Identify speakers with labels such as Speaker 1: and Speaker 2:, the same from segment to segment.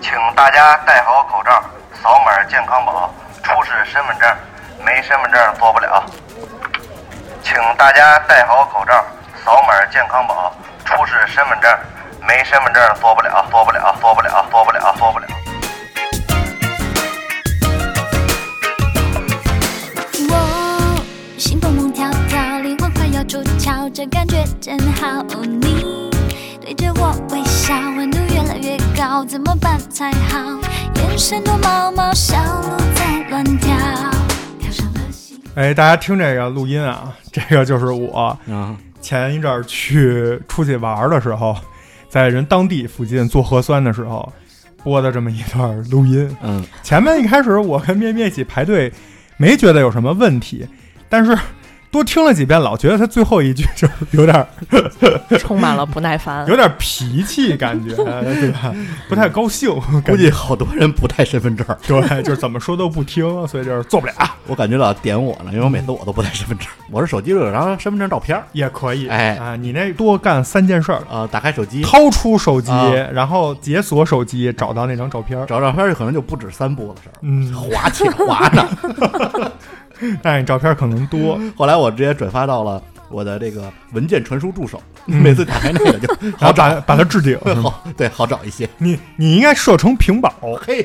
Speaker 1: 请大家戴好口罩，扫码健康宝，出示身份证，没身份证做不了。请大家戴好口罩，扫码健康宝，出示身份证，没身份证做不了，做不了，做不了，做不了，做不了。
Speaker 2: 我心蹦蹦跳跳，灵魂快要出窍，这感觉真好。哦，你对着我微笑，温度越来越高，怎么办才好？眼神躲猫猫，小鹿在乱跳，跳上了心。
Speaker 3: 哎，大家听这个录音啊，这个就是我
Speaker 4: 啊，
Speaker 3: 前一阵儿去出去玩儿的时候，在人当地附近做核酸的时候播的这么一段录音。
Speaker 4: 嗯，
Speaker 3: 前面一开始我跟咩咩一起排队，没觉得有什么问题，但是多听了几遍，老觉得他最后一句就是有点儿
Speaker 5: 充满了不耐烦
Speaker 3: 有。点儿脾气，感觉对吧？不太高兴，
Speaker 4: 估
Speaker 3: 感觉
Speaker 4: 计好多人不带身份证，
Speaker 3: 对，就是怎么说都不听，所以就是做不了
Speaker 4: 我感觉老点我呢，因为我每次我都不带身份证， 我是手机里有张身份证照片儿，
Speaker 3: 也可以。
Speaker 4: 哎
Speaker 3: 啊，你那多干三件事儿。
Speaker 4: 呃，打开手机
Speaker 3: 掏出手机，
Speaker 4: 啊
Speaker 3: 然后解锁手机，找到那张照片儿。
Speaker 4: 找照片儿，可能就不止三步的事儿，
Speaker 3: 嗯，
Speaker 4: 滑且滑 呢。
Speaker 3: 但哎是你照片可能多，
Speaker 4: 后来我直接转发到了我的这个文件传输助手，每次打开那个 就
Speaker 3: 然
Speaker 4: 好
Speaker 3: 后
Speaker 4: 找，
Speaker 3: 把把它置顶。
Speaker 4: 嗯 好对好找一些。
Speaker 3: 你你应该设成屏保，
Speaker 4: 嘿，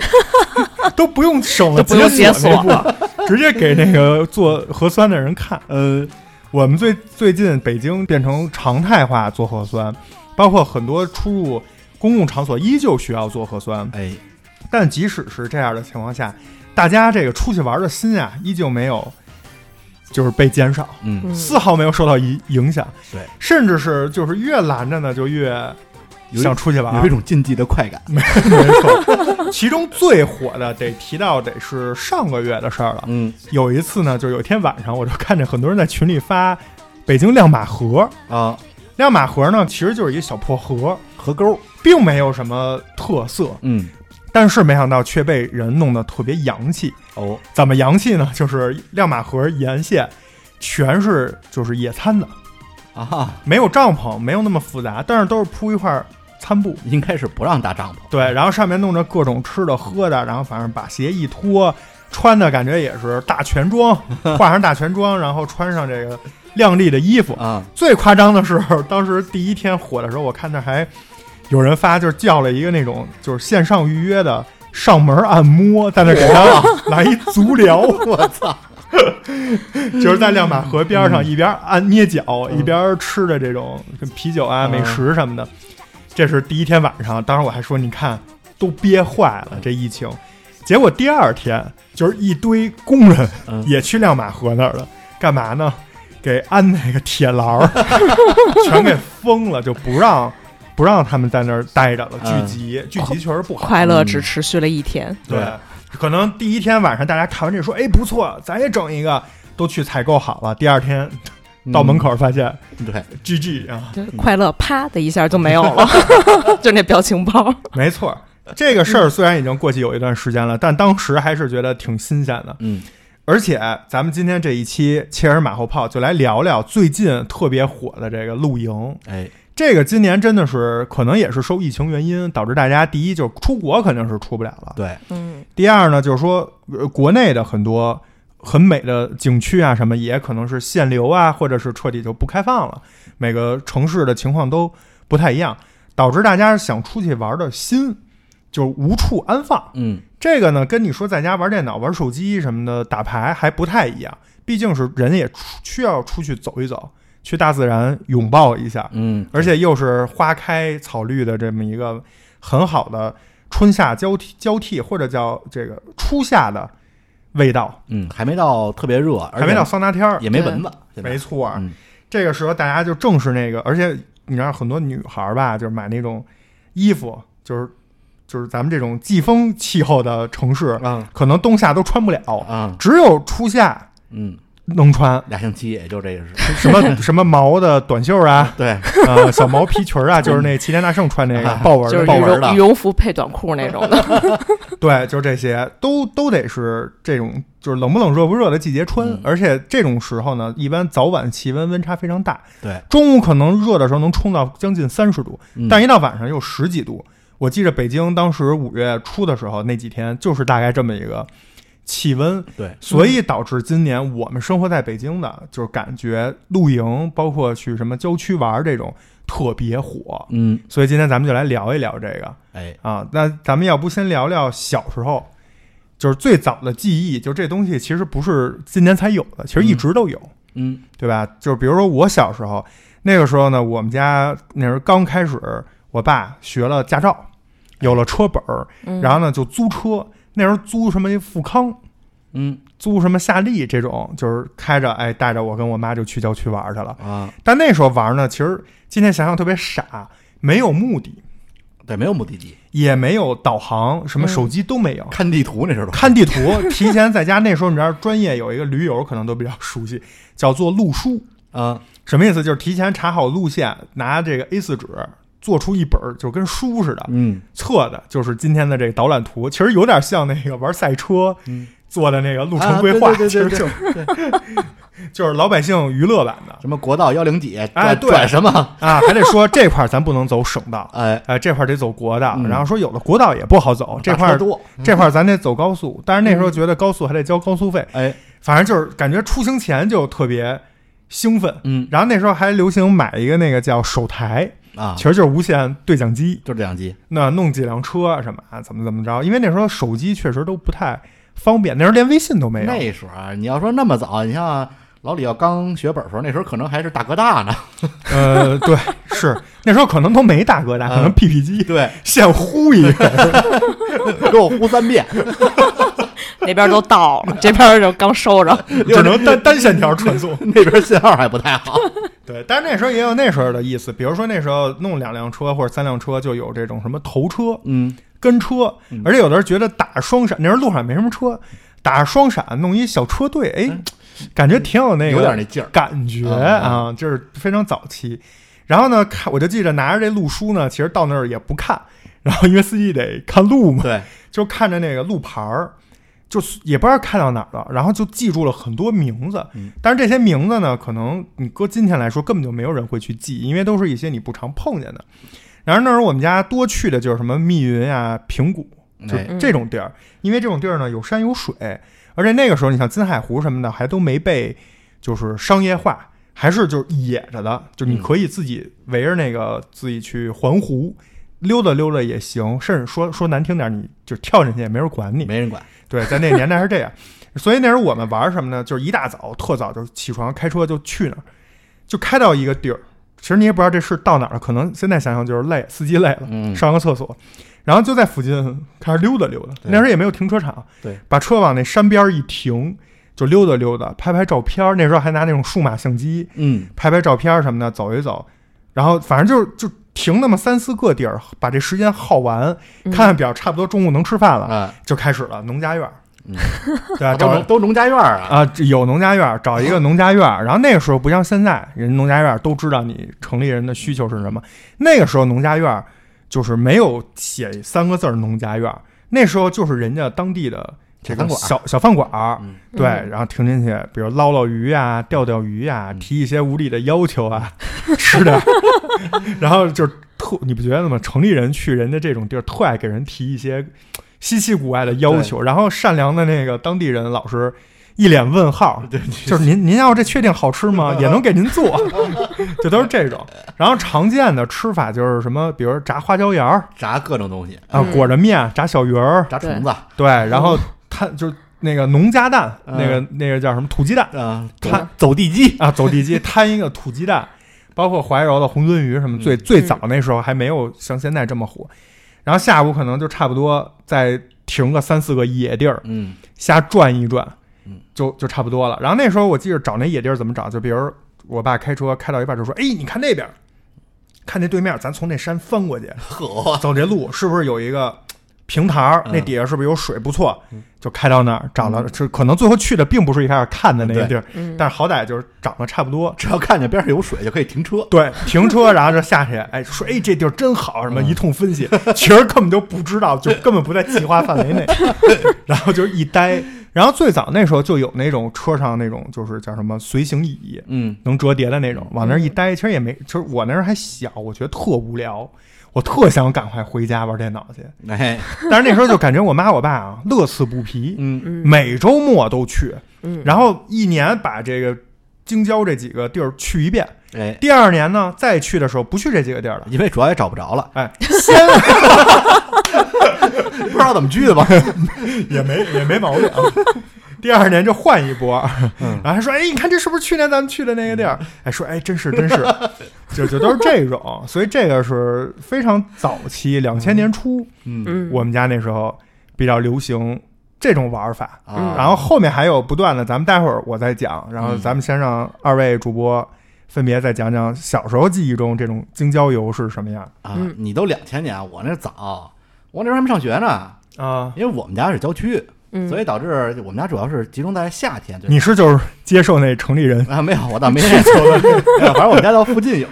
Speaker 4: 啊
Speaker 3: 都不用省了
Speaker 5: 都不用
Speaker 3: 解
Speaker 5: 解
Speaker 3: 那步， 直接给那个做核酸的人看。 呃
Speaker 4: 嗯，
Speaker 3: 我们最最近北京变成常态化做核酸，包括很多出入公共场所依旧需要做核酸。
Speaker 4: 哎，
Speaker 3: 但即使是这样的情况下，大家这个出去玩的心啊，依旧没有就是被减少。
Speaker 4: 嗯，
Speaker 5: 嗯
Speaker 3: 丝毫没有受到影影响，
Speaker 4: 对，
Speaker 3: 甚至是就是越拦着呢，就越
Speaker 4: 有一
Speaker 3: 想出去玩。
Speaker 4: 有一种禁忌的快感。
Speaker 3: 没错，其中最火的得提到得是上个月的事儿了。
Speaker 4: 嗯
Speaker 3: 有一次呢，就有一天晚上，我就看见很多人在群里发北京亮马河。
Speaker 4: 啊，
Speaker 3: 亮马河呢，其实就是一小破河，
Speaker 4: 河沟，
Speaker 3: 并没有什么特色，
Speaker 4: 嗯，
Speaker 3: 但是没想到却被人弄得特别洋气。
Speaker 4: 哦，
Speaker 3: 怎么洋气呢？就是亮马河沿线全是就是野餐的，
Speaker 4: 啊，
Speaker 3: 没有帐篷，没有那么复杂，但是都是铺一块儿餐布。
Speaker 4: 应该是不让搭帐篷。
Speaker 3: 对，然后上面弄着各种吃的喝的，然后反正把鞋一脱，穿的感觉也是大全装，化上大全妆，然后穿上这个靓丽的衣服。
Speaker 4: 啊，
Speaker 3: 最夸张的是，当时第一天火的时候，我看那还有人发，就是叫了一个那种就是线上预约的上门按摩，在那给他来一足疗，
Speaker 4: 我 操，
Speaker 3: 就是在亮马河边
Speaker 4: 嗯
Speaker 3: 上一边按捏脚，一边吃着这种啤酒啊、
Speaker 4: 嗯
Speaker 3: 美食什么的。这是第一天晚上，当时我还说，你看都憋坏
Speaker 4: 嗯
Speaker 3: 了这疫情。结果第二天就是一堆工人
Speaker 4: 嗯
Speaker 3: 也去亮马河那儿了，干嘛呢？给安那个铁栏 儿，全给封了，就不让不让他们在那儿待着了，聚
Speaker 4: 嗯
Speaker 3: 集聚集确实不好。
Speaker 5: 快乐只持续了一天，
Speaker 3: 对
Speaker 4: 对，
Speaker 3: 可能第一天晚上大家看完这说，哎，不错，咱也整一个，都去采购好了。第二天
Speaker 4: 嗯
Speaker 3: 到门口发现、
Speaker 4: 对，
Speaker 3: GG 啊，
Speaker 5: 就是快乐啪的一下就没有了， 就那表情包。
Speaker 3: 没错。这个事儿虽然已经过去有一段时间了，但当时还是觉得挺新鲜的。
Speaker 4: 嗯，
Speaker 3: 而且咱们今天这一期切尔马后炮就来聊聊最近特别火的这个露营。
Speaker 4: 哎，
Speaker 3: 这个今年真的是可能也是受疫情原因，导致大家第一就是出国肯定是出不了了，
Speaker 4: 对，
Speaker 5: 嗯，
Speaker 3: 第二呢，就是说、呃国内的很多很美的景区啊，什么也可能是限流啊，或者是彻底就不开放了。每个城市的情况都不太一样，导致大家想出去玩的心就无处安放。
Speaker 4: 嗯，
Speaker 3: 这个呢，跟你说在家玩电脑、玩手机什么的、打牌还不太一样，毕竟是人也出需要出去走一走，去大自然拥抱一下。
Speaker 4: 嗯，
Speaker 3: 而且又是花开草绿的这么一个很好的春夏交替交替，或者叫这个初夏的味道，
Speaker 4: 嗯，还没到特别热，而
Speaker 3: 还没
Speaker 4: 且
Speaker 3: 到桑拿天儿，
Speaker 4: 也没蚊子，现在
Speaker 3: 没错儿。
Speaker 4: 嗯
Speaker 3: 这个时候大家就正是那个，而且你知道很多女孩儿吧，就是买那种衣服，就是就是咱们这种季风气候的城市，
Speaker 4: 啊
Speaker 3: 可能冬夏都穿不了，
Speaker 4: 啊，
Speaker 3: 只有初夏
Speaker 4: 嗯，
Speaker 3: 能 穿。
Speaker 4: 俩星期也就 这个事，
Speaker 3: 什么什么毛的短袖啊，
Speaker 4: 对，
Speaker 3: 呃，小毛皮裙儿啊，就是那齐天大圣穿那
Speaker 4: 啊
Speaker 3: 个豹纹
Speaker 5: 就是
Speaker 3: 的
Speaker 5: 羽
Speaker 4: 豹纹的
Speaker 5: 绒羽绒服配短裤那种的。
Speaker 3: 对，就是这些，都都得是这种，就是冷不冷、热不热的季节穿。
Speaker 4: 嗯
Speaker 3: 而且这种时候呢，一般早晚气温温差非常大，
Speaker 4: 对，
Speaker 3: 中午可能热的时候能冲到将近三十度，
Speaker 4: 嗯
Speaker 3: 但一到晚上又十几度。我记着北京当时五月初的时候，那几天就是大概这么一个气温，
Speaker 4: 对，
Speaker 3: 所以导致今年我们生活在北京的，就是感觉露营，包括去什么郊区玩儿这种特别火。
Speaker 4: 嗯，
Speaker 3: 所以今天咱们就来聊一聊这个
Speaker 4: 哎，
Speaker 3: 啊。那咱们要不先聊聊小时候，就是最早的记忆，就这东西其实不是今年才有的，其实一直都有，
Speaker 4: 嗯
Speaker 3: 对吧？就是比如说我小时候那个时候呢，我们家那时候刚开始，我爸学了驾照，有了车本儿，然后呢就租车，那时候租什么一富康。
Speaker 4: 嗯
Speaker 3: 租什么夏利这种，就是开着哎带着我跟我妈就去郊区玩去了。
Speaker 4: 啊，
Speaker 3: 但那时候玩呢，其实今天想想特别傻，没有目的，
Speaker 4: 对，没有目的地，
Speaker 3: 也没有导航，什么手机都没有。
Speaker 4: 嗯看地图那时候都
Speaker 3: 看地图，提前在家那时候你知道专业有一个驴友可能都比较熟悉，叫做路书，
Speaker 4: 啊，
Speaker 3: 什么意思？就是提前查好路线，拿这个 A 4纸做出一本儿就跟书似的，
Speaker 4: 嗯
Speaker 3: 测的就是今天的这个导览图，其实有点像那个玩赛车
Speaker 4: 嗯，
Speaker 3: 做的那个路
Speaker 4: 啊
Speaker 3: 程规划，
Speaker 4: 对对对
Speaker 3: 其
Speaker 4: 对
Speaker 3: 实
Speaker 4: 对对，
Speaker 3: 就 就是老百姓娱乐版的。
Speaker 4: 什么国道幺零几，
Speaker 3: 哎
Speaker 4: 转
Speaker 3: 对
Speaker 4: 转什么？
Speaker 3: 啊，还得说这块儿咱不能走省道，
Speaker 4: 哎，
Speaker 3: 呃，这块儿得走国道，
Speaker 4: 嗯
Speaker 3: 然后说有的国道也不好走，这块
Speaker 4: 大车
Speaker 3: 儿
Speaker 4: 多，嗯
Speaker 3: 这块儿咱得走高速，但是那时候觉得高速还得交高速费，
Speaker 4: 哎，
Speaker 3: 反正就是感觉出行前就特别兴奋。
Speaker 4: 嗯
Speaker 3: 然后那时候还流行买一个那个叫手台，
Speaker 4: 啊
Speaker 3: 其，实就是无线对讲机，
Speaker 4: 就这两机，
Speaker 3: 那弄几辆车啊什么啊，怎么怎么着，因为那时候手机确实都不太方便，那时候连微信都没有。
Speaker 4: 那时候啊你要说那么早，你像老李要刚学本的时候，那时候可能还是大哥大呢，
Speaker 3: 呃，对，是那时候可能都没大哥大，可能
Speaker 4: 嗯
Speaker 3: PP 机
Speaker 4: 对，
Speaker 3: 现呼一个。
Speaker 4: 给我呼三遍，
Speaker 5: 那边都到了，这边就刚收着。
Speaker 3: 只能单单线条传送。
Speaker 4: 那边信号还不太 好，
Speaker 3: 对，但是那时候也有那时候的意思，比如说那时候弄两辆车或者三辆车，就有这种什么头车、
Speaker 4: 嗯
Speaker 3: 跟车，而且有的人觉得打双闪，那时候路上没什么车，打双闪弄一小车队，哎，感觉挺有那个
Speaker 4: 嗯有点那劲儿嗯
Speaker 3: 感觉啊，就是非常早期。然后呢，看我就记着拿着这路书呢，其实到那儿也不看，然后因为司机得看路嘛，
Speaker 4: 对，
Speaker 3: 就看着那个路牌儿，就是也不知道看到哪儿了，然后就记住了很多名字。
Speaker 4: 嗯
Speaker 3: 但是这些名字呢，可能你搁今天来说，根本就没有人会去记，因为都是一些你不常碰见的。然后那时候我们家多去的就是什么密云啊、平谷，就
Speaker 4: 哎
Speaker 3: 这种地儿，因为这种地儿呢有山有水，而且那个时候你像金海湖什么的还都没被就是商业化，还是就是野着的，就你
Speaker 4: 嗯
Speaker 3: 可以自己围着那个自己去环湖。溜达溜达也行，甚至说说难听点，你就跳进去也没人管你。
Speaker 4: 没人管，
Speaker 3: 对，在那个年代是这样，所以那时候我们玩什么呢？就是一大早特早就起床，开车就去那儿，就开到一个地儿。其实你也不知道这是到哪儿了，可能现在想想就是累，司机累了，
Speaker 4: 嗯
Speaker 3: 上个厕所，然后就在附近开始溜达溜达。
Speaker 4: 对
Speaker 3: 那时候也没有停车场，
Speaker 4: 对，
Speaker 3: 把车往那山边儿一停，就溜达溜达，拍拍照片儿。那时候还拿那种数码相机
Speaker 4: 嗯，
Speaker 3: 拍拍照片儿什么的，走一走，然后反正就是就停那么三四个地儿，把这时间耗完，看看表，差不多中午能吃饭了，
Speaker 4: 啊，
Speaker 3: 就开始了农家院儿。
Speaker 4: 嗯
Speaker 3: 对啊，
Speaker 4: 都
Speaker 3: 找
Speaker 4: 农都农家院儿啊，
Speaker 3: 啊，这有农家院儿，找一个农家院儿。然后那个时候不像现在，人农家院儿都知道你城里人的需求是什么。那个时候农家院儿就是没有写三个字儿农家院儿，那时候就是人家当地的这种
Speaker 4: 小饭馆儿
Speaker 3: 小小饭馆儿。
Speaker 4: 嗯
Speaker 3: 对，
Speaker 5: 嗯
Speaker 3: 然后停进去，比如捞捞鱼啊，钓钓鱼啊，
Speaker 4: 嗯
Speaker 3: 提一些无理的要求啊，吃点儿， 然后就是特，你不觉得吗？城里人去人家这种地儿，特爱给人提一些稀奇古怪的要求，然后善良的那个当地人老是一脸问号，
Speaker 4: 对，
Speaker 3: 就是您您要这确定好吃吗？也能给您 做，这都是这种。然后常见的吃法就是什么，比如炸花椒盐儿
Speaker 4: 炸各种东西，
Speaker 3: 啊，
Speaker 5: 嗯
Speaker 3: 裹着面，炸小鱼儿，
Speaker 4: 炸虫子，
Speaker 3: 对，然后摊就是那个农家蛋，
Speaker 4: 嗯
Speaker 3: 那个那个叫什么土鸡蛋。
Speaker 4: 啊，
Speaker 3: 他
Speaker 4: 走地鸡，
Speaker 3: 啊，走地 鸡摊一个土鸡蛋，包括怀柔的红鳟鱼什
Speaker 4: 嗯
Speaker 3: 么，最最早那时候还没有像现在这么火。然后下午可能就差不多再停个三四个野地儿
Speaker 4: 嗯
Speaker 3: 瞎转一转
Speaker 4: 嗯，
Speaker 3: 就就差不多了。然后那时候我记着找那野地儿怎么找，就比如我爸开车开到一半就说：“哎，你看那边儿，看那对面儿，咱从那山翻过去，
Speaker 4: 呵，
Speaker 3: 走这路是不是有一个平台儿？
Speaker 4: 嗯
Speaker 3: 那底下是不是有水？不错，就开到那儿找到，这可能最后去的并不是一开始看的那个地儿，
Speaker 5: 嗯
Speaker 3: 但是好歹就是长得差不多。
Speaker 4: 只要看见边上有水就可以停车，
Speaker 3: 对，停车，然后就下去，哎，说哎这地儿真好，什么
Speaker 4: 嗯
Speaker 3: 一通分析，其实根本就不知道，就根本不在计划范围 内，然后就是一呆。然后最早那时候就有那种车上那种就是叫什么随行椅，
Speaker 4: 嗯
Speaker 3: 能折叠的那种，往那儿一待，其实也没，其实我那时候还小，我觉得特无聊。我特想赶快回家玩电脑去，
Speaker 4: 哎，
Speaker 3: 但是那时候就感觉我妈我爸啊乐此不疲，
Speaker 4: 嗯，
Speaker 3: 每周末都去，
Speaker 5: 嗯
Speaker 3: 然后一年把这个京郊这几个地儿去一遍。
Speaker 4: 哎，
Speaker 3: 第二年呢，再去的时候不去这几个地儿了，
Speaker 4: 因为主要也找不着了，
Speaker 3: 哎，
Speaker 4: 不知道怎么聚 的吧？
Speaker 3: 也没也没毛病。啊 第二年就换一波，
Speaker 4: 嗯
Speaker 3: 然后还说：“哎，你看这是不是去年咱们去的那个地儿？”哎，说：“哎，真是真 是，就就都是这种。”所以这个是非常早期，两千年初，
Speaker 4: 嗯
Speaker 5: 嗯，
Speaker 3: 我们家那时候比较流行这种玩法。
Speaker 5: 嗯
Speaker 4: 啊，
Speaker 3: 然后后面还有不断的，咱们待会儿我再讲。然后
Speaker 4: 嗯
Speaker 3: 咱们先让二位主播分别再讲讲小时候记忆中这种京郊游是什么样
Speaker 4: 啊
Speaker 5: 嗯，
Speaker 4: 你都两千年，我那早，我那时候还没上学呢，
Speaker 3: 啊？
Speaker 4: 因为我们家是郊区，
Speaker 5: 嗯
Speaker 4: 所以导致我们家主要是集中在夏天。就
Speaker 3: 你是就是接受那城里人
Speaker 4: 啊，没有，我倒没那说的， 哎反正我们家到附近有。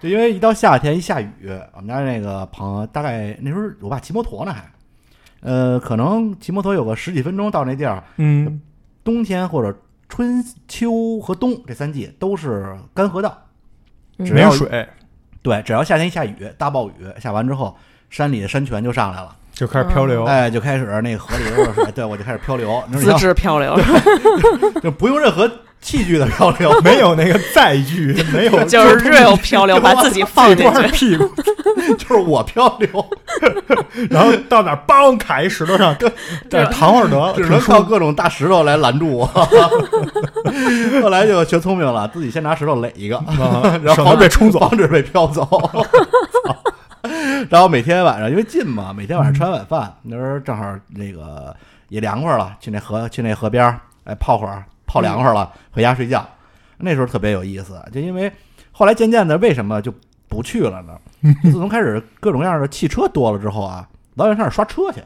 Speaker 4: 就因为一到夏天一下雨，我们家那个朋友大概那时候我爸骑摩托呢还，呃，可能骑摩托有个十几分钟到那地儿。
Speaker 3: 嗯
Speaker 4: 冬天或者春秋和冬这三季都是干河道，
Speaker 5: 嗯
Speaker 4: 只
Speaker 3: 没
Speaker 4: 要
Speaker 3: 有水
Speaker 4: 对，只要夏天一下雨，大暴雨下完之后，山里的山泉就上来了，
Speaker 3: 就开始漂流。
Speaker 4: 哎，就开始那个河里都是水，对我就开始漂流，你
Speaker 5: 自
Speaker 4: 知
Speaker 5: 制漂流，
Speaker 4: 道就不用任何器具的漂流，
Speaker 3: 没有那个载具，没 有
Speaker 5: 就是 real 漂流，把自己放进
Speaker 3: 光着
Speaker 5: 去，
Speaker 3: 屁
Speaker 5: 嗯
Speaker 3: 股，
Speaker 4: 就是我漂流，
Speaker 3: 然后到哪儿梆卡一石头上，跟在那儿躺会儿得了，
Speaker 4: 只
Speaker 3: 挺
Speaker 4: 能
Speaker 3: 舒
Speaker 4: 靠
Speaker 3: 服
Speaker 4: 各种大石头来拦住我。 后来就学聪明了，自己先拿石头垒一个，
Speaker 3: 啊，
Speaker 4: 然后
Speaker 3: 省得被冲走。
Speaker 4: 防止被飘走。 然后每天晚上因为近嘛，每天晚上吃完晚饭，那时候正好那个也凉快了，去那河去那河边儿，哎泡会儿，泡凉快了，回家睡觉。那时候特别有意思，就因为后来渐渐的，为什么就不去了呢？ 自从开始各种各样的汽车多了之后啊，老想上那儿刷车去，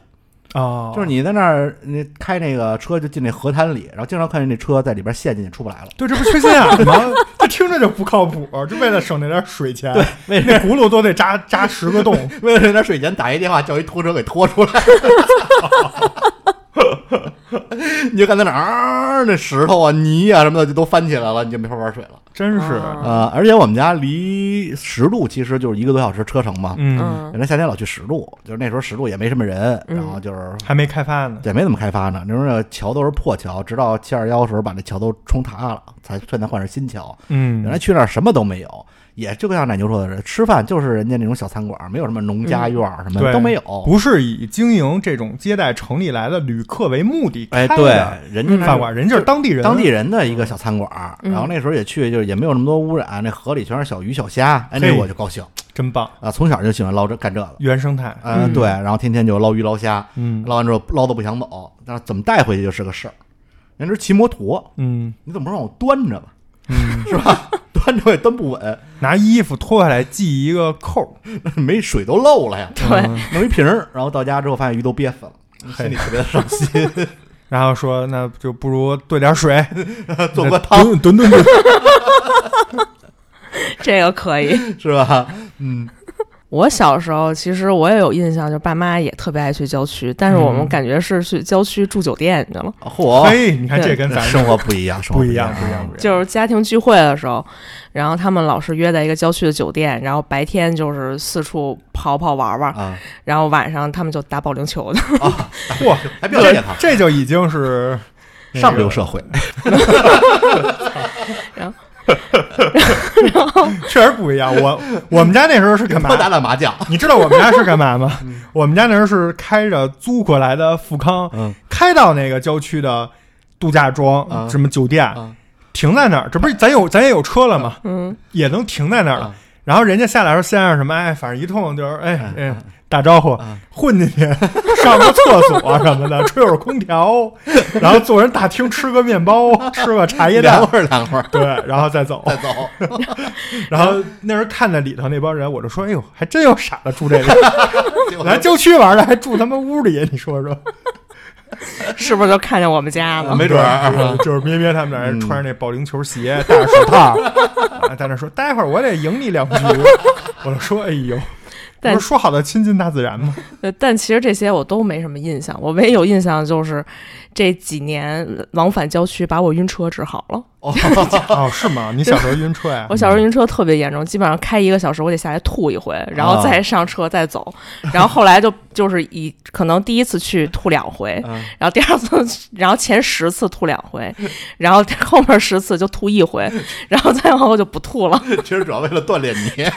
Speaker 3: 啊，
Speaker 4: 就是你在那儿那开那个车就进那河滩里，然后经常看见那车在里边陷进去出不来了。
Speaker 3: 对，这不缺心眼啊吗？这听着就不靠谱，就为了省那点水钱，对，
Speaker 4: 为
Speaker 3: 那轱辘都得扎扎十个洞。
Speaker 4: 为了这点水钱，打一电话叫一拖车给拖出来。 你就看在哪儿，那石头啊、泥啊什么的就都翻起来了，你就没法玩水了
Speaker 3: 真是，
Speaker 5: 啊
Speaker 4: 啊、而且我们家离石路其实就是一个多小时车程嘛。
Speaker 3: 嗯，
Speaker 5: 嗯
Speaker 4: 人家夏天老去石路，就是那时候石路也没什么人，
Speaker 5: 嗯
Speaker 4: 然后就是
Speaker 3: 还没开发呢。
Speaker 4: 也没怎么开发呢。那时候那桥都是破桥，直到七二幺时候把那桥都冲塌了，才算才换上新桥。
Speaker 3: 嗯，
Speaker 4: 原来去那儿什么都没有，也就像奶牛说的是，吃饭就是人家那种小餐馆，没有什么农家院儿什么的、
Speaker 3: 嗯对
Speaker 4: 都没有。
Speaker 3: 不是以经营这种接待城里来的旅客为目的
Speaker 4: 哎，
Speaker 3: 开
Speaker 4: 对
Speaker 3: 的，
Speaker 4: 人家那
Speaker 3: 嗯饭馆，人家是当地人，
Speaker 4: 当地人的一个小餐馆儿，
Speaker 5: 嗯
Speaker 4: 然后那时候也去，就是也没有那么多污染，那河里全是小鱼小虾，哎，那
Speaker 3: 嘿
Speaker 4: 我就高兴
Speaker 3: 真棒，
Speaker 4: 啊，从小就喜欢捞这干这个，
Speaker 3: 原生态。
Speaker 4: 嗯、
Speaker 5: 嗯
Speaker 4: 对，然后天天就捞鱼捞虾，
Speaker 3: 嗯
Speaker 4: 捞完之后捞都不想走，但是怎么带回去就是个事儿。人家是骑摩托，
Speaker 3: 嗯
Speaker 4: 你怎么不让我端着吧？
Speaker 3: 嗯，
Speaker 4: 是吧？ 端着我也端不稳，
Speaker 3: 拿衣服脱下来系一个扣儿，
Speaker 4: 没水都漏了呀，
Speaker 3: 嗯
Speaker 5: 对，
Speaker 4: 弄一瓶儿，然后到家之后发现鱼都憋死了，心里特别的伤 心。
Speaker 3: 然后说那就不如兑点水，
Speaker 4: 做个汤
Speaker 3: 炖炖炖炖。
Speaker 5: 这个可以。
Speaker 4: 是吧？嗯，
Speaker 5: 我小时候其实我也有印象，就爸妈也特别爱去郊区，但是我们
Speaker 3: 嗯
Speaker 5: 感觉是去郊区住酒店去了，
Speaker 4: 嚯，
Speaker 3: 嘿，哎你看这跟咱
Speaker 4: 哦生活不一样，生活
Speaker 3: 不一
Speaker 4: 样
Speaker 3: 样，，不一样，不一样。
Speaker 5: 就是家庭聚会的时候，然后他们老是约在一个郊区的酒店，然后白天就是四处跑跑玩玩，
Speaker 4: 啊！
Speaker 5: 然后晚上他们就打保龄球的。
Speaker 3: 嚯，
Speaker 4: 还比较健
Speaker 3: 这
Speaker 4: 康，
Speaker 3: 这就已经是 那个
Speaker 4: 上流社会。
Speaker 3: 确实不一样。我我们家那时候是干嘛
Speaker 4: 多？打打麻将，
Speaker 3: 你知道我们家是干嘛 吗？我们家那时候是开着租过来的富康，
Speaker 4: 嗯
Speaker 3: 开到那个郊区的度假庄、
Speaker 4: 啊
Speaker 3: 什么酒店，
Speaker 4: 啊
Speaker 3: 停在那儿。这不是咱有咱也有车了吗？
Speaker 5: 嗯，
Speaker 3: 也能停在那儿了。
Speaker 4: 啊
Speaker 3: 然后人家下来时候先让什么，哎，反正一通就是哎
Speaker 4: 嗯
Speaker 3: 哎打招呼，
Speaker 4: 啊
Speaker 3: 混进 去，上个厕所什么的，吹会儿空调，然后坐人大厅吃个面 包，吃个茶叶蛋
Speaker 4: 凉，会儿凉会儿
Speaker 3: 哎对，然后再走。
Speaker 4: 再走。
Speaker 3: 然后那时候看着里头那帮人，我就说：“哎呦，还真有傻子住这 里，来郊区玩的还住他妈屋里，你说说，
Speaker 5: 是不是就看见我们家
Speaker 3: 啊
Speaker 5: 了？
Speaker 4: 没准 儿
Speaker 3: 就是就是咩咩他们俩人
Speaker 4: 嗯
Speaker 3: 穿着那保龄球鞋，戴着 手套，啊在那说，待会儿我得赢你两局。”我就说：“哎呦，
Speaker 5: 但
Speaker 3: 不是说好的亲近大自然吗？
Speaker 5: 呃但其实这些我都没什么印象，我唯一有印象就是这几年往返郊区把我晕车治好了。
Speaker 4: 哦，
Speaker 3: 哦，是吗？你小时候晕车 呀
Speaker 5: 我？小时候晕车特别严重，基本上开一个小时我得下来吐一回，然
Speaker 4: 啊
Speaker 5: 后再上车再走。然后后来就就是以可能第一次去吐两回，
Speaker 4: 嗯
Speaker 5: 然后第二次，然后前十次吐两 回，然后后面十次就吐一回，然后再往后就不吐了。
Speaker 4: 其实主要为了锻炼你。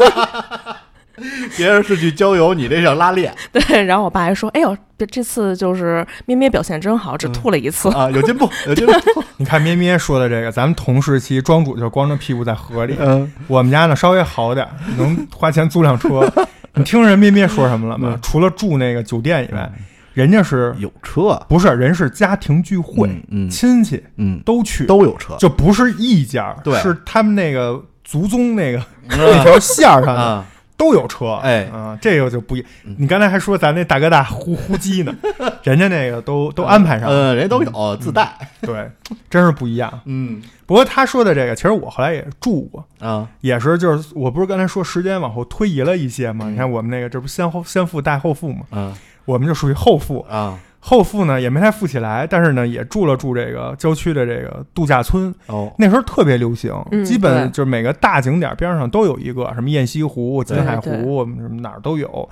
Speaker 4: 别人是去郊游，你这叫拉练
Speaker 5: 对，然后我爸还说：“哎呦，这这次就是咩咩表现真好，只吐了一 次。
Speaker 4: 啊，有进步，有进步。
Speaker 3: 你看咩咩说的这个，咱们同时期庄主就光着屁股在河里，
Speaker 4: 嗯，
Speaker 3: 我们家呢稍微好点儿，能花钱租辆 车。你听人咩咩说什么了吗？除了住那个酒店以外，人家是
Speaker 4: 嗯有车，
Speaker 3: 不是人是家庭聚会，
Speaker 4: 嗯嗯
Speaker 3: 亲戚
Speaker 4: 嗯，
Speaker 3: 都去，
Speaker 4: 都有车，
Speaker 3: 就不是一家儿，
Speaker 4: 对
Speaker 3: 是他们那个族宗那个 那
Speaker 4: 嗯
Speaker 3: 条线儿上的
Speaker 4: 啊，
Speaker 3: 都有车，
Speaker 4: 哎嗯
Speaker 3: 啊，这个就不一。你刚才还说咱那大哥大呼呼机 呢，人家那个都都安排上了，
Speaker 4: 嗯，人家都有自带，
Speaker 3: 对，真是不一样。
Speaker 4: 嗯
Speaker 3: 不过他说的这个，其实我后来也住过，
Speaker 4: 啊，
Speaker 3: 也是，就是我不是刚才说时间往后推移了一些嘛？
Speaker 4: 嗯
Speaker 3: 你看我们那个，这不先后先付带后付嘛？
Speaker 4: 嗯
Speaker 3: 我们就属于后付，
Speaker 4: 啊，
Speaker 3: 后付呢也没太付起来，但是呢也住了住这个郊区的这个度假村。
Speaker 4: 哦，
Speaker 3: 那时候特别流行，
Speaker 5: 嗯
Speaker 3: 基本就是每个大景点边上都有一个，什么雁西湖、金海
Speaker 5: 对对
Speaker 3: 湖，我们什么哪儿都有。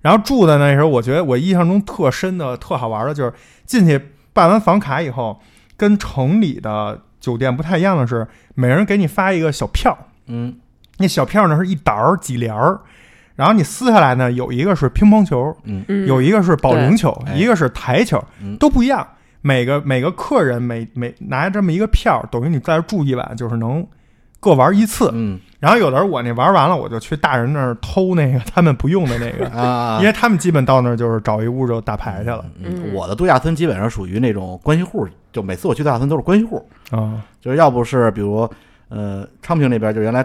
Speaker 3: 然后住的那时候，我觉得我印象中特深的、特好玩的就是进去办完房卡以后，跟城里的酒店不太一样的是，每人给你发一个小票。
Speaker 4: 嗯
Speaker 3: 那小票呢是一沓儿几联儿，然后你撕下来呢，有一个是乒乓球，
Speaker 5: 嗯
Speaker 3: 有一个是保龄球，
Speaker 4: 对哎
Speaker 3: 一个是台球，
Speaker 4: 嗯
Speaker 3: 都不一样。每个每个客人每每拿这么一个票，等于你在这儿住一晚，就是能各玩一次。
Speaker 4: 嗯，
Speaker 3: 然后有的时候我那玩完了，我就去大人那儿偷那个他们不用的那个
Speaker 4: 啊
Speaker 3: 因，为他们基本到那儿就是找一屋就打牌去了
Speaker 5: 嗯
Speaker 4: 我的度假村基本上属于那种关系户，就每次我去度假村都是关系户，
Speaker 3: 啊。
Speaker 4: 就是要不是比如呃昌平那边就原来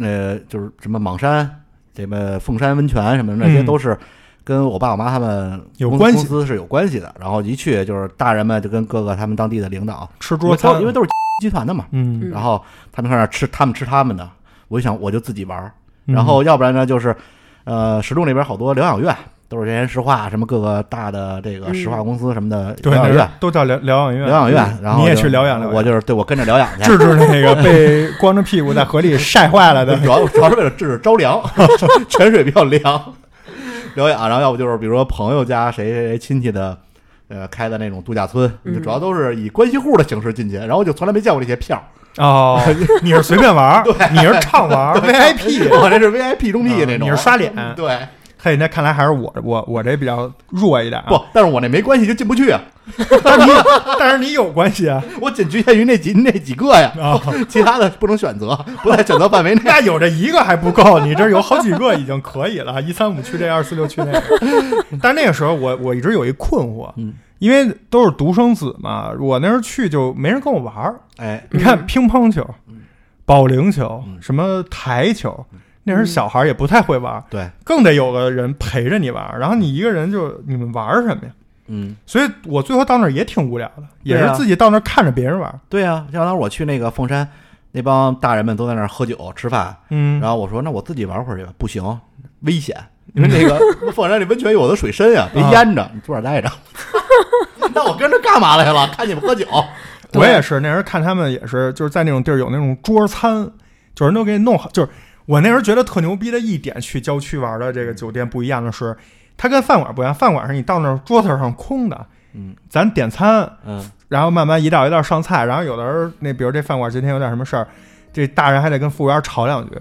Speaker 4: 呃就是什么莽山、什么凤山温泉什么的那些
Speaker 3: 嗯
Speaker 4: 都是。跟我爸我妈他们
Speaker 3: 有
Speaker 4: 公
Speaker 3: 关系
Speaker 4: 公司是有关系的，然后一去就是大人们就跟各个他们当地的领导，
Speaker 3: 吃
Speaker 4: 因
Speaker 3: 桌
Speaker 4: 为
Speaker 3: 餐
Speaker 4: 都，因为都是 集团的嘛，
Speaker 3: 嗯，
Speaker 4: 然后他们上那儿吃，他们吃他们的，我就想我就自己玩儿，
Speaker 3: 嗯
Speaker 4: 然后要不然呢就是，呃，石柱那边好多疗养院都是这些石化啊什么各个大的这个
Speaker 5: 嗯
Speaker 4: 石化公司什么的
Speaker 3: 对
Speaker 4: 疗养
Speaker 3: 那
Speaker 4: 院
Speaker 3: 是，都叫疗疗养院，嗯
Speaker 4: 疗养院，然后
Speaker 3: 你也
Speaker 4: 就
Speaker 3: 去疗养疗养
Speaker 4: 我就是对我跟着 疗养去
Speaker 3: 治。治那 个被光着屁股在河里晒坏了的
Speaker 4: 主 要主要是为了治着凉， 泉水比较凉，疗养，然后要不就是比如说朋友家谁谁谁亲戚的，呃，开的那种度假村，就主要都是以关系户的形式进去，然后我就从来没见过这些票，
Speaker 3: 哦，你是随便玩 儿，你是畅玩儿 VIP，
Speaker 4: 我这是 VIP 中介那种，
Speaker 3: 啊你
Speaker 4: 啊
Speaker 3: 是刷脸。啊
Speaker 4: 对，
Speaker 3: 嘿，那看来还是我我我这比较弱一点、啊，
Speaker 4: 不，但是我那没关系，就进不去啊。
Speaker 3: 但是 你但是你有关系啊，
Speaker 4: 我仅局限于那几那几个呀，
Speaker 3: 啊
Speaker 4: 其他的不能选择， 不在选择范围 内。
Speaker 3: 那有这一个还不够，你这有好几个已经可以了，一三五区这，二四六区那个。 但那个时候我我一直有一困惑，
Speaker 4: 嗯
Speaker 3: 因为都是独生子嘛，我那时候去就没人跟我玩儿。
Speaker 4: 哎，
Speaker 3: 你看乒乓球、
Speaker 4: 嗯
Speaker 3: 保龄球、什么台球，那时候小孩儿也不太会玩儿，
Speaker 4: 对，
Speaker 3: 更得有个人陪着你玩儿。然后你一个人就你们玩儿什么呀？
Speaker 4: 嗯，
Speaker 3: 所以我最后到那儿也挺无聊的，也
Speaker 4: 对
Speaker 3: 是
Speaker 4: 啊
Speaker 3: 自己到那儿看着别人玩儿。
Speaker 4: 对啊，像当时我去那个凤山，那帮大人们都在那儿喝酒吃饭，
Speaker 3: 嗯，
Speaker 4: 然后我说那我自己玩会儿去吧，不行，危险，因为那个凤山那温泉有的水深呀，别
Speaker 3: 啊
Speaker 4: 淹着，你坐那儿待着。那我跟着干嘛来了？看你们喝酒，
Speaker 3: 我也是那时候看他们也是，就是在那种地儿有那种桌餐，就是人都给你弄好。就是我那时候觉得特牛逼的一点，去郊区玩的这个酒店不一样的是，它跟饭馆不一样。饭馆是你到那儿桌子上空的，
Speaker 4: 嗯，
Speaker 3: 咱点餐，
Speaker 4: 嗯，
Speaker 3: 然后慢慢一道一道上菜，然后有的人那比如这饭馆今天有点什么事儿，这大人还得跟服务员吵两句。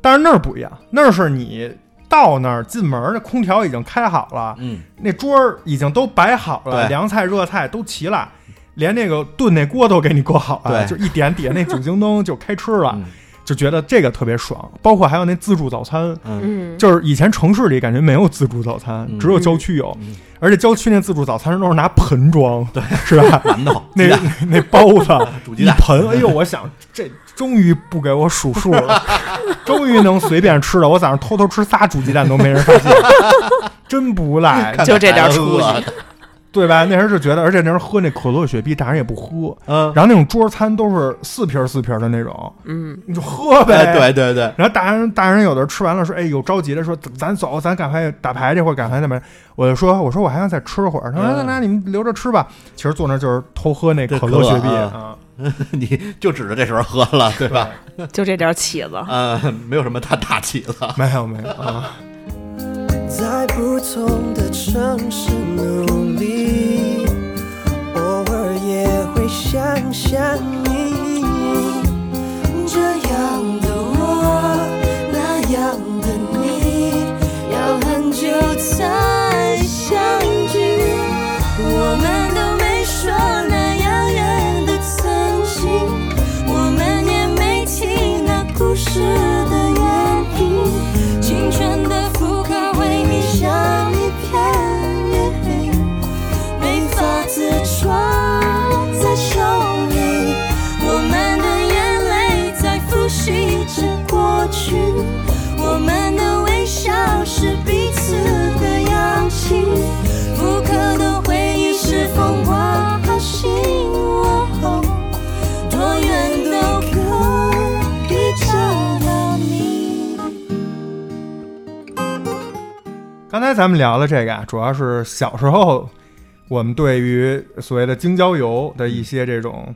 Speaker 3: 但是那儿不一样，那儿是你到那儿进门儿，那空调已经开好了，
Speaker 4: 嗯，
Speaker 3: 那桌儿已经都摆好了，
Speaker 4: 对
Speaker 3: 凉菜热菜都齐了，连那个炖那锅都给你够好了，
Speaker 4: 对
Speaker 3: 就一点底下那酒精灯就开吃了，
Speaker 4: 嗯
Speaker 3: 就觉得这个特别爽。包括还有那自助早餐，
Speaker 4: 嗯，
Speaker 5: 嗯，
Speaker 3: 就是以前城市里感觉没有自助早餐，
Speaker 4: 嗯
Speaker 3: 只有郊区有，
Speaker 4: 嗯
Speaker 3: 而且郊区那自助早餐都是拿盆装，对， 是吧？
Speaker 4: 馒 头，
Speaker 3: 那
Speaker 4: 鸡蛋
Speaker 3: 那包子
Speaker 4: 煮鸡
Speaker 3: 一
Speaker 4: 蛋，
Speaker 3: 盆，哎呦，我想这终于不给我数数了， 终于能随便吃了。我早上 偷偷吃仨煮鸡蛋都没人发现，真不赖。
Speaker 4: 看
Speaker 5: 就这点
Speaker 4: 孩子
Speaker 5: 出息
Speaker 4: 哎饿的
Speaker 3: 对吧？那人就觉得，而且那人喝那可乐雪碧，大人也不喝，
Speaker 4: 嗯，
Speaker 3: 然后那种桌餐都是四瓶儿四瓶儿的那种，
Speaker 5: 嗯，
Speaker 3: 你就喝呗。
Speaker 4: 哎，对对 对，
Speaker 3: 然后大人大人有的吃完了说，哎，有着急的说，咱咱走，咱赶快打牌去，或者赶快那边。我就说，我说我还想再吃会儿。他说，
Speaker 4: 嗯
Speaker 3: 那那你们留着吃吧。其实坐那儿就是偷喝那
Speaker 4: 对
Speaker 3: 可乐
Speaker 4: 可乐
Speaker 3: 雪碧
Speaker 4: 啊
Speaker 3: 啊，
Speaker 4: 你就指着这时候喝了，对吧？
Speaker 5: 嗯就这点起子。
Speaker 4: 嗯，没有什么大大气了。
Speaker 3: 没有没有啊，
Speaker 6: 在不同的城市努力，偶尔也会想想你。这样的我，那样的你，要很久才相聚。我们都没说那遥远的曾经，我们也没听那故事的原因。青春的副歌为你想一片叶黑。没法自抓，在手里，我们的眼泪在复习着过去，我们的微笑是彼此的氧气，复刻的回忆是风光和心窝，多远都可以找到你。
Speaker 3: 刚才咱们聊的这个啊，主要是小时候我们对于所谓的京郊游的一些这种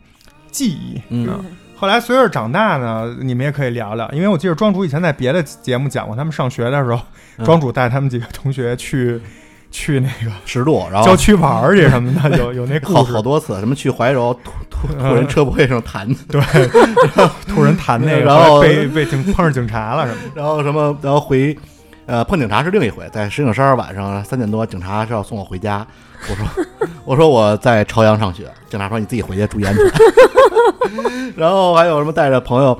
Speaker 3: 记忆。啊
Speaker 4: 嗯
Speaker 3: 后来随着长大呢，你们也可以聊聊，因为我记得庄主以前在别的节目讲过，他们上学的时候，
Speaker 4: 嗯
Speaker 3: 庄主带他们几个同学去去那个
Speaker 4: 十度，然后
Speaker 3: 郊区玩儿去什么的，有有 那故
Speaker 4: 好
Speaker 3: 事
Speaker 4: 好，多次，什么去怀柔突突突然车不会上弹，
Speaker 3: 对，突 然弹那个，
Speaker 4: 然后
Speaker 3: 后来被被警碰上警察了什么的，
Speaker 4: 然后什么，然后回，呃，碰警察是另一回，在石景山晚上三点多，警察是要送我回家，我说 我说我在朝阳上学，警察说你自己回去注意安全。 然后还有什么带着朋友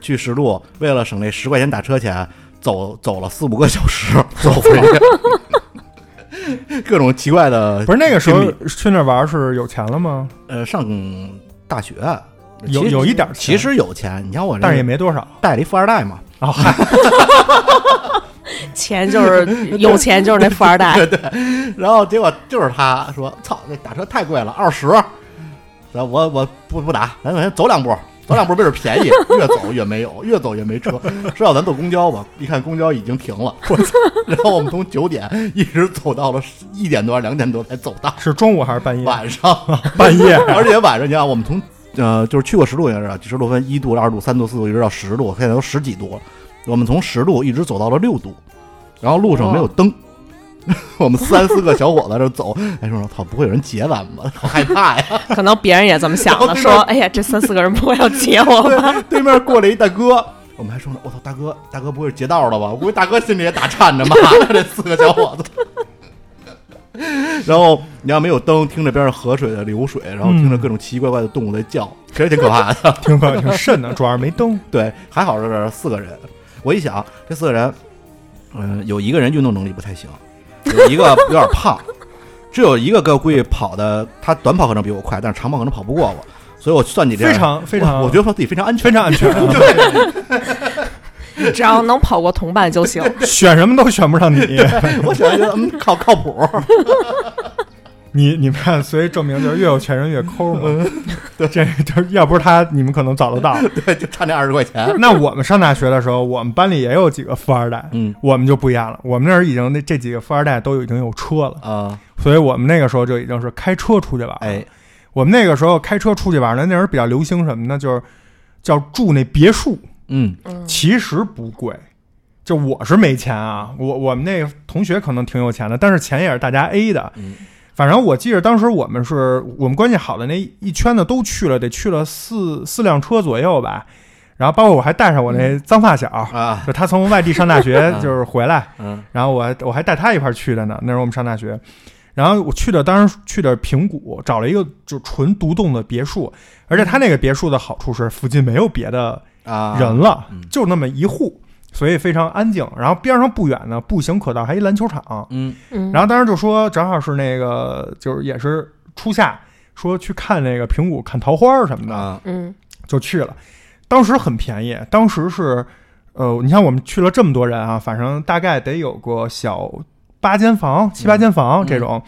Speaker 4: 去石路，为了省那十块钱打车钱，走走了四五个小 时走回去，各种奇怪的
Speaker 3: 不是那个时
Speaker 4: 经
Speaker 3: 候
Speaker 4: 历
Speaker 3: 去那儿玩儿是有钱了吗？
Speaker 4: 呃上大学
Speaker 3: 有
Speaker 4: 其实
Speaker 3: 有一点儿钱
Speaker 4: 其实有钱，你像我这
Speaker 3: 但是也没多少
Speaker 4: 带了一富二代 嘛，
Speaker 3: 啊，嗨，
Speaker 5: 钱 就是有钱，就是那富二代。
Speaker 4: 然后结果就是他说：“操，这打车太贵了，二十。”然后我我不不打，咱咱走两步，走两步为是便宜，越走越没有，越走越没车。说要咱坐公交吧，一看公交已经停了，我操！然后我们从九点一直走到了一点多、两点多才走到
Speaker 3: 是中午还是半夜？
Speaker 4: 晚 上，
Speaker 3: 半夜
Speaker 4: 而且晚上你看我们从呃就是去过十度也是，十度分一度、二度、三度、四度，一直到十度，现在都十几度了。我们从十度一直走到了六度，然后路上没有 灯。我们三四个小伙子这走， 哎，说操，不会有人劫咱们吧？好害怕呀！
Speaker 5: 可能别人也这么想
Speaker 4: 然后
Speaker 5: 的，
Speaker 4: 对
Speaker 5: 说
Speaker 4: 面：“
Speaker 5: 哎呀，这三四个人不会要劫我吧
Speaker 4: 对，对面过来一大哥，我们还说呢，我操，大哥，大哥不会是劫道了吧？我估计大哥心里也打颤着，妈的， 这四个小伙子。 然后你要没有灯，听着边上河水的流水，然后听着各种奇奇怪怪的动物在叫，其实挺可怕的。
Speaker 3: 挺可挺瘆的，主要是没灯。
Speaker 4: 对，还好是四个人。我一想，这四个人，嗯、有一个人运动能力不太行，有一个有点胖， 只有一个哥估计跑的，他短跑可能比我快，但是长跑可能跑不过我，所以我算计这样，
Speaker 3: 非常非常
Speaker 4: 我，我觉得说自己非常安全
Speaker 3: 非。常安全啊，
Speaker 5: 只要能跑过同伴就行。
Speaker 3: 选什么都选不上 你。
Speaker 4: 我想觉得嗯，靠靠谱。
Speaker 3: 你你们看，所以证明就是越有钱人越抠嘛。
Speaker 4: 嗯
Speaker 3: 对，这就是要不是他，你们可能早就到了。
Speaker 4: 对，就差那二十块钱。
Speaker 3: 那我们上大学的时候，我们班里也有几个富二代，
Speaker 4: 嗯
Speaker 3: 我们就不一样了。我们那儿已经那这几个富二代都已经有车了，
Speaker 4: 啊、
Speaker 3: 所以我们那个时候就已经是开车出去玩。，
Speaker 4: 哎，
Speaker 3: 我们那个时候开车出去玩呢，那时候比较流行什么呢？就是叫住那别墅，
Speaker 4: 嗯，
Speaker 3: 其实不贵。就我是没钱啊，我我们那个同学可能挺有钱的，但是钱也是大家 A 的。
Speaker 4: 嗯
Speaker 3: 反正我记得当时我们是我们关系好的那一圈子都去了，得去了四四辆车左右吧。然后包括我还带上我那脏发小，
Speaker 4: 啊，
Speaker 3: 就他从外地上大学
Speaker 4: 嗯 啊
Speaker 3: 就是回来，
Speaker 4: 嗯，
Speaker 3: 然后我还我还带他一块儿去的呢。那时候我们上大学，然后我去的当时去的平谷，找了一个就纯独栋的别墅，而且他
Speaker 4: 嗯
Speaker 3: 那个别墅的好处是附近没有别的
Speaker 4: 啊，
Speaker 3: 人了
Speaker 4: 嗯，
Speaker 3: 就那么一户，所以非常安静。然后边上不远呢，步行可到还一篮球场。
Speaker 4: 嗯，
Speaker 5: 嗯
Speaker 3: 然后当时就说，正好是那个就是也是初夏，说去看那个平谷看桃花儿什么的，
Speaker 4: 啊，
Speaker 5: 嗯，
Speaker 3: 就去了。当时很便宜，当时是呃，你像我们去了这么多
Speaker 4: 嗯
Speaker 3: 人啊，反正大概得有个小八间房、七八间房这种，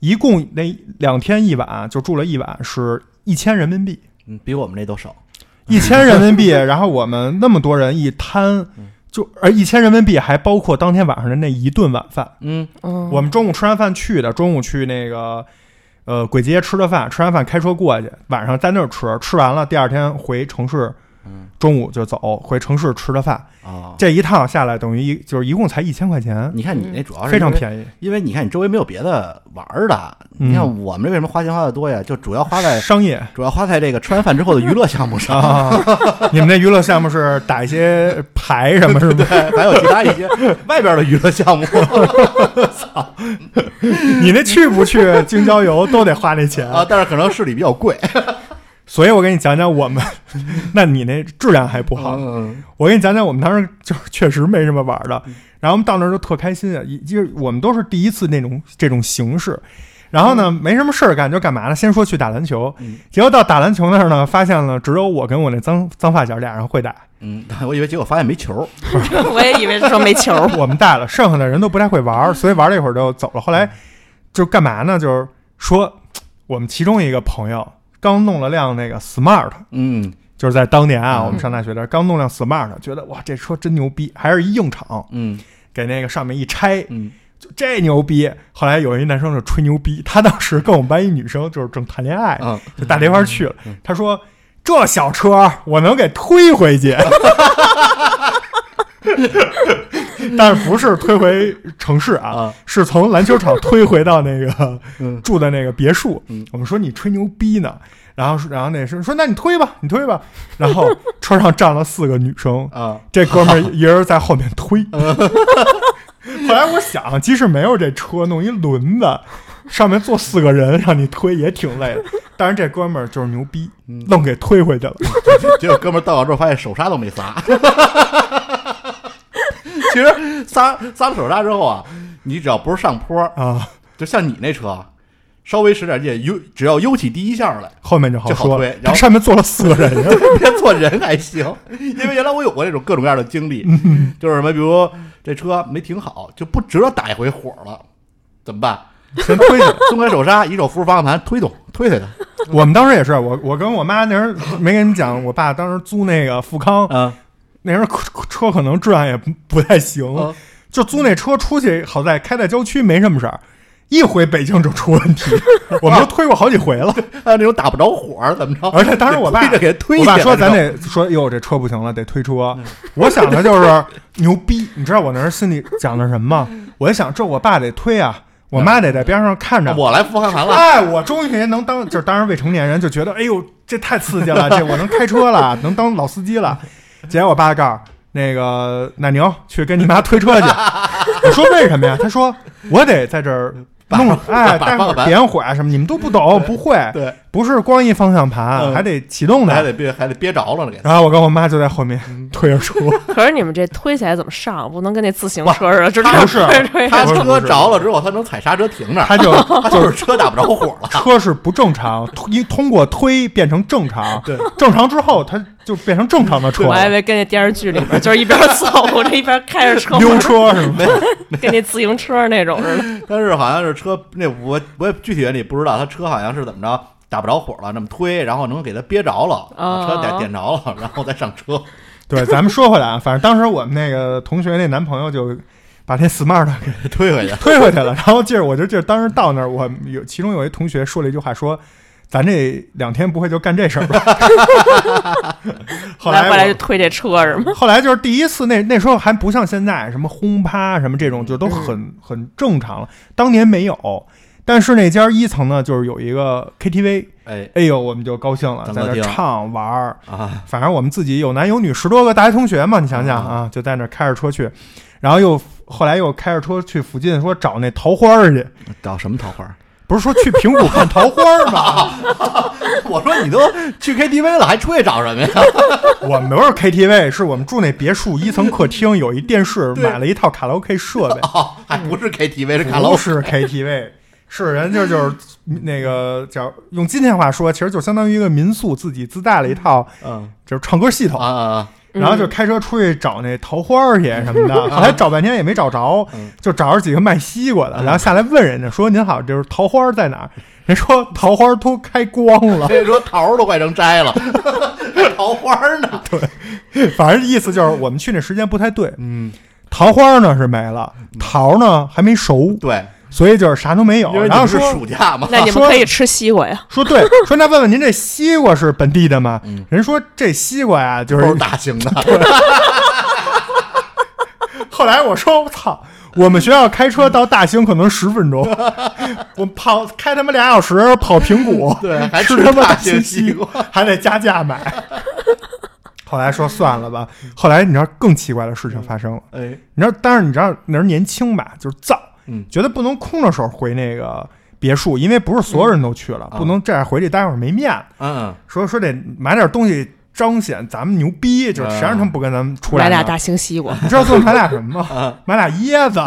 Speaker 3: 一共那两天一晚就住了一晚，是一千人民币，
Speaker 4: 嗯，比我们这都少。
Speaker 3: 一千人民币， 然后我们那么多人一摊，就而一千人民币还包括当天晚上的那一顿晚饭。
Speaker 4: 嗯，
Speaker 5: 嗯，
Speaker 3: 我们中午吃完饭去的，中午去那个呃簋街吃的饭，吃完饭开车过去，晚上在那儿吃，吃完了第二天回城市，中午就走，回城市吃的饭。
Speaker 4: 嗯哦，
Speaker 3: 这一趟下来等于一就是一共才一千块钱，
Speaker 4: 你看你那主要是
Speaker 3: 非常
Speaker 4: 因为
Speaker 3: 便宜，
Speaker 4: 因为你看你周围没有别的玩儿的，
Speaker 3: 嗯
Speaker 4: 你看我们这为什么花钱花的多呀？就主要花在
Speaker 3: 商 业。
Speaker 4: 主要花在这个吃完饭之后的娱乐项目上，
Speaker 3: 啊，你们这娱乐项目是打一些牌什么是吗？
Speaker 4: 还有其 他一些外边的娱乐项目
Speaker 3: 你那去不去京郊游都得花那钱
Speaker 4: 啊，但是可能市里比较贵。
Speaker 3: 所以我给你讲讲我们，那你那质量还不好。
Speaker 4: 嗯，
Speaker 3: 我给你讲讲，我们当时就是确实没什么玩儿的，然后我们到那儿就特开心啊，一就是我们都是第一次那种这种形式。然后呢，没什么事儿干，就干嘛呢？先说去打篮球，结果到打篮球那儿呢，发现了只有我跟我那脏脏发小俩人会打，
Speaker 4: 嗯，我以为结果发现没球，
Speaker 5: 我也以为是说没球儿，
Speaker 3: 我们带了，剩下的人都不太会玩儿，所以玩了一会儿就走了。后来就干嘛呢？就是说，我们其中一个朋友刚弄了辆那个 Smart，
Speaker 4: 嗯
Speaker 3: 就是在当年啊，我们上大学的时候刚弄辆 Smart，觉得哇这车真牛逼，还是一硬敞，
Speaker 4: 嗯
Speaker 3: 给那个上面一拆，
Speaker 4: 嗯，
Speaker 3: 就这牛逼。后来有一男生就吹牛逼，他当时跟我们班一女生就是正谈恋爱，
Speaker 4: 嗯
Speaker 3: 就打这块儿去了，他说这小车我能给推回去。 但是不是推回城市啊？
Speaker 4: 啊
Speaker 3: 是从篮球场推回到那个、
Speaker 4: 嗯
Speaker 3: 住的那个别墅。
Speaker 4: 嗯
Speaker 3: 我们说你吹牛逼呢，然后然后那是说那你推吧，你推吧。然后车上站了四个女生，
Speaker 4: 啊，
Speaker 3: 这哥们儿一人在后面 推。后来我想，即使没有这车，弄一轮子，上面坐四个人，让你推也挺累的。但是这哥们儿就是牛逼，
Speaker 4: 嗯
Speaker 3: 愣给推回去了。
Speaker 4: 结果哥们儿到脚之后发现手刹都没刹。 其实刹刹了手刹之后啊，你只要不是上坡，
Speaker 3: 啊，
Speaker 4: 就像你那车，稍微使点劲，悠只要悠起第一下来，
Speaker 3: 后面就好
Speaker 4: 就好
Speaker 3: 说
Speaker 4: 推
Speaker 3: 了。
Speaker 4: 然
Speaker 3: 他
Speaker 4: 后
Speaker 3: 上面坐了四个 人呀，
Speaker 4: 别做人还行，因为原来我有过这种各种各样的经历，就是什么，比如这车没停好，就不值得打一回火了，怎么办？
Speaker 3: 全推去了。
Speaker 4: 松开手刹，一手扶住方向盘，推动推推它。
Speaker 3: 我们当时也是，我我跟我妈那时候没跟你讲，我爸当时租那个富康，
Speaker 4: 嗯，
Speaker 3: 那时候可车可能质量也不不太行，
Speaker 4: 嗯
Speaker 3: 就租那车出去，好在开在郊区没什么事儿。一回北京就出问 题，我们都推过好几回了。
Speaker 4: 还有那种打不着火怎么着？
Speaker 3: 而且当时我爸
Speaker 4: 推着给它推
Speaker 3: 我
Speaker 4: 起来嗯
Speaker 3: 爸说
Speaker 4: 了
Speaker 3: 咱
Speaker 4: 你知
Speaker 3: 得说，哟，这车不行了，得推车。我想的就是牛逼，你知道我那时候心里想的什么吗？我一想，这我爸得推啊，我妈得在边上看
Speaker 4: 道
Speaker 3: 着
Speaker 4: 嗯啊吗。我来扶方向盘了，
Speaker 3: 哎，我终于能当，就是当时未成年人就觉得，哎呦，这太刺激 了，这我能开车了，能当老司机了。结果我爸告诉那个奶牛去跟你妈推 车去，我说为什么呀？他说我得在这儿弄，哎，
Speaker 4: 把
Speaker 3: 待会
Speaker 4: 方向
Speaker 3: 儿
Speaker 4: 盘
Speaker 3: 点火啊什么，你们都不懂，不会，
Speaker 4: 对，
Speaker 3: 不是光一方向盘，
Speaker 4: 嗯
Speaker 3: 还得启动
Speaker 4: 还
Speaker 3: 的。
Speaker 4: 得憋嗯还得憋着了给它。
Speaker 3: 然后我跟我妈就在后面推着 车，
Speaker 5: 可是你们这推起来怎么上？不能跟那自行车似的， 就这
Speaker 3: 他
Speaker 5: 样
Speaker 3: 不是
Speaker 5: 推推
Speaker 4: 他
Speaker 3: 不是不
Speaker 4: 车
Speaker 3: 是
Speaker 4: 着了之后，他能踩刹车停那儿，
Speaker 3: 她就
Speaker 4: 他就是车打不着火了。
Speaker 3: 车是不正常，因通过推变成正常，
Speaker 4: 对，
Speaker 3: 正常之后它就变成正常的车
Speaker 5: 我
Speaker 3: 了，
Speaker 5: 还以为跟那电视剧里边， 就是一边走着一边开着 车
Speaker 3: 溜
Speaker 5: 门，
Speaker 3: 车什么的。
Speaker 5: 跟那自行车那种似的。
Speaker 4: 但是好像是车那我我也具体原理不知道，他车好像是怎么着打不着火了，那么推，然后能给它憋着了，
Speaker 5: 哦
Speaker 4: 车点点着了，然后再上车。
Speaker 3: 对，咱们说回来啊，反正当时我们那个同学那男朋友就把那 smart 给
Speaker 4: 推回去。
Speaker 3: 推回去了，然后接着我就记得当时到那儿，我们有其中有一同学说了一句话说。咱这两天不会就干这事儿吧？ 后来
Speaker 5: 来回来就
Speaker 3: 我
Speaker 5: 推这 车是吗？
Speaker 3: 后来就是第一次那那时候还不像现在什么轰趴什么这种就都很、很正常了，当年没有。但是那家一层呢，就是有一个 KTV，
Speaker 4: 哎
Speaker 3: 哎呦我们就高兴了，
Speaker 4: 当
Speaker 3: 在
Speaker 4: 歌
Speaker 3: 那
Speaker 4: 厅
Speaker 3: 唱玩儿，
Speaker 4: 啊，
Speaker 3: 反正我们自己有男有女，十多个大学同学嘛，你想
Speaker 4: 嗯
Speaker 3: 想啊，就在那儿开着车去，然后又后来又开着车去附近说找那桃花儿去，
Speaker 4: 找什么桃花？
Speaker 3: 不是说去平谷看桃花儿吗？
Speaker 4: 我说你都去 KTV 了，还出去找什么呀？
Speaker 3: 我们不是 KTV，是我们住那别墅一层客厅有一电视，
Speaker 4: 对
Speaker 3: 买了一套卡拉 OK 设 备，
Speaker 4: 哦，还不是 KTV，是卡拉
Speaker 3: 不
Speaker 4: OK。
Speaker 3: 是 KTV。是人家就是那个叫用今天话说，其实就相当于一个民宿自己自带了一套
Speaker 4: 嗯
Speaker 3: 就是唱歌系统
Speaker 4: 啊，啊啊
Speaker 3: 然后就开车出去找那桃花儿去什 么的，后来找半天也没找着，
Speaker 4: 嗯
Speaker 3: 就找着几个卖西瓜的，然后下来问人家说：“您好，就是桃花儿在哪儿？” 人说：“桃花儿都开光 了。
Speaker 4: 所以说桃儿都快成摘了， 还桃花儿呢？”
Speaker 3: 反正意思就是我们去那时间不太对。嗯，桃花儿呢是没了，桃儿呢还没熟，
Speaker 4: 嗯对，
Speaker 3: 所以就是啥都没有。
Speaker 4: 因为你
Speaker 3: 然后
Speaker 4: 们是
Speaker 3: 说
Speaker 4: 暑假嘛，
Speaker 5: 那你们
Speaker 3: 说
Speaker 5: 可以吃西瓜呀，
Speaker 3: 说对，说那问问您这西瓜是本地的吗？人说这西瓜呀，就
Speaker 4: 都
Speaker 3: 是
Speaker 4: 嗯是大型的，
Speaker 3: 后来我说我操，我们学校开车到大兴可能十分 钟，我跑开他妈俩小时跑平谷，
Speaker 4: 对还
Speaker 3: 吃
Speaker 4: 吃
Speaker 3: 他妈
Speaker 4: 大
Speaker 3: 大
Speaker 4: 兴
Speaker 3: 兴
Speaker 4: 西瓜
Speaker 3: 瓜， 还得加价买。后来说算了吧，后来你知道更奇怪的事情发生了，
Speaker 4: 哎，
Speaker 3: 你知道，但是你知道那时候年轻吧，就是造，
Speaker 4: 嗯
Speaker 3: 觉得不能空着手回那个别墅，因为不是所有人都去了，
Speaker 4: 啊
Speaker 3: 不能这样回去待会儿没面子。
Speaker 4: 嗯，
Speaker 3: 说说得买点东西彰显咱们牛逼，
Speaker 4: 嗯
Speaker 3: 就是谁让他们不跟咱们出来
Speaker 5: 买
Speaker 3: 呢？
Speaker 5: 俩大型 西瓜。
Speaker 3: 你知道最后买俩什 么
Speaker 4: 啊
Speaker 3: 吗？买俩椰子，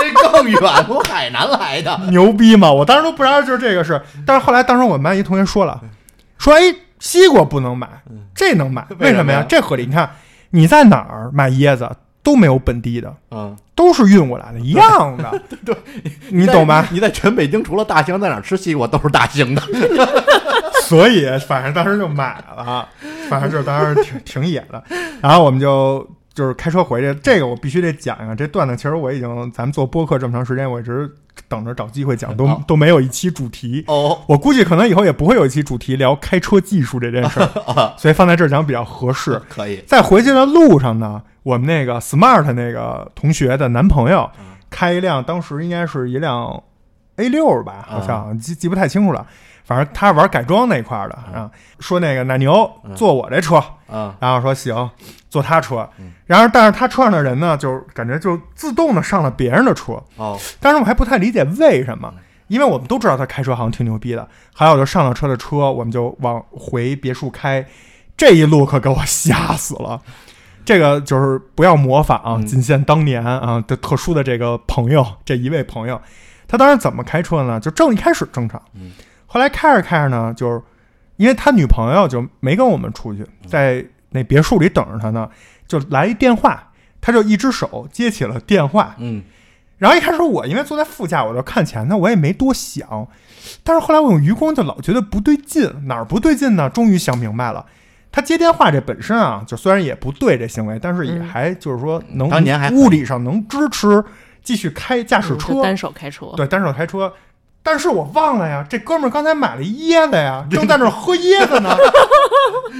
Speaker 4: 这更远，从海南来的，
Speaker 3: 牛逼吗？我当时都不知道就是这个事，但是后来当时我们班一同学说了，
Speaker 4: 嗯
Speaker 3: 说哎，西瓜不能买，这能买，为
Speaker 4: 为
Speaker 3: 什
Speaker 4: 什么
Speaker 3: 么
Speaker 4: 呀
Speaker 3: 呀？这合理。你看你在哪儿买椰子都没有本地的，
Speaker 4: 嗯，
Speaker 3: 都是运过来的，一样的，
Speaker 4: 对，
Speaker 3: 你懂吧？
Speaker 4: 你在全北京除了大兴，在哪儿吃西瓜都是大兴的，
Speaker 3: 所以反正当时就买了，反正就是当时挺挺野的。然后我们就就是开车回去，这个我必须得讲啊，这段子其实我已经咱们做播客这么长时间，我一直等着找机会讲，都
Speaker 4: 哦
Speaker 3: 都没有一期主题。
Speaker 4: 哦，
Speaker 3: 我估计可能以后也不会有一期主题聊开车技术这件 事儿，所以放在这儿讲比较合适。
Speaker 4: 啊可以，
Speaker 3: 在回去的路上呢，我们那个 smart 那个同学的男朋友
Speaker 4: 嗯
Speaker 3: 开一辆，当时应该是一辆 A 六吧，
Speaker 4: 啊
Speaker 3: 好像记记不太清楚了。反正他玩改装那块儿的啊，说那个奶牛坐我这车，
Speaker 4: 嗯，
Speaker 3: 然后说行，坐他车。然后但是他车上的人呢，就是感觉就自动的上了别人的车，
Speaker 4: 哦，
Speaker 3: 当时我还不太理解为什么，因为我们都知道他开车好像挺牛逼的。还有就上了车的车，我们就往回别墅开，这一路可给我吓死了。这个就是不要模仿啊，仅限当年啊的特殊的这个朋友，这一位朋友，他当时怎么开车呢？就正一开始正常，后来开着开着呢，就是因为他女朋友就没跟我们出去，在那别墅里等着他呢，就来一电话，他就一只手接起了电话，
Speaker 4: 嗯，
Speaker 3: 然后一开始我因为坐在副驾，我就看前头，我也没多想。但是后来我用余光就老觉得不对劲，哪儿不对劲呢？终于想明白了，他接电话这本身啊，就虽然也不对这行为，但是也还就是说能
Speaker 4: 当年还
Speaker 3: 物理上能支持继续开驾驶车
Speaker 5: 嗯就，单手开车，
Speaker 3: 对单手开车。但是我忘了呀，这哥们儿刚才买了椰子呀，正在那儿喝椰子呢。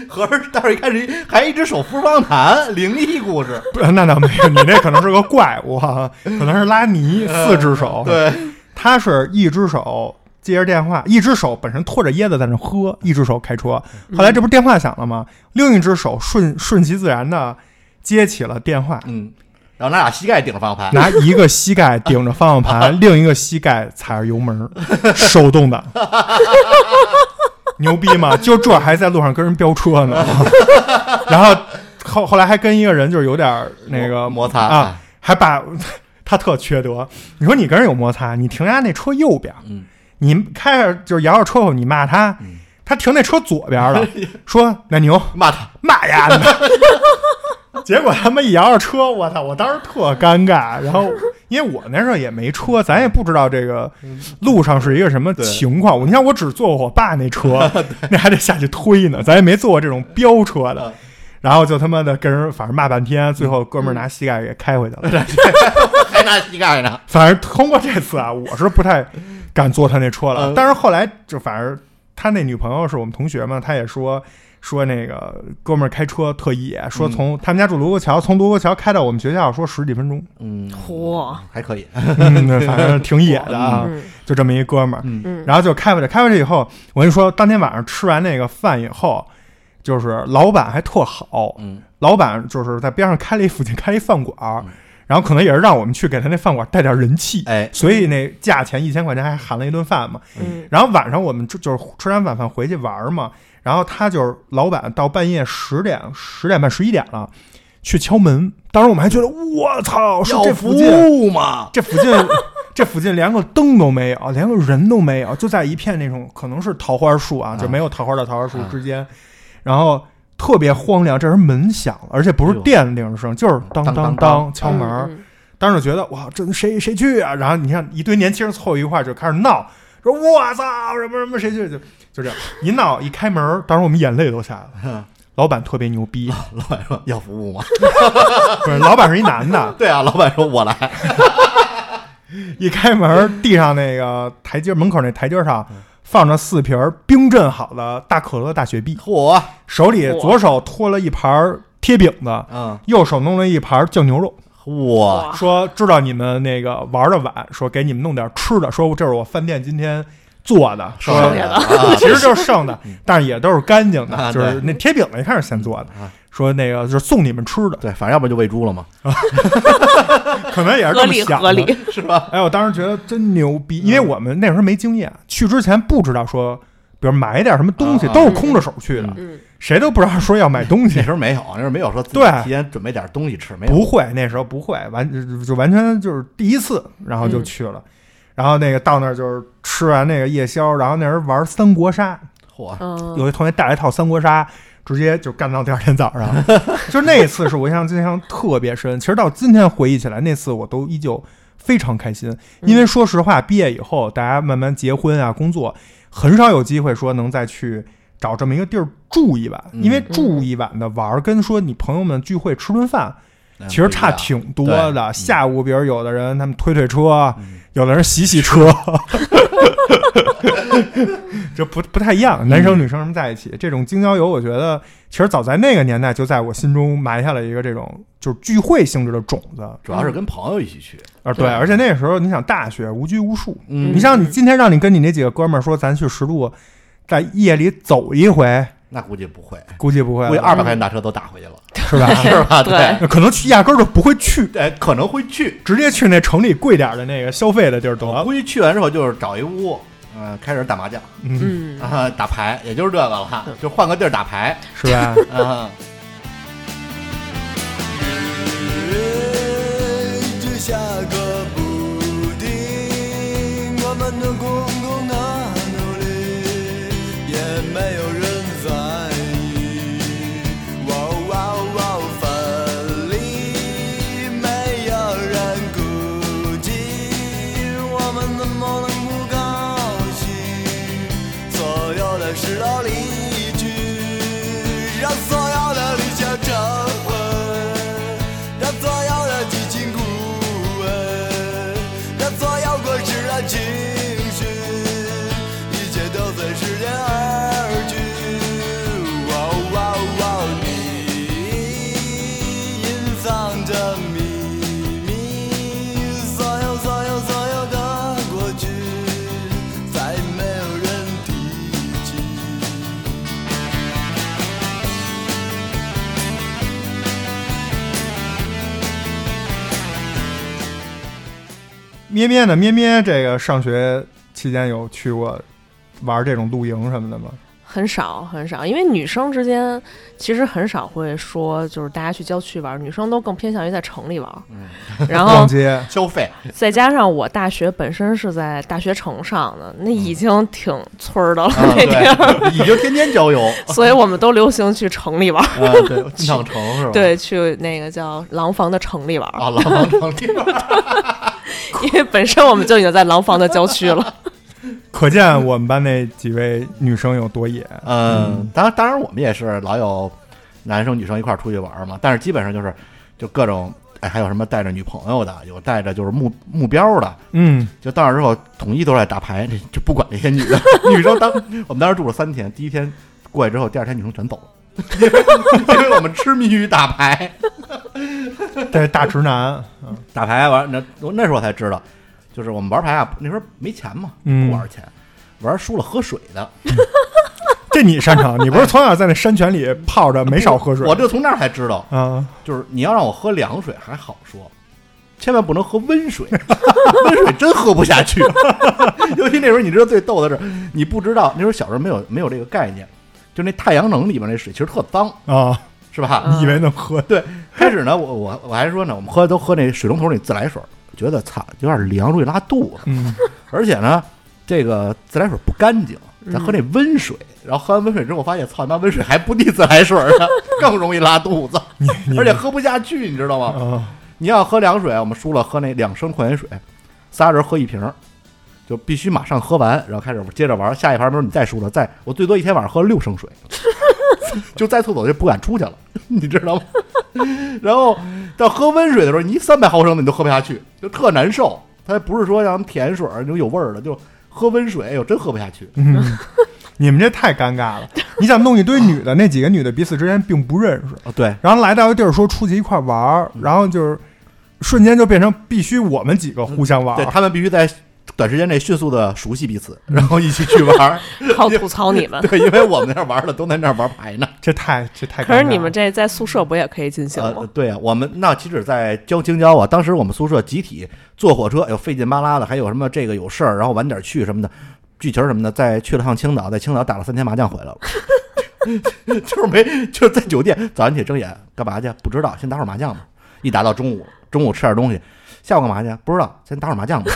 Speaker 4: 合着到时候一开始还一只手扶方向盘，灵异故事，
Speaker 3: 不，那倒没有，你那可能是个怪物啊，可能是拉尼四只手。
Speaker 4: 对，
Speaker 3: 他是一只手接着电话，一只手本身拖着椰子在那喝，一只手开车。后来这不是电话响了吗？另一只手顺顺其自然的接起了电话，
Speaker 4: 嗯，然后拿俩膝盖顶着方向盘，
Speaker 3: 拿一个膝盖顶着方向 盘，另一个膝盖踩着油门，手动挡。牛逼吗？就这还在路上跟人飙车 呢，然后后后来还跟一个人就是有点儿那个
Speaker 4: 摩摩擦
Speaker 3: 啊，还把他特缺德。你说你跟人有摩擦，你停人家那车右边，
Speaker 4: 嗯
Speaker 3: 你开着就是摇着车后你骂他，他停那车左边 了，说奶牛
Speaker 4: 骂他，
Speaker 3: 骂丫的。 结果他妈一摇着车，我操！我当时特尴尬。然后因为我那时候也没车，咱也不知道这个路上是一个什么情况。我你看，我只坐过我爸那车，那还得下去推呢，咱也没坐过这种飙车的。然后就他妈的跟人反正骂半天，最后哥们儿拿膝盖给开回去了。
Speaker 4: 还拿膝盖呢，
Speaker 3: 反正通过这次啊，我是不太敢坐他那车了。
Speaker 4: 嗯
Speaker 3: 但是后来就反正他那女朋友是我们同学嘛，他也说说那个哥们儿开车特野，说从他们家住卢沟桥，从卢沟桥开到我们学校说十几分钟，
Speaker 4: 嗯，
Speaker 5: 嚯，
Speaker 4: 还可以，
Speaker 3: 嗯，反正挺野的啊，
Speaker 4: 嗯
Speaker 3: 就这么一哥们儿。
Speaker 5: 嗯
Speaker 3: 然后就开回去，开回去以后，我跟你说，当天晚上吃完那个饭以后，就是老板还特好，
Speaker 4: 嗯，
Speaker 3: 老板就是在边上开了一附近开了一饭馆儿，然后可能也是让我们去给他那饭馆带点人气，
Speaker 4: 哎
Speaker 3: 所以那价钱一千块钱还含了一顿饭嘛。
Speaker 5: 嗯，
Speaker 3: 然后晚上我们就就是吃完晚饭回去玩儿嘛，然后他就是老板到半夜十点、十点半、十一点了去敲门，当时我们还觉得我操，是
Speaker 4: 要
Speaker 3: 这
Speaker 4: 服
Speaker 3: 附近
Speaker 4: 务嘛，
Speaker 3: 这附近。 这附近连个灯都没有，连个人都没有，就在一片那种可能是桃花树啊，就没有桃花的桃花树之间。然后特别荒凉，这人门响了，而且不
Speaker 4: 哎
Speaker 3: 是
Speaker 4: 呦
Speaker 3: 电铃声，就是当
Speaker 4: 当
Speaker 3: 当
Speaker 4: 当
Speaker 3: 当敲门儿。
Speaker 5: 嗯
Speaker 3: 当时觉得哇，这谁谁去啊？然后你看一堆年轻人凑一块儿就开始闹，说我操什么什么谁去就就这样一闹一开门儿，当时我们眼泪都下来了。老板特别牛逼，
Speaker 4: 老板说要服务吗？
Speaker 3: 不是老板是一男的，
Speaker 4: 对啊，老板说我来，
Speaker 3: 一开门，地上那个台阶门口那台阶上
Speaker 4: 嗯
Speaker 3: 放着四瓶儿冰镇好的大可乐、大雪碧，
Speaker 4: 嚯，
Speaker 3: 手里左手托了一盘儿贴饼子，
Speaker 4: 嗯，
Speaker 3: 右手弄了一盘儿酱牛肉，
Speaker 4: 嚯，
Speaker 5: 哇
Speaker 3: 说知道你们那个玩的晚，说给你们弄点吃的，说这是我饭店今天做的，说
Speaker 4: 剩下的啊
Speaker 3: 其实就是剩的，但是也都是干净的，
Speaker 4: 啊
Speaker 3: 就是那贴饼子一看是现做的，说那个就是送你们吃的，
Speaker 4: 对，反正要不就喂猪了嘛，
Speaker 3: 可能也是
Speaker 5: 合
Speaker 3: 这么
Speaker 5: 理
Speaker 3: 想的，
Speaker 5: 合理，
Speaker 4: 是吧？
Speaker 3: 哎，我当时觉得真牛逼，因为
Speaker 4: 嗯
Speaker 3: 我们那时候没经验，去之前不知道说，比如买点什么东西，
Speaker 4: 啊
Speaker 3: 都是空着手去的，
Speaker 5: 嗯
Speaker 3: 谁都不知道说要买东
Speaker 4: 那
Speaker 3: 西
Speaker 4: 时，候没有，那时候没有说自己
Speaker 3: 对
Speaker 4: 提前准备点东西吃，没有
Speaker 3: 不会，那时候不会，完就完全就是第一次，然后就去了，然后那个到那儿就是吃完那个夜宵，然后那人玩三国杀，
Speaker 4: 嚯，
Speaker 5: 嗯，
Speaker 3: 有一同学带了一套三国杀，直接就干到第二天早上。就那一次是我印象印象特别深，其实到今天回忆起来，那次我都依旧非常开心，因为说实话，毕业以后大家慢慢结婚啊，工作很少有机会说能再去。找这么一个地儿住一晚，因为住一晚的玩儿跟说你朋友们聚会吃顿饭，
Speaker 4: 那
Speaker 3: 其实差
Speaker 4: 嗯不一样
Speaker 3: 挺多
Speaker 4: 对
Speaker 3: 的。
Speaker 4: 嗯
Speaker 3: 下午，比如有的人他们推推车，有的人洗洗车， 就不不太一样。男
Speaker 4: 嗯
Speaker 3: 生女生什么在一起，这种京郊游，我觉得其实早在那个年代就在我心中埋下了一个这种就是聚会性质的种子。
Speaker 4: 主要是跟朋友一起去，
Speaker 3: 啊，对，而且那时候你想大学无拘无束，
Speaker 4: 嗯
Speaker 3: 你像你今天让你跟你那几个哥们儿说咱去十渡，在夜里走一回，
Speaker 4: 那估计不会，
Speaker 3: 估计不会
Speaker 4: 估计
Speaker 3: 了
Speaker 4: 二百块钱大车都打回去 了，
Speaker 3: 是吧？
Speaker 4: 是吧？
Speaker 5: 对
Speaker 4: 啊对，
Speaker 3: 可能去压根儿就不会去，
Speaker 4: 哎，可能会去，
Speaker 3: 直接去那城里贵点儿的那个消费的地儿得了。
Speaker 4: 估计去完之后就是找一屋，嗯，开始打麻将
Speaker 5: 嗯，
Speaker 4: 啊，打牌，也就是这个了，就换个地儿打牌
Speaker 3: 是 吧？
Speaker 4: 啊。
Speaker 6: 一直下个不停，我们的共同的努力，也没有人在意。哇哦哇哦哇哦，分离，没有人顾及，我们怎么能不高兴？所有的事都离去，让所有的理想成灰。让所有的激情枯萎，让所有过时的情绪，一切都随时间而去。哇哦哇哦哇哦，你隐藏着秘密，所有所有所有的过去，再没有人提起。
Speaker 3: 咩咩呢？咩咩，这个上学期间有去过玩这种露营什么的吗？
Speaker 5: 很少很少，因为女生之间其实很少会说，就是大家去郊区玩，女生都更偏向于在城里玩。
Speaker 4: 哦
Speaker 5: 然
Speaker 3: 嗯
Speaker 5: 后
Speaker 3: 逛街，
Speaker 4: 消 费，
Speaker 5: 再加上我大学本身是在大学城上的，那已经挺村儿的了，
Speaker 4: 啊
Speaker 5: 那地儿，
Speaker 4: 对，已经天天郊 游，啊，
Speaker 5: 所以我们都流行去城里玩，
Speaker 4: 对，进趟城是吧？
Speaker 5: 对，去那个叫廊坊的城里玩，
Speaker 4: 啊，老王城地 方，
Speaker 5: 因为本身我们就已经在廊坊的郊区 了。
Speaker 3: 可见我们班那几位女生有多野。
Speaker 4: 嗯，当然，当然我们也是老有男生女生一块儿出去玩嘛，但是基本上就是就各种，哎，还有什么带着女朋友的，有带着就是目目标的，
Speaker 3: 嗯，
Speaker 4: 就到那儿之后统一都是在打牌，这就不管这些女的， 女生当我们当时住了三天，第一天过去之后，第二天女生全走了。 因为我们痴迷于打牌，
Speaker 3: 这大直男，
Speaker 4: 打牌完那那时候我才知道，就是我们玩牌啊，那时候没钱嘛，
Speaker 3: 嗯
Speaker 4: 不玩钱，玩输了喝水的，
Speaker 3: 这你擅长？你不是从小在那山泉里泡着，没少喝水
Speaker 4: 我就从那儿才知道，
Speaker 3: 啊？
Speaker 4: 就是你要让我喝凉水还好说，千万不能喝温水， 温水真喝不下去。 尤其那时候，你知道最逗的是，你不知道那时候小时候没有没有这个概念，就那太阳能里边那水其实特脏，
Speaker 3: 啊，
Speaker 4: 是吧？
Speaker 5: 嗯
Speaker 3: 以为能喝？
Speaker 4: 对，开始呢，我我我还说呢，我们喝都喝那水龙头里自来水，觉得操有点凉，容易拉肚子，
Speaker 3: 嗯
Speaker 4: 而且呢，这个自来水不干净，咱喝那温水，然后喝完温水之后，我发现操你妈温水还不敌自来水呢， 更容易拉肚子，
Speaker 3: 嗯
Speaker 4: 而且喝不下去，你知道吗？
Speaker 3: 啊，
Speaker 4: 你要喝凉水，我们输了喝那两升矿泉水，仨人喝一瓶儿，就必须马上喝完，然后开始接着玩。下一盘，比如你再输了，再我最多一天晚上喝六升水， 就在厕所就不敢出去了， 你知道吗？然后到喝温水的时候，你三百毫升的你都喝不下去，就特难受。它不是说像甜水儿那种有味儿的，就喝温水，哎呦，真喝不下去。
Speaker 3: 嗯， 你们这太尴尬了。你想弄一堆女的，那几个女的彼此之间并不认识，
Speaker 4: 哦，对，
Speaker 3: 然后来到一地儿说出去一块玩儿，
Speaker 4: 嗯
Speaker 3: 然后就是瞬间就变成必须我们几个互相玩
Speaker 4: 嗯对
Speaker 3: 儿。
Speaker 4: 他们必须在短时间内迅速的熟悉彼此，然后一起去玩儿。
Speaker 5: 好吐槽你们。
Speaker 4: 对，因为我们那儿玩儿的都在那儿玩牌呢。
Speaker 3: 这太这太尴尬
Speaker 5: 可
Speaker 3: 了。
Speaker 5: 是你们这在宿舍不也可以进行
Speaker 4: 呃
Speaker 5: 吗？，
Speaker 4: 对啊，我们那岂止在交京郊啊？当时我们宿舍集体坐火车，哎呦费劲巴拉的，还有什么这个有事儿，然后晚点去什么的，剧情什么的，再去了趟青岛，在青岛打了三天麻将回来了，就是没就是在酒店早上起来睁眼干嘛去？不知道，先打会儿麻将吧。一打到中午，中午吃点东西，下午干嘛去？不知道，先打会儿麻将 吧。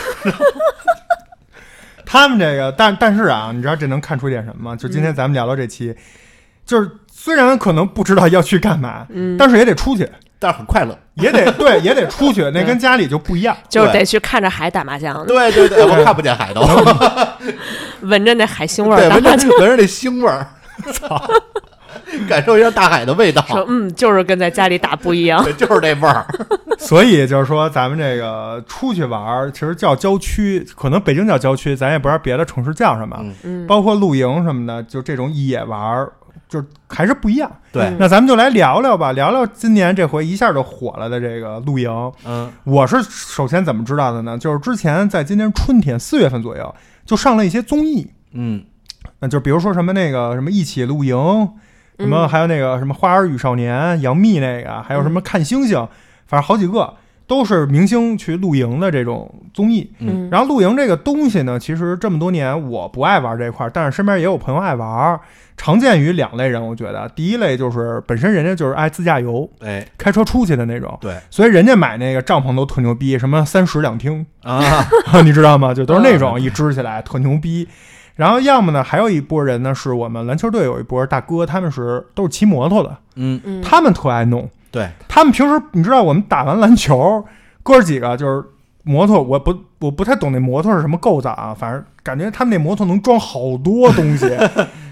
Speaker 3: 他们这个，但但是啊，你知道这能看出点什么吗？就今
Speaker 5: 嗯
Speaker 3: 天咱们聊到这期，就是虽然可能不知道要去干嘛，
Speaker 5: 嗯
Speaker 3: 但是也得出去，
Speaker 4: 但是很快乐。
Speaker 3: 也得对，也得出 去，那跟家里就不一样。
Speaker 5: 就是得去看着海打麻将，
Speaker 4: 对对 对，我看不见海都，
Speaker 5: 闻着那海腥味儿
Speaker 4: 对，
Speaker 5: 打
Speaker 4: 闻着
Speaker 5: 麻将，
Speaker 4: 闻着那腥味儿，操，感受一下大海的味道，
Speaker 5: 说嗯，就是跟在家里打不一样。
Speaker 4: 对，就是这味儿。
Speaker 3: 所以就是说，咱们这个出去玩儿，其实叫郊区，可能北京叫郊区，咱也不知道别的城市叫什么，
Speaker 5: 嗯
Speaker 3: 包括露营什么的，就这种野玩儿，就还是不一样。
Speaker 4: 对，
Speaker 3: 那咱们就来聊聊吧，聊聊今年这回一下就火了的这个露营。
Speaker 4: 嗯
Speaker 3: 我是首先怎么知道的呢？就是之前在今年春天四月份左右，就上了一些综艺，
Speaker 4: 嗯
Speaker 3: 那就比如说什么那个什么一起露营，什么
Speaker 5: 嗯
Speaker 3: 还有那个什么花儿与少年杨幂那个，还有什么看星星，反正好几个都是明星去露营的这种综艺。
Speaker 5: 嗯
Speaker 3: 然后露营这个东西呢，其实这么多年我不爱玩这块儿，但是身边也有朋友爱玩儿。常见于两类人，我觉得第一类就是本身人家就是爱自驾游，
Speaker 4: 哎，
Speaker 3: 开车出去的那种，
Speaker 4: 对
Speaker 3: 所以人家买那个帐篷都特牛逼，什么三室两厅，
Speaker 4: 啊，
Speaker 3: 你知道吗？就都是那种一支起来特牛逼。然后要么呢，还有一波人呢，是我们篮球队有一波大哥，他们是都是骑摩托的，
Speaker 4: 嗯，
Speaker 5: 嗯
Speaker 3: 他们特爱弄。
Speaker 4: 对，
Speaker 3: 他们平时你知道，我们打完篮球，哥儿几个就是摩托，我不我不太懂那摩托是什么构造啊，反正感觉他们那摩托能装好多东西，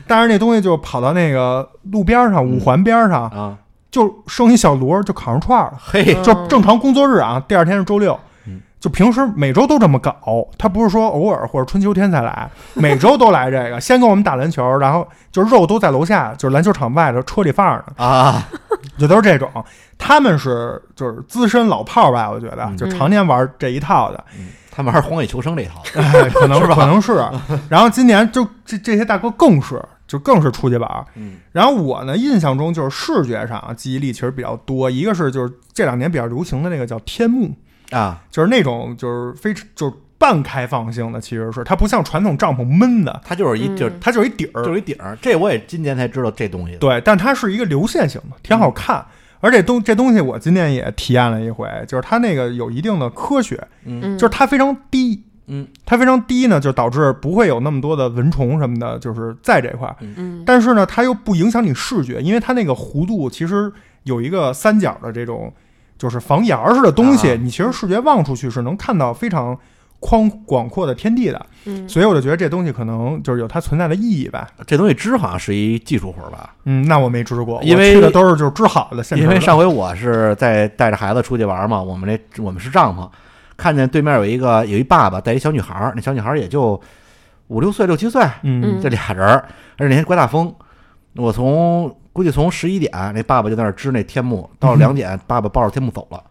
Speaker 3: 但是那东西就跑到那个路边上、五环边上，
Speaker 4: 啊，
Speaker 3: 就剩一小摞儿就烤上串儿了。
Speaker 4: 嘿，
Speaker 3: 就正常工作日啊，第二天是周六
Speaker 4: 嗯，
Speaker 3: 就平时每周都这么搞，他不是说偶尔或者春秋天才来，每周都来这个， 先跟我们打篮球，然后就肉都在楼下，就是篮球场外头车里放着呢，
Speaker 4: 啊，
Speaker 3: 就都是这种。他们是就是资深老炮儿吧，我觉得
Speaker 4: 嗯
Speaker 3: 就常年玩这一套的，
Speaker 4: 他们还是荒野求生这一套，
Speaker 3: 哎，可能可能是。 然后今年就这这些大哥更是就更是出去玩儿，
Speaker 4: 嗯
Speaker 3: 然后我呢，印象中就是视觉上啊，记忆力其实比较多，一个是就是这两年比较流行的那个叫天幕。
Speaker 4: 啊，
Speaker 3: 就是那种就是非就是半开放性的，其实是它不像传统帐篷闷的，
Speaker 4: 它就是一就是
Speaker 3: 它就是一底
Speaker 4: 就
Speaker 3: 儿。
Speaker 4: 是一顶儿，这我也今年才知道这东西，
Speaker 3: 对，但它是一个流线型的，挺好看。而且东这东西我今年也体验了一回，就是它那个有一定的科学，
Speaker 5: 嗯
Speaker 3: 就是它非常低，
Speaker 4: 嗯，
Speaker 3: 它非常低呢，就导致不会有那么多的蚊虫什么的，就是在这块儿。
Speaker 5: 嗯
Speaker 3: 但是呢，它又不影响你视觉，因为它那个弧度其实有一个三角的这种，就是房檐儿似的东西，
Speaker 4: 啊
Speaker 3: 你其实视觉望出去是能看到非常宽广阔的天地的。
Speaker 5: 嗯
Speaker 3: 所以我就觉得这东西可能就是有它存在的意义吧。
Speaker 4: 这东西织好像是一技术活儿吧，
Speaker 3: 嗯，那我没织过，
Speaker 4: 因为
Speaker 3: 我去的都是就是织好的现成
Speaker 4: 因
Speaker 3: 的。
Speaker 4: 为上回我是在带着孩子出去玩嘛，我们这我们是帐篷，看见对面有一个有一爸爸带一小女孩儿，那小女孩儿也就五六岁六七岁，
Speaker 3: 嗯
Speaker 5: 嗯
Speaker 4: 这俩人儿，而且那天刮大风，我从估计从十一点，那爸爸就在那儿织那天幕，到了两点，爸爸抱着天幕走了，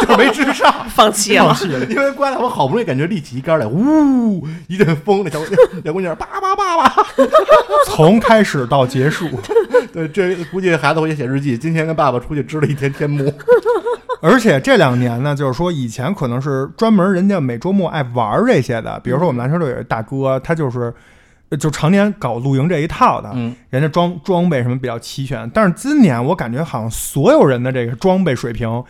Speaker 4: 就是没织上。
Speaker 5: 放弃了，
Speaker 4: 因为刮大风，好不容易感觉立起一杆来，呜，一阵风，那小姑娘 小姑娘叭叭叭叭，
Speaker 3: 从开始到结束，
Speaker 4: 对，这估计孩子回去写日记，今天跟爸爸出去织了一天天幕，
Speaker 3: 而且这两年呢，就是说以前可能是专门人家每周末爱玩儿这些的，比如说我们篮球队有一大哥，他就是呃就常年搞露营这一套的，
Speaker 4: 嗯，
Speaker 3: 人家装装备什么比较齐全。但是今年我感觉好像所有人的这个装备水平。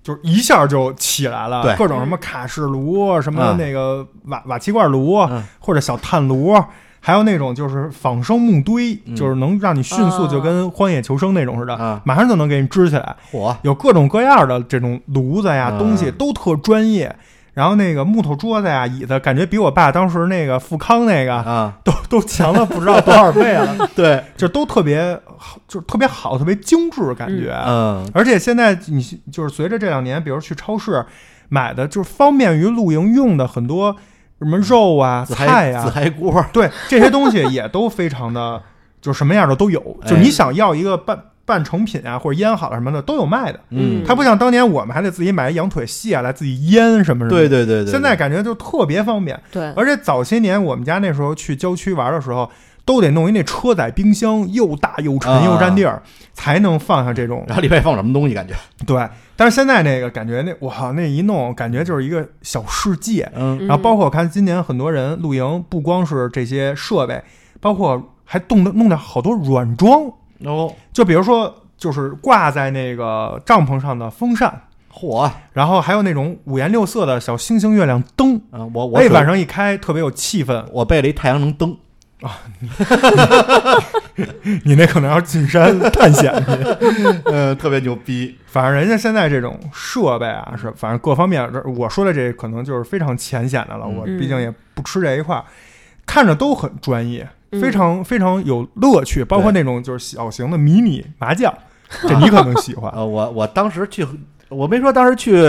Speaker 3: 就是一下就起来了，
Speaker 4: 对
Speaker 3: 各种什么卡式炉，什么
Speaker 4: 嗯
Speaker 3: 那个瓦瓦气罐炉啊
Speaker 4: 嗯，
Speaker 3: 或者小炭炉，啊还有那种就是仿生木堆，就是能让你迅速就跟《荒野求生》那种似的，
Speaker 4: 嗯啊
Speaker 3: 马上就能给你支起来。
Speaker 4: 火
Speaker 3: 有各种各样的这种炉子呀、
Speaker 4: 嗯
Speaker 3: 东西都特专业。然后那个木头桌子呀、椅子，感觉比我爸当时那个富康那个、
Speaker 4: 啊，
Speaker 3: 都都强了不知 道多少倍了，
Speaker 4: 对，
Speaker 3: 就都特别好，就是特别好，特别精致感觉。
Speaker 4: 嗯
Speaker 3: 而且现在你就是随着这两年，比如去超市买的，就是方便于露营用的很多什么肉啊、
Speaker 4: 紫
Speaker 3: 菜
Speaker 4: 嗯嗨
Speaker 3: 呀、
Speaker 4: 紫嗨锅儿，
Speaker 3: 对这些东西也都非常的，就什么样的都有。就
Speaker 4: 哎
Speaker 3: 你想要一个半半成品啊，或者腌好了什么的，都有卖的。
Speaker 5: 嗯
Speaker 3: 它不像当年我们还得自己买羊腿蟹啊来自己腌什么什么。
Speaker 4: 对对对嗯对，
Speaker 3: 现在感觉就特别方便。
Speaker 5: 对，
Speaker 3: 而且早些年我们家那时候去郊区玩的时候，都得弄一那车载冰箱，又大又
Speaker 4: 啊
Speaker 3: 沉又占地儿，才能放下这种
Speaker 4: 然后里边放什么东西感觉，
Speaker 3: 对，但是现在那个感觉那哇那一弄，感觉就是一个小世界。
Speaker 4: 嗯
Speaker 3: 然后包括我看今年很多人露营，不光是这些设备，包括还弄的弄点好多软装，
Speaker 4: 哦
Speaker 3: 就比如说就是挂在那个帐篷上的风扇，
Speaker 4: 火，
Speaker 3: 然后还有那种五颜六色的小星星、月亮灯。
Speaker 4: 嗯我我
Speaker 3: 哎，
Speaker 4: 手
Speaker 3: 晚上一开特别有气氛。
Speaker 4: 我备了一太阳能灯，
Speaker 3: 你那可能要进山探险去。
Speaker 4: 呃，特别牛逼，
Speaker 3: 反正人家现在这种设备啊，是反正各方面，这我说的这可能就是非常浅显的了。我
Speaker 5: 嗯
Speaker 3: 毕竟也不吃这一块儿，看着都很专业，
Speaker 5: 嗯
Speaker 3: 非常非常有乐趣。包括那种就是小型的迷你麻 将，这你可能喜 欢。
Speaker 4: 呃，我我当时去，我没说当时去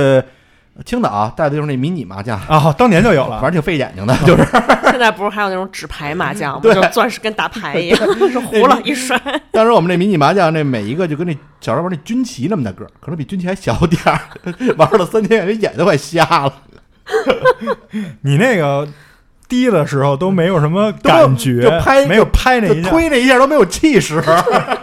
Speaker 4: 青岛带的就是那迷你麻将，
Speaker 3: 啊，当年就有
Speaker 4: 反
Speaker 3: 了。
Speaker 4: 正挺费眼睛的，就是
Speaker 5: 现在不是还有那种纸牌麻将，不就钻石跟打牌一样，是糊了一摔，
Speaker 4: 当时我们 那迷你麻将，那每一个就跟那小时候玩那军旗那么大个儿，可能比军旗还小点儿。 玩了三天，感觉眼都快瞎了，
Speaker 3: 你那个滴的时候都没有什么感觉，
Speaker 4: 就拍
Speaker 3: 没有拍那
Speaker 4: 就
Speaker 3: 一下。
Speaker 4: 推那一下都没有 气势。 啊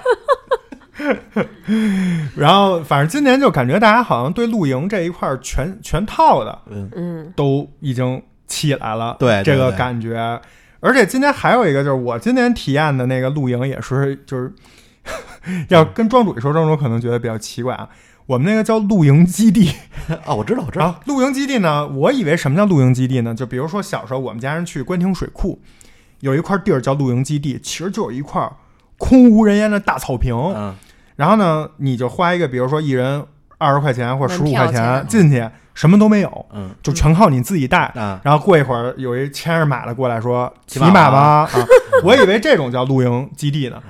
Speaker 3: 然后反正今年就感觉大家好像对露营这一块儿全全套的，
Speaker 4: 嗯，
Speaker 5: 嗯
Speaker 3: 都已经起来了，
Speaker 4: 对对
Speaker 3: 这个
Speaker 4: 对
Speaker 3: 感觉。而且今天还有一个，就是我今年体验的那个露营，也是就是 要跟庄主说，庄主可能觉得比较奇怪啊。我们那个叫露营基地，
Speaker 4: 啊，我知道，我知
Speaker 3: 然
Speaker 4: 道，
Speaker 3: 后露营基地呢，我以为什么叫露营基地呢？就比如说小时候我们家人去官亭水库，有一块地儿叫露营基地，其实就有一块空无人烟的大草坪，
Speaker 4: 嗯，
Speaker 3: 然后呢，你就花一个，比如说一人二十块钱或者十
Speaker 5: 门
Speaker 3: 五
Speaker 5: 票
Speaker 3: 块钱
Speaker 5: 钱
Speaker 3: 进去，什么都没有，
Speaker 4: 嗯，
Speaker 3: 就全靠你自己带。
Speaker 4: 啊
Speaker 3: 然后过一会儿有一牵着马的过来说：“骑
Speaker 4: 骑马
Speaker 3: 马吧
Speaker 4: 吧！”
Speaker 3: 啊，我以为这种叫露营基地
Speaker 4: 嗯
Speaker 3: 呢。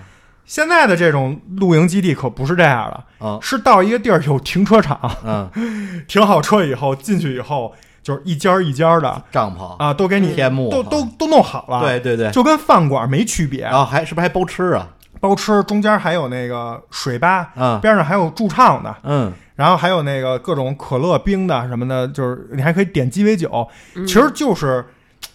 Speaker 3: 现在的这种露营基地可不是这样的，
Speaker 4: 啊，
Speaker 3: 是到一个地儿有停车场，
Speaker 4: 嗯，
Speaker 3: 停好车以后进去以后，就是一间儿一间儿的
Speaker 4: 帐篷，
Speaker 3: 啊，都给你
Speaker 4: 天幕
Speaker 3: 都
Speaker 4: 啊
Speaker 3: 都都弄好了，
Speaker 4: 对，对对，
Speaker 3: 就跟饭馆没区别
Speaker 4: 然。后还是不是还包吃啊？
Speaker 3: 包吃中间还有那个水吧，
Speaker 4: 嗯
Speaker 3: 边上还有驻唱的，
Speaker 4: 嗯，
Speaker 3: 然后还有那个各种可乐、冰的什么的，就是你还可以点鸡尾酒，其实就是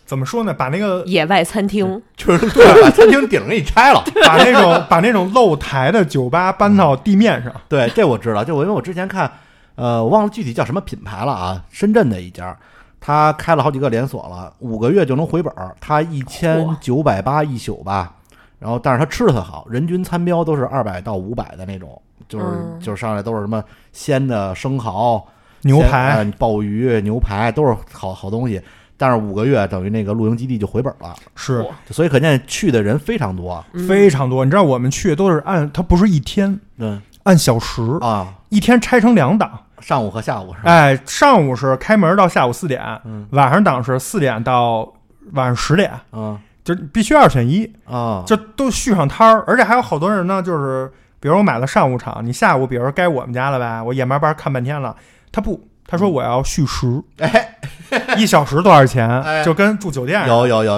Speaker 3: 怎么说呢，把那个
Speaker 5: 野外餐厅，
Speaker 4: 就是对，把餐厅顶给你拆了。
Speaker 3: 把那种把那种露台的酒吧搬到地面上，
Speaker 4: 对，这我知道，就我因为我之前看，呃，我忘了具体叫什么品牌了啊，深圳的一家。他开了好几个连锁了，五个月就能回本儿，他一千九百八一宿吧，然后但是他吃的特好，人均餐标都是二百到五百的那种，就是、
Speaker 5: 嗯
Speaker 4: 就是上来都是什么鲜的生蚝、
Speaker 3: 牛
Speaker 4: 鲜
Speaker 3: 排。
Speaker 4: 呃鲍鱼、牛排都是好好东西，但是五个月等于那个露营基地就回本了，
Speaker 3: 是
Speaker 4: 所以可见去的人非常多。
Speaker 3: 非常多，你知道我们去都是按它不是一天，
Speaker 4: 嗯
Speaker 3: 按小时，
Speaker 4: 啊，
Speaker 3: 一天拆成两档。
Speaker 4: 上午和下午是吧？
Speaker 3: 哎，上午是开门到下午四点，晚上档是四点到晚上十点，
Speaker 4: 嗯
Speaker 3: 就必须二选一。
Speaker 4: 啊，
Speaker 3: 就都续上摊儿，而且还有好多人呢，就是比如我买了上午场，你下午比如该我们家了吧，我夜妈班看半天了，他不，他说我要续时，
Speaker 4: 嗯哎，
Speaker 3: 一小时多少钱，
Speaker 4: 哎
Speaker 3: 就跟住酒店似的
Speaker 4: 有有有，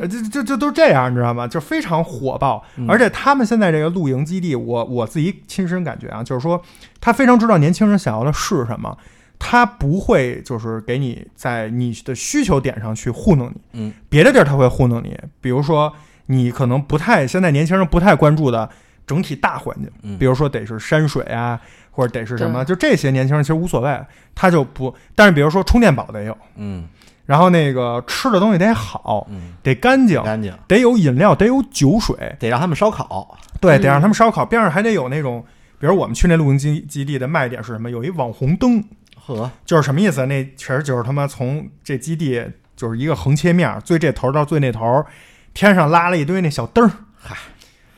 Speaker 3: 呃，这这这都这样，你知道吗？就非常火爆，
Speaker 4: 嗯
Speaker 3: 而且他们现在这个露营基地，我我自己亲身感觉啊，就是说他非常知道年轻人想要的是什么，他不会就是给你在你的需求点上去糊弄你，
Speaker 4: 嗯，
Speaker 3: 别的地儿他会糊弄你，比如说你可能不太现在年轻人不太关注的整体大环境，
Speaker 4: 嗯
Speaker 3: 比如说得是山水啊，或者得是什么，就这些年轻人其实无所谓，他就不，但是比如说充电宝得有。
Speaker 4: 嗯
Speaker 3: 然后那个吃的东西得好，
Speaker 4: 嗯，
Speaker 3: 得干净，
Speaker 4: 干净，
Speaker 3: 得有饮料，得有酒水，
Speaker 4: 得让他们烧烤。
Speaker 3: 对，得让他们烧烤，边上还得有那种，比如我们去那露营基基地的卖点是什么？有一网红灯，
Speaker 4: 呵，
Speaker 3: 就是什么意思？那其实就是他妈从这基地就是一个横切面，最这头到最那头，天上拉了一堆那小灯儿，嗨，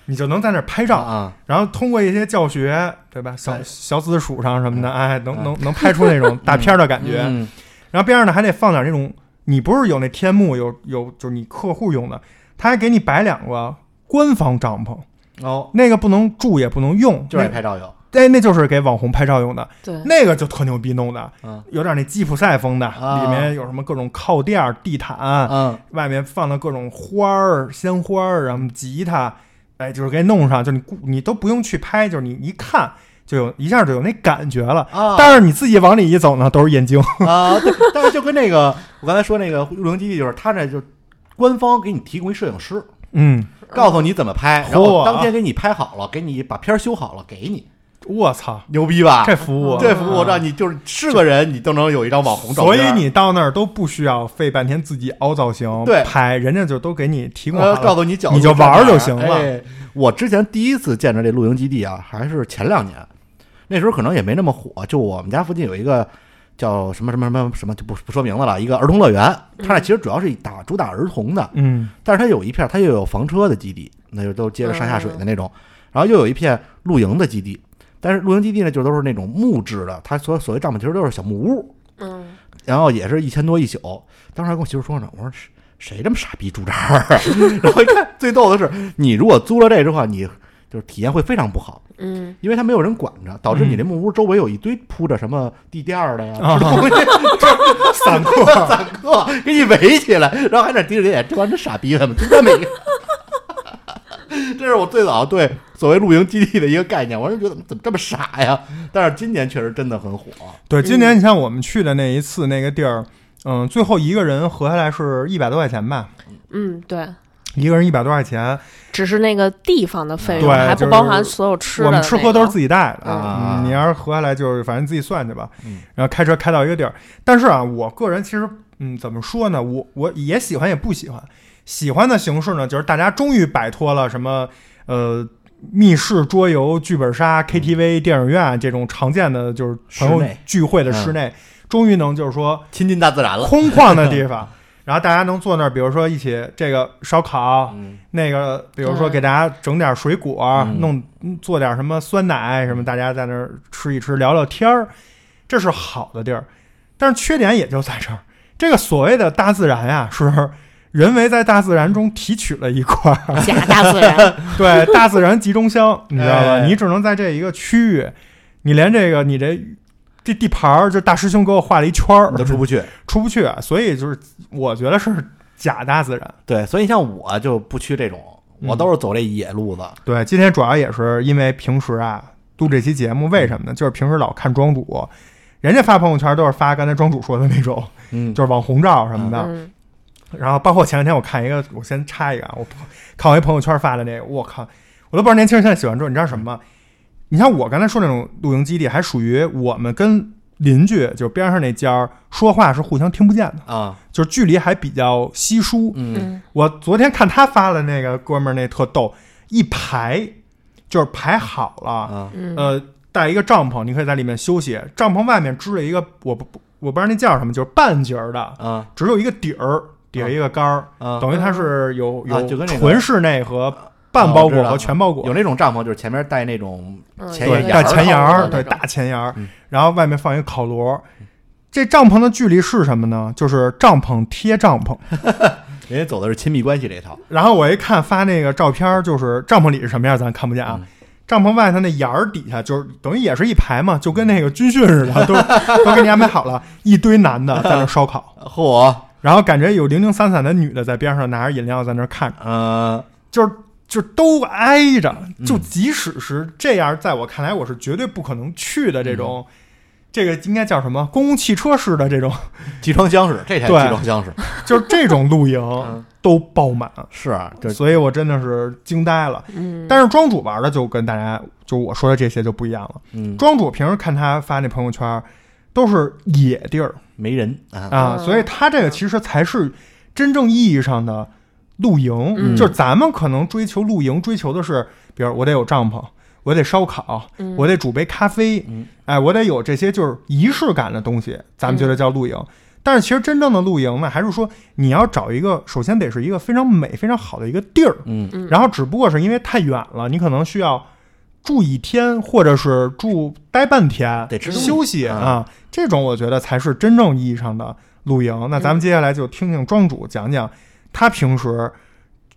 Speaker 3: 你就能在那儿拍照
Speaker 4: 啊。
Speaker 3: 然后通过一些教学，对吧？小
Speaker 4: 哎
Speaker 3: 小紫薯上什么的，哎，能能能拍出那种大片儿的感觉。
Speaker 4: 嗯
Speaker 3: 然后边上呢还得放点那种，你不是有那天幕有有就是你客户用的，他还给你摆两个官方帐篷，
Speaker 4: 哦，
Speaker 3: 那个不能住也不能用，
Speaker 4: 就是爱
Speaker 3: 那
Speaker 4: 拍照友
Speaker 3: 哎，那就是给网红拍照用的，
Speaker 5: 对，
Speaker 3: 那个就特牛逼弄的
Speaker 4: 嗯，
Speaker 3: 有点那吉普赛风的，
Speaker 4: 啊
Speaker 3: 里面有什么各种靠垫儿、地毯，
Speaker 4: 嗯
Speaker 3: 外面放了各种花儿、鲜花儿，然后吉他，哎，就是给弄上，就你顾你都不用去拍，就是你一看就有一下就有那感觉了。
Speaker 4: 啊
Speaker 3: 但是你自己往里一走呢，都是眼睛。
Speaker 4: 啊，对，但是就跟那个我刚才说那个《入灵基地》，就是他那就官方给你提供一摄影师，
Speaker 3: 嗯，
Speaker 4: 告诉你怎么拍，然
Speaker 3: 嚯
Speaker 4: 后当天给你拍好了，给你把片儿修好了，给你，
Speaker 3: 我操，
Speaker 4: 牛逼吧？
Speaker 3: 这服
Speaker 5: 嗯
Speaker 3: 务，
Speaker 4: 啊
Speaker 3: 啊
Speaker 4: 这服务让你就是是个人，你都能有一张网红照
Speaker 3: 所
Speaker 4: 片。
Speaker 3: 以你到那儿都不需要费半天自己凹造型，
Speaker 4: 对
Speaker 3: 拍人家就都给你提供好
Speaker 4: 呃，
Speaker 3: 了，
Speaker 4: 告诉你角度
Speaker 3: 你就玩儿
Speaker 4: 在哪
Speaker 3: 就
Speaker 4: 儿
Speaker 3: 行了
Speaker 4: 哎我之前第一次见着这露营基地啊，还是前两年，那时候可能也没那么火。就我们家附近有一个叫什么什么什么什么，就不不说名字了，一个儿童乐园，它那其实主要是以打主打儿童的，
Speaker 3: 嗯
Speaker 4: 但是它有一片它又有房车的基地，那就都接着上下水的那种，然后又有一片露营的基地。但是露营基地呢，就都是那种木质的，它所所谓帐篷其实都是小木屋，
Speaker 5: 嗯，
Speaker 4: 然后也是一千多一宿。当时还跟我媳妇说呢，我说谁谁这么傻逼住这儿啊？ 然后一看最逗的是，你如果租了这之后，你就是体验会非常不好，
Speaker 5: 嗯，
Speaker 4: 因为它没有人管着，导致你这木屋周围有一堆铺着什么地垫儿的呀、
Speaker 3: 啊
Speaker 4: 吃东西、
Speaker 3: 散客
Speaker 4: 散客 给你围起来，然后还在那盯着眼，这帮真傻逼他们，就这么一个。 这是我最早对所谓露营基地的一个概念，我是觉得怎么这么傻呀？但是今年确实真的很火，
Speaker 3: 对，今
Speaker 5: 嗯
Speaker 3: 年你像我们去的那一次那个地儿，嗯，最后一个人合下来是一百多块钱吧，
Speaker 5: 嗯，对，
Speaker 3: 一个人一百多块钱，
Speaker 5: 只是那个地方的费用，
Speaker 3: 对
Speaker 5: 还
Speaker 3: 就
Speaker 5: 不
Speaker 3: 是
Speaker 5: 包含所有吃的
Speaker 3: 我
Speaker 5: 那
Speaker 3: 们
Speaker 5: 个。
Speaker 3: 吃喝都是自己带的
Speaker 4: 啊
Speaker 3: 嗯你要是合下来就是反正自己算去吧
Speaker 4: 嗯，
Speaker 3: 然后开车开到一个地儿。但是啊，我个人其实嗯，怎么说呢？我我也喜欢也不喜欢。喜欢的形式呢，就是大家终于摆脱了什么呃密室桌游、剧本杀、KTV、电影院这种常见的就是朋
Speaker 4: 嗯室
Speaker 3: 友
Speaker 4: 内嗯
Speaker 3: 聚会的室内，终于能就是说
Speaker 4: 亲近大自然了。
Speaker 3: 空旷的地 方，然后大家能坐那儿，比如说一起这个烧 烤，
Speaker 4: 嗯
Speaker 3: 那个比如说
Speaker 5: 对
Speaker 3: 给大家整点水果，
Speaker 4: 嗯
Speaker 3: 弄做点什么酸奶什么，大家在那儿吃一吃，聊聊天儿，这是好的地儿。但是缺点也就在这儿，这个所谓的大自然呀、是人为在大自然中提取了一块 儿，
Speaker 5: 假 大自然，
Speaker 3: 对大自然集中箱，你知道吧？
Speaker 4: 哎
Speaker 3: 你只能在这一个区域，你连这个你这这地盘儿，就大师兄给我画了一圈儿，
Speaker 4: 你都出不去，
Speaker 3: 出不去，所以就是我觉得是假大自然。
Speaker 4: 对，所以像我就不去这种，我都是走这野路子。
Speaker 3: 对，今天主要也是因为平时啊录这期节目，为什么呢？就是平时老看庄主，人家发朋友圈都是发刚才庄主说的那种，
Speaker 4: 嗯
Speaker 3: 就是网红照什么的。
Speaker 5: 嗯，
Speaker 3: 然后包括前两天我看一个，我先插一个啊，我看我一朋友圈发的那个，我靠，我都不知道年轻人现在喜欢这，你知道什么吗？你像我刚才说那种露营基地，还属于我们跟邻居，就是边上那家儿说话是互相听不见的，
Speaker 4: 啊，
Speaker 3: 就是距离还比较稀疏。
Speaker 4: 嗯
Speaker 3: 我昨天看他发了那个哥们儿那特逗，一排就是排好了，
Speaker 4: 啊，
Speaker 3: 呃，带一个帐篷，你可以在里面休息。帐篷外面支了一个，我不不我不知道那叫什么，就是半截儿的，
Speaker 4: 啊
Speaker 3: 只有一个底儿，底下一个杆儿，
Speaker 4: 啊，
Speaker 3: 等于它是有
Speaker 4: 啊
Speaker 3: 有
Speaker 4: 就跟那个啊
Speaker 3: 纯室内和半包
Speaker 4: 哦我知
Speaker 3: 裹
Speaker 4: 道
Speaker 3: 和全包裹
Speaker 4: 有，那种帐篷，就是前面带那种
Speaker 5: 嗯
Speaker 4: 前
Speaker 3: 对，
Speaker 4: 檐
Speaker 5: 有
Speaker 3: 大
Speaker 5: 带
Speaker 3: 前檐
Speaker 5: 儿
Speaker 3: 儿，
Speaker 5: 的
Speaker 3: 对，
Speaker 5: 那种
Speaker 3: 大前檐儿
Speaker 4: 嗯，
Speaker 3: 然后外面放一个烤炉。这帐篷的距离是什么呢？就是帐篷贴帐篷。
Speaker 4: 人家走的是亲密关系这一套。
Speaker 3: 然后我一看发那个照片儿，就是帐篷里是什么样，咱看不见啊
Speaker 4: 嗯。
Speaker 3: 帐篷外头那沿儿底下，就是等于也是一排嘛，就跟那个军训似 的，都都给你安排好了，一堆男的在那儿烧烤，
Speaker 4: 嚯，
Speaker 3: 然后感觉有零零散散的女的在边上拿着饮料在那儿看着，
Speaker 4: 嗯，
Speaker 3: 就是就都挨着，就即使是这样，在我看来我是绝对不可能去的这种，
Speaker 4: 嗯
Speaker 3: 这个应该叫什么公共汽车式的这种，
Speaker 4: 集装箱式，这才
Speaker 3: 对
Speaker 4: 集 装箱式，
Speaker 3: 就是这种露营
Speaker 4: 嗯
Speaker 3: 都爆满，
Speaker 4: 是啊，这
Speaker 3: 所以我真的是惊呆了。
Speaker 5: 嗯，
Speaker 3: 但是庄主玩的就跟大家就我说的这些就不一样了。
Speaker 4: 嗯
Speaker 3: 庄主平时看他发那朋友圈，都是野地儿
Speaker 4: 没人啊，
Speaker 3: 啊，
Speaker 5: 嗯
Speaker 3: 所以他这个其实才是真正意义上的露营。
Speaker 5: 嗯
Speaker 3: 就是咱们可能追求露营，追求的是，比如我得有帐篷，我得烧烤，
Speaker 5: 嗯
Speaker 3: 我得煮杯咖啡，
Speaker 4: 嗯
Speaker 3: 哎，我得有这些就是仪式感的东西，咱们觉得叫露营。但是其实真正的露营呢，还是说你要找一个，首先得是一个非常美、非常好的一个地儿，
Speaker 4: 嗯
Speaker 5: 嗯
Speaker 3: 然后只不过是因为太远了，你可能需要住一天，或者是住待半天，
Speaker 4: 得吃东西
Speaker 3: 休息
Speaker 4: 嗯嗯
Speaker 3: 啊，这种我觉得才是真正意义上的露营。那咱们接下来就听听庄主讲讲他平时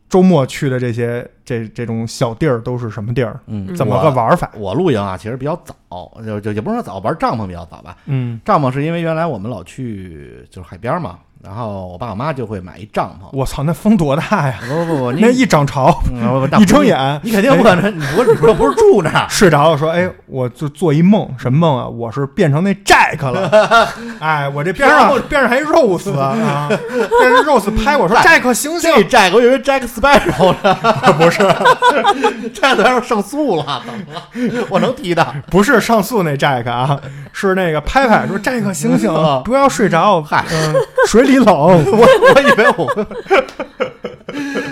Speaker 3: 周末去的这些这这种小地儿都是什么地儿，
Speaker 4: 嗯，
Speaker 3: 怎么个玩法？
Speaker 4: 我？我露营啊，其实比较早，就就也不是说早，玩帐篷比较早吧。
Speaker 3: 嗯，
Speaker 4: 帐篷是因为原来我们老去就是海边嘛，然后我爸我妈就会买一帐篷。
Speaker 3: 我操，那风多大呀！
Speaker 4: 不不不，你
Speaker 3: 那一涨潮，
Speaker 4: 嗯不不大
Speaker 3: 一睁眼
Speaker 4: 你肯定不可能，你不是你不是不是住那儿，
Speaker 3: 睡着了，说：“哎，我就做一梦，什么梦啊？我是变成那 Jack 了，哎，我这边上边上还 Rose 啊，但是 Rose 拍我说 Jack 醒醒，
Speaker 4: 这 Jack 我以为 Jack Sparrow 呢，不是 ，Jack Sparrow 上诉了，怎么了？我能 提的，
Speaker 3: 不是上诉那 Jack 啊，是那个拍拍说 Jack 醒醒
Speaker 4: 啊，
Speaker 3: 不要睡着，
Speaker 4: 嗨
Speaker 3: 嗯，水里冷，
Speaker 4: 我我以为我，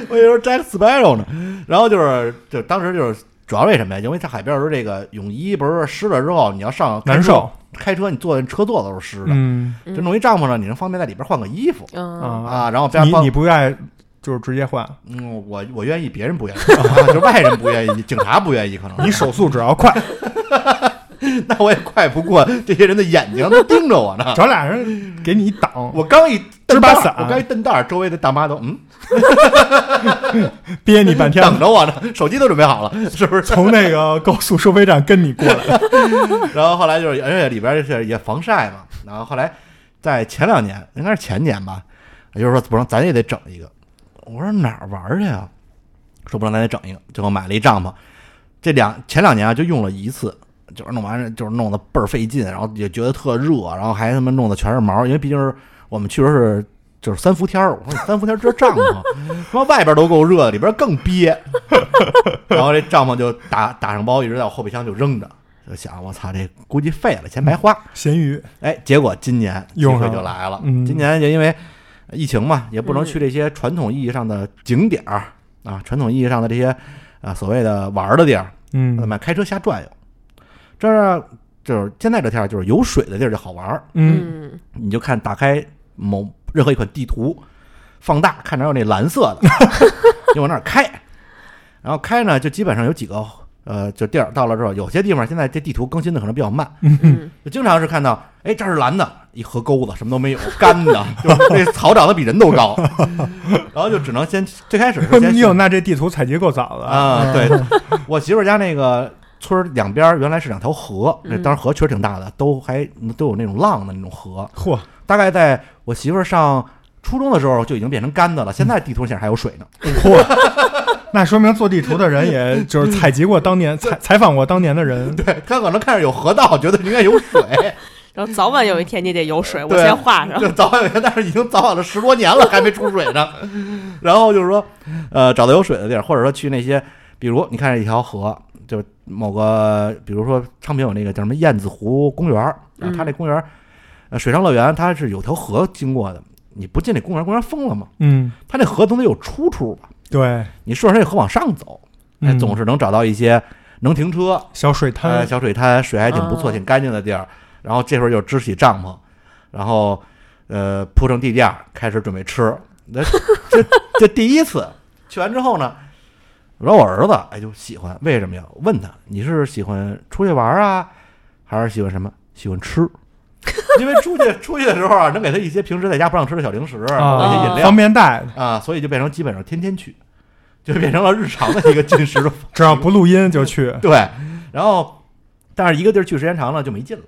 Speaker 4: 我以为是 Jack Sparrow 呢。然后就是，就当时就是主要为什么呀？因为在海边的时候，这个泳衣不是湿了之后，你要上开车
Speaker 3: 难受，
Speaker 4: 开车你坐车座都是湿的，
Speaker 3: 嗯
Speaker 4: 就弄一帐篷呢，你能方便在里边换个衣服
Speaker 5: 嗯，
Speaker 3: 啊，
Speaker 4: 啊。然后边
Speaker 3: 你
Speaker 4: 帮
Speaker 3: 你不愿意就是直接换，
Speaker 4: 嗯，我我愿意，别人不愿意， 啊、就外人不愿意，警察不愿意，可能
Speaker 3: 你手速只要 快，
Speaker 4: 那我也快不过这些人的眼睛，都盯着我呢。
Speaker 3: 找俩人给你一挡，
Speaker 4: 我刚一
Speaker 3: 支
Speaker 4: 蹬
Speaker 3: 把
Speaker 4: 把
Speaker 3: 伞
Speaker 4: 我刚一蹬袋儿，周围的大妈都嗯
Speaker 3: 憋你半天，
Speaker 4: 等着我呢，手机都准备好了，是不是？
Speaker 3: 从那个高速收费站跟你过来，
Speaker 4: 然后后来就是，而且里边是也防晒嘛。然后后来在前两年，应该是前年吧，就是说不成，咱也得整一个。我说哪儿玩儿去呀、说不成，咱得整一个。最后买了一帐篷，这两前两年啊就用了一次，就是弄完了就是弄得倍儿费劲，然后也觉得特热，然后还他妈弄得全是毛，因为毕竟是我们去的时候是。就是三伏天儿，我说三伏天儿这帐篷，他妈外边都够热，里边更憋。 然后这帐篷就打打上包，一直在我后备箱就扔着，就想我操，这估计废了，钱白花。
Speaker 3: 咸鱼，
Speaker 4: 哎，结果今年
Speaker 3: 嗯
Speaker 4: 机
Speaker 3: 用上
Speaker 4: 会
Speaker 3: 了
Speaker 4: 就来了，
Speaker 3: 嗯
Speaker 4: 今年就因为疫情嘛，也不能去这些传统意义上的景点儿啊，传统意义上的这些啊所谓的玩儿的地儿，那
Speaker 3: 嗯
Speaker 4: 么开车瞎转悠。这儿就是现在这天儿就是有水的地儿就好玩儿，
Speaker 3: 嗯
Speaker 4: 你就看打开某任何一款地图，放大看哪有那蓝色的，就往那儿开。然后开呢，就基本上有几个呃，就地儿到了之后，有些地方现在这地图更新的可能比较慢，
Speaker 5: 嗯
Speaker 4: 就经常是看到，哎，这儿是蓝的，一河沟子什么都没有，干的，就是那草长得比人都高，然后就只能先最开 始 是先
Speaker 3: 哟，那这地图采集够早的
Speaker 4: 啊，对，我媳妇儿家那个村儿两边儿原来是两条河，那当然河确实挺大的，都还都有那种浪的那种河，
Speaker 3: 嚯，
Speaker 4: 大概在我媳妇儿上初中的时候就已经变成干的了，现在地图上显示还有水呢。
Speaker 3: 嚯，那说明做地图的人， 也就是采集过当年采采访过当年的人。
Speaker 4: 嗯对，他可能看着有河道，觉得应该有 水，
Speaker 5: 然后早晚有一天你得有水，我
Speaker 4: 对
Speaker 5: 先画上。
Speaker 4: 就早晚有一天，但是已经早晚了十多年了，还没出水呢。然后就是说，呃，找到有水的地儿，或者说去那些，比如你看一条河，就某个，比如说昌平有那个叫什么燕子湖公园儿，然后它那公园儿，呃，水上乐园它是有条河经过的，你不进那公园儿，公园儿封了嘛，
Speaker 3: 嗯，
Speaker 4: 它那河总得有出处吧？
Speaker 3: 对，
Speaker 4: 你顺着这河往上走，哎，
Speaker 3: 嗯
Speaker 4: 总是能找到一些能停车、
Speaker 3: 小水
Speaker 4: 呃
Speaker 3: 滩，
Speaker 4: 小水滩，水还挺不错、
Speaker 5: 哦
Speaker 4: 挺干净的地儿。然后这时候就支起帐篷，然后呃铺成地垫儿，开始准备吃。那这这第一次去完之后呢，然后我儿子哎就喜欢，为什么呀？问他你是喜欢出去玩儿啊，还是喜欢什么？喜欢吃。因为出去出去的时候啊，能给他一些平时在家不让吃的小零食，或者一些饮
Speaker 3: 啊，
Speaker 4: 料，
Speaker 3: 方便带的，
Speaker 4: 啊，所以就变成基本上天天去，就变成了日常的一个进食的方
Speaker 3: 只要不录音就去。
Speaker 4: 对，然后但是一个地儿去时间长了就没劲了，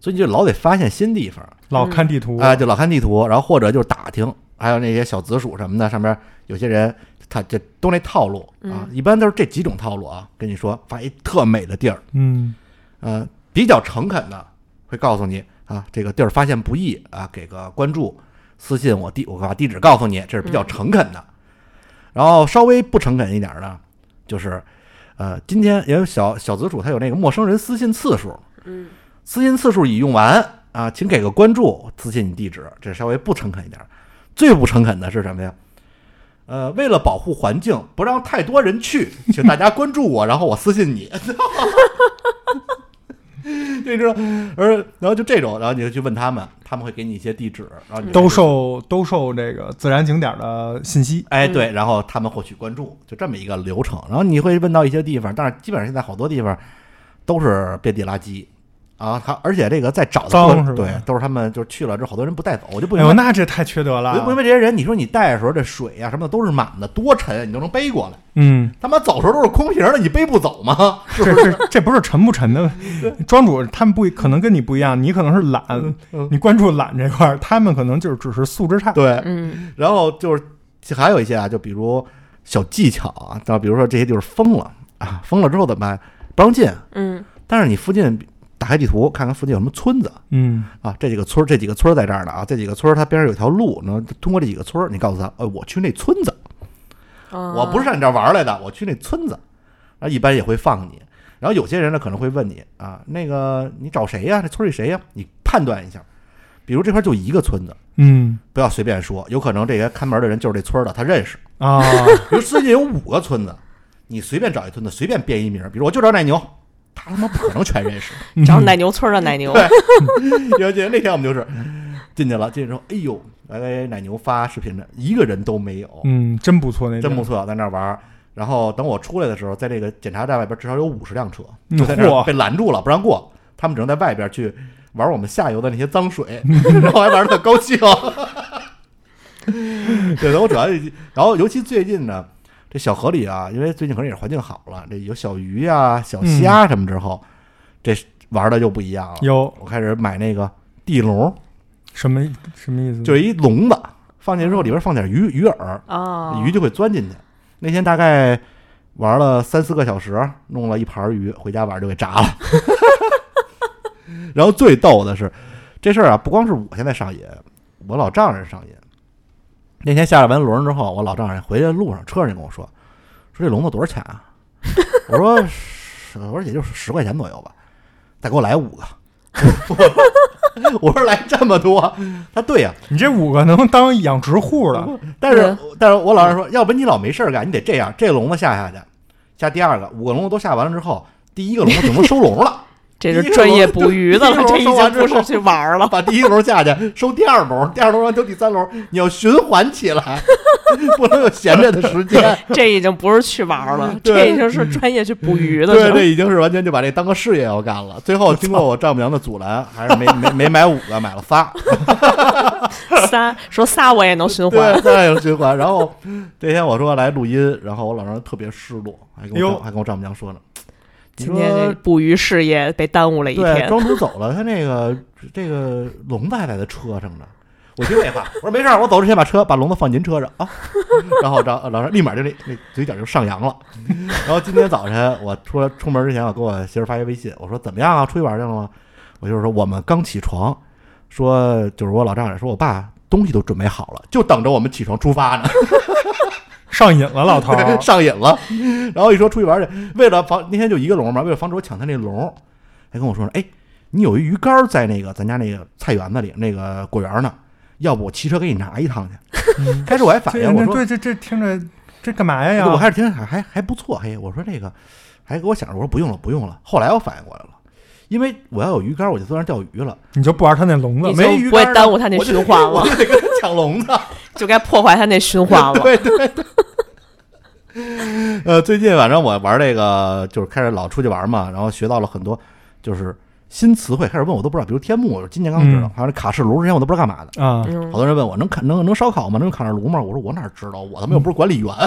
Speaker 4: 所以你就老得发现新地方
Speaker 3: 老看地图，
Speaker 4: 啊，就老看地图，然后或者就是打听，还有那些小紫薯什么的，上面有些人他这都那套路啊，一般都是这几种套路啊。跟你说，发现一特美的地儿，
Speaker 3: 嗯，
Speaker 4: 呃，比较诚恳的会告诉你啊，这个地儿发现不易啊，给个关注，私信我地，我把地址告诉你，这是比较诚恳的。然后稍微不诚恳一点呢，就是呃，今天也有小小紫薯，他有那个陌生人私信次数，
Speaker 5: 嗯，
Speaker 4: 私信次数已用完啊，请给个关注，私信你地址，这稍微不诚恳一点。最不诚恳的是什么呀？呃，为了保护环境，不让太多 人去，请大家关注我，然后我私信你。你知道，而然后就这种，然后你就去问他们，他们会给你一些地址，然后你
Speaker 3: 兜售兜售这个自然景点的信息。
Speaker 4: 哎，对，然后他们获取关注，就这么一个流程。然后你会问到一些地方，但是基本上现在好多地方都是遍地垃圾啊，他而且这个在找的
Speaker 3: 脏
Speaker 4: 过
Speaker 3: 是吧
Speaker 4: 对，都是他们就是去了之后，好多人不带走，我就不
Speaker 3: 哎
Speaker 4: 明
Speaker 3: 呦，
Speaker 4: 白，
Speaker 3: 那这太缺德
Speaker 4: 我就
Speaker 3: 了
Speaker 4: 不。明白这些人，你说你带的时候这水呀、什么的都是满的，多沉啊，你都能背过来，
Speaker 3: 嗯，
Speaker 4: 他妈走的时候都是空瓶的，你背不走吗？
Speaker 3: 这这这不是沉不沉的，庄主他们不可能跟你不一样，你可能是懒，
Speaker 4: 嗯
Speaker 3: 你关注懒这块儿，他们可能就是只是素质差。
Speaker 4: 对，
Speaker 5: 嗯，
Speaker 4: 然后就是还有一些啊，就比如小技巧啊，到比如说这些地方封了啊，封了之后怎么办？不让进，
Speaker 5: 嗯
Speaker 4: 但是你附近打开地图看看附近有什么村子
Speaker 3: 嗯，
Speaker 4: 啊，这几个村儿这几个村儿在这儿呢啊，这几个村儿它边上有条路，能通过这几个村儿，你告诉他，哎，我去那村子，
Speaker 5: 嗯，
Speaker 4: 我不是上你这儿玩儿来的，我去那村子，然后一般也会放你。然后有些人呢可能会问你啊，那个你找谁呀、这村里谁呀？你判断一下，比如这块儿就一个村子，
Speaker 3: 嗯
Speaker 4: 不要随便说，有可能这些看门的人就是这村儿的，他认识。
Speaker 3: 啊，
Speaker 4: 比如最近有五个村子，你随便找一村子，随便编一名儿，比如我就找奶牛，他他妈不可能全认识。
Speaker 3: 嗯
Speaker 5: 找奶牛村的奶 牛，
Speaker 4: 了解，那天我们就是进去了，进去之后，哎呦，来来奶牛发视频的，一个人都没有，
Speaker 3: 嗯，真不错，那
Speaker 4: 真不
Speaker 3: 错。
Speaker 4: 错，在那儿玩儿。然后等我出来的时候，在这个检查站外边至少有五十辆车，
Speaker 3: 嗯
Speaker 4: 就在那
Speaker 3: 嚯
Speaker 4: 儿被拦住了，不让过。他们只能在外边去玩我们下游的那些脏水， 然后还玩的特高兴。 对，然后主要，然后尤其最近呢，这小河里啊，因为最近可能也是环境好了，这有小鱼啊、
Speaker 3: 嗯
Speaker 4: 小虾什么之后，这玩的就不一样了。
Speaker 3: 有
Speaker 4: 我开始买那个地笼，
Speaker 3: 什么什么意思？
Speaker 4: 就是一笼子，放进去之后里边放点鱼鱼饵，
Speaker 5: 啊，
Speaker 4: 鱼就会钻进去。那天大概玩了三四个小时，弄了一盘鱼，回家晚上就给炸了。 然后最逗的是，这事儿啊，不光是我现在上瘾，我老丈人上瘾。那天下了完轮之后，我老丈人回去路上车上就跟我说，说这笼子多少钱啊？ 我说，是我说也就是十块钱左右吧，再给我来五个。 我说来这么多，他对呀、
Speaker 3: 你这五个能当养殖户了，
Speaker 4: 但是
Speaker 5: 对
Speaker 4: 但是我老是说，要不你老没事儿干，你得这样，这笼子下下去，下第二个，五个笼子都下完了之后，第一个笼子只能收笼了，
Speaker 5: 这是专业捕鱼的了，这已经不是去玩了。
Speaker 4: 把第一个笼下去，收第二笼，第二笼完丢第三笼，你要循环起来， 不能有闲着的时间。
Speaker 5: 这已经不是去玩了，
Speaker 4: 对
Speaker 5: 这已经
Speaker 3: 嗯
Speaker 5: 是专业去捕鱼的
Speaker 4: 对，
Speaker 5: 了。
Speaker 4: 这已经是完全就把这当个事业要干了。最后经过我丈母娘的阻拦，还是没 没没买五个，买了仨。
Speaker 5: 仨说仨我也能循环
Speaker 4: 对，， 再有循环。然后这天我说来录音，然后我老丈人特别失落，还跟我
Speaker 3: 哟
Speaker 4: 丈还跟我丈母娘说呢，你
Speaker 5: 今
Speaker 4: 说
Speaker 5: 天这捕鱼事业被耽误了一
Speaker 4: 对，
Speaker 5: 天。
Speaker 4: 庄主走了，他那个这个笼子还在他车上呢。我听这话，我说没事儿，我走之前把车把笼子放您车上啊。 然后张老师立马就那那嘴角就上扬了。然后今天早晨我出来出门之前，我给我媳妇儿发一微信，我说怎么样啊？出去玩去了吗？我就是说我们刚起床，说就是我老丈人说我爸东西都准备好了，就等着我们起床出发呢。
Speaker 3: 上瘾了，老头儿。
Speaker 4: 上瘾了。然后一说出去玩去，为了防那天就一个笼嘛，为了防止我抢他那笼，还跟我说呢，哎，你有一鱼竿在那个咱家那个菜园子里那个果园呢，要不我骑车给你拿一趟去。
Speaker 5: 嗯
Speaker 4: 开始我还反
Speaker 3: 这
Speaker 4: 应，我
Speaker 3: 这
Speaker 4: 说哎
Speaker 3: 对这这听着这干嘛呀？
Speaker 4: 我还是听着还还还不错，嘿，我说这个还给我想着，我说不用了不用了。后来我反应过来了。因为我要有鱼竿，我就在那儿钓鱼了，
Speaker 3: 你就不玩他那笼子
Speaker 5: 你
Speaker 3: 没？
Speaker 4: 没鱼竿
Speaker 5: 不会
Speaker 4: 呢
Speaker 5: 耽误他那
Speaker 4: 我就
Speaker 5: 循环了
Speaker 4: 我就得跟他抢笼子。
Speaker 5: 就该破坏他那循环了。
Speaker 4: 对对 对。呃，最近反正我玩这个，就是开始老出去玩嘛，然后学到了很多就是新词汇，开始问我都不知道，比如天幕，我今年刚知道
Speaker 3: 嗯，
Speaker 4: 还有那卡式炉，之前我都不知道干嘛的。
Speaker 3: 啊，
Speaker 5: 嗯
Speaker 4: 好，多人问我能卡能能烧烤吗？能卡式炉吗？我说我哪知道，我他妈又不是管理员。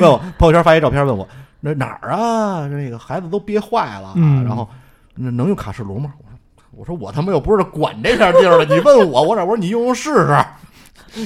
Speaker 4: 问我朋友圈发一照片问我那哪儿啊？那个孩子都憋坏了，啊
Speaker 3: 嗯
Speaker 4: 然后那能用卡式炉吗？我说我说我他妈又不是管这片地儿的，你问我我哪我说你用用试试，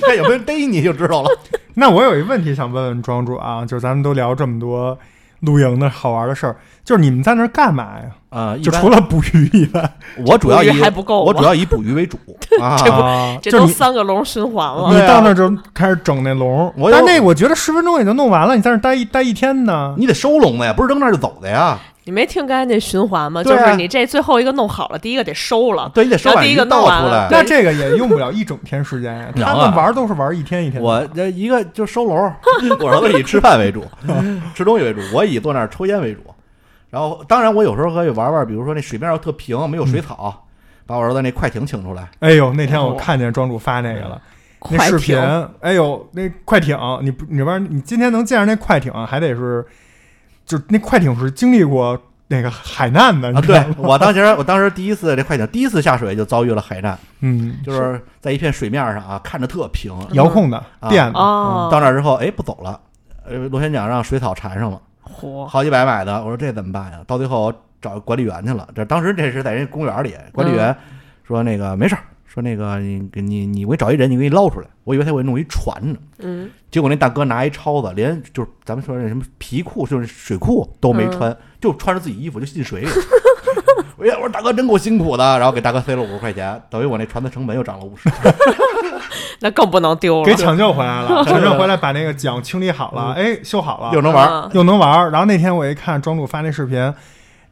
Speaker 4: 看有没有人逮你就知 道了。
Speaker 3: 那我有一问题想问问庄主啊，就是咱们都聊这么多露营的好玩的事儿，就是你们在那儿干嘛呀？
Speaker 4: 啊，一
Speaker 3: 就
Speaker 4: 般
Speaker 3: 除了捕鱼以外，
Speaker 4: 我主要以
Speaker 5: 捕鱼还不够吗啊
Speaker 4: 我主要以捕鱼为主啊。
Speaker 3: 啊，
Speaker 5: 这
Speaker 3: 就是
Speaker 5: 都
Speaker 3: 你
Speaker 5: 三个笼循环了。
Speaker 3: 你
Speaker 4: 对啊
Speaker 3: 到那儿就开始整那笼，
Speaker 4: 我有嗯
Speaker 3: 但那我觉得十分钟也就弄完了，你在那儿待一待一天呢。
Speaker 4: 你得收笼子呀，不是扔那儿就走的呀。
Speaker 5: 你没听刚才那循环吗？
Speaker 4: 对
Speaker 5: 就
Speaker 4: 啊
Speaker 5: 是你这最后一个弄好了，第一个得收了。
Speaker 4: 对，你得收
Speaker 5: 然后
Speaker 4: 把
Speaker 5: 第一
Speaker 4: 鱼
Speaker 5: 个
Speaker 4: 倒
Speaker 5: 弄完
Speaker 4: 出来
Speaker 5: 了。
Speaker 3: 那这个也用不了一整天时间 呀，
Speaker 4: 能
Speaker 3: 他
Speaker 4: 啊
Speaker 3: 们玩都是玩一天一天的。
Speaker 4: 我这一个 就收楼，我儿子以吃饭为主，吃东西为主，我以坐那儿抽烟为主。然后当然我有时候还会玩玩，比如说那水面要特平，没有水草，把我儿子那快艇请出来，
Speaker 3: 哎呦，那天我看见庄主发那个了，
Speaker 4: 嗯
Speaker 3: 那
Speaker 5: 快
Speaker 3: 视频
Speaker 5: 艇，
Speaker 3: 哎呦，那快艇，你不，你不知道，你今天能见着那快艇，还得是，就那快艇是经历过那个海难的，
Speaker 4: 啊，
Speaker 3: 你知道
Speaker 4: 对
Speaker 3: 吗
Speaker 4: 我当时我当时第一次这快艇第一次下水就遭遇了海难，
Speaker 3: 嗯，
Speaker 4: 就是在一片水面上啊，看着特平，
Speaker 3: 遥控的、
Speaker 4: 啊
Speaker 3: 电的，
Speaker 5: 哦，
Speaker 4: 到那儿之后哎不走了，呃螺旋桨让水草缠上了，
Speaker 5: 火，
Speaker 4: 好几百买的，我说这怎么办呀？到最后我找管理员去了，这当时这是在人家公园里，管理员
Speaker 5: 嗯
Speaker 4: 说那个没事儿，说那个你你你我给你找一人，你给你捞出来，我以为他会弄一船呢。
Speaker 5: 嗯，
Speaker 4: 结果那大哥拿一抄子，连就是咱们说那什么皮裤，就是水裤都没
Speaker 5: 嗯
Speaker 4: 穿，就穿着自己衣服就进水里。 我一看我说大哥真够辛苦的，然后给大哥塞了五十块钱，等于我那船的成本又涨了五
Speaker 5: 啊
Speaker 4: 十。
Speaker 5: 那更不能丢
Speaker 3: 给
Speaker 5: 了，
Speaker 3: 抢救回来 了，
Speaker 4: 对
Speaker 3: 抢救回来把那个桨清理好
Speaker 4: 嗯
Speaker 3: 了，哎，修好了，
Speaker 4: 又能玩儿，
Speaker 5: 嗯
Speaker 3: 又能玩儿。然后那天我一看庄主发那视频，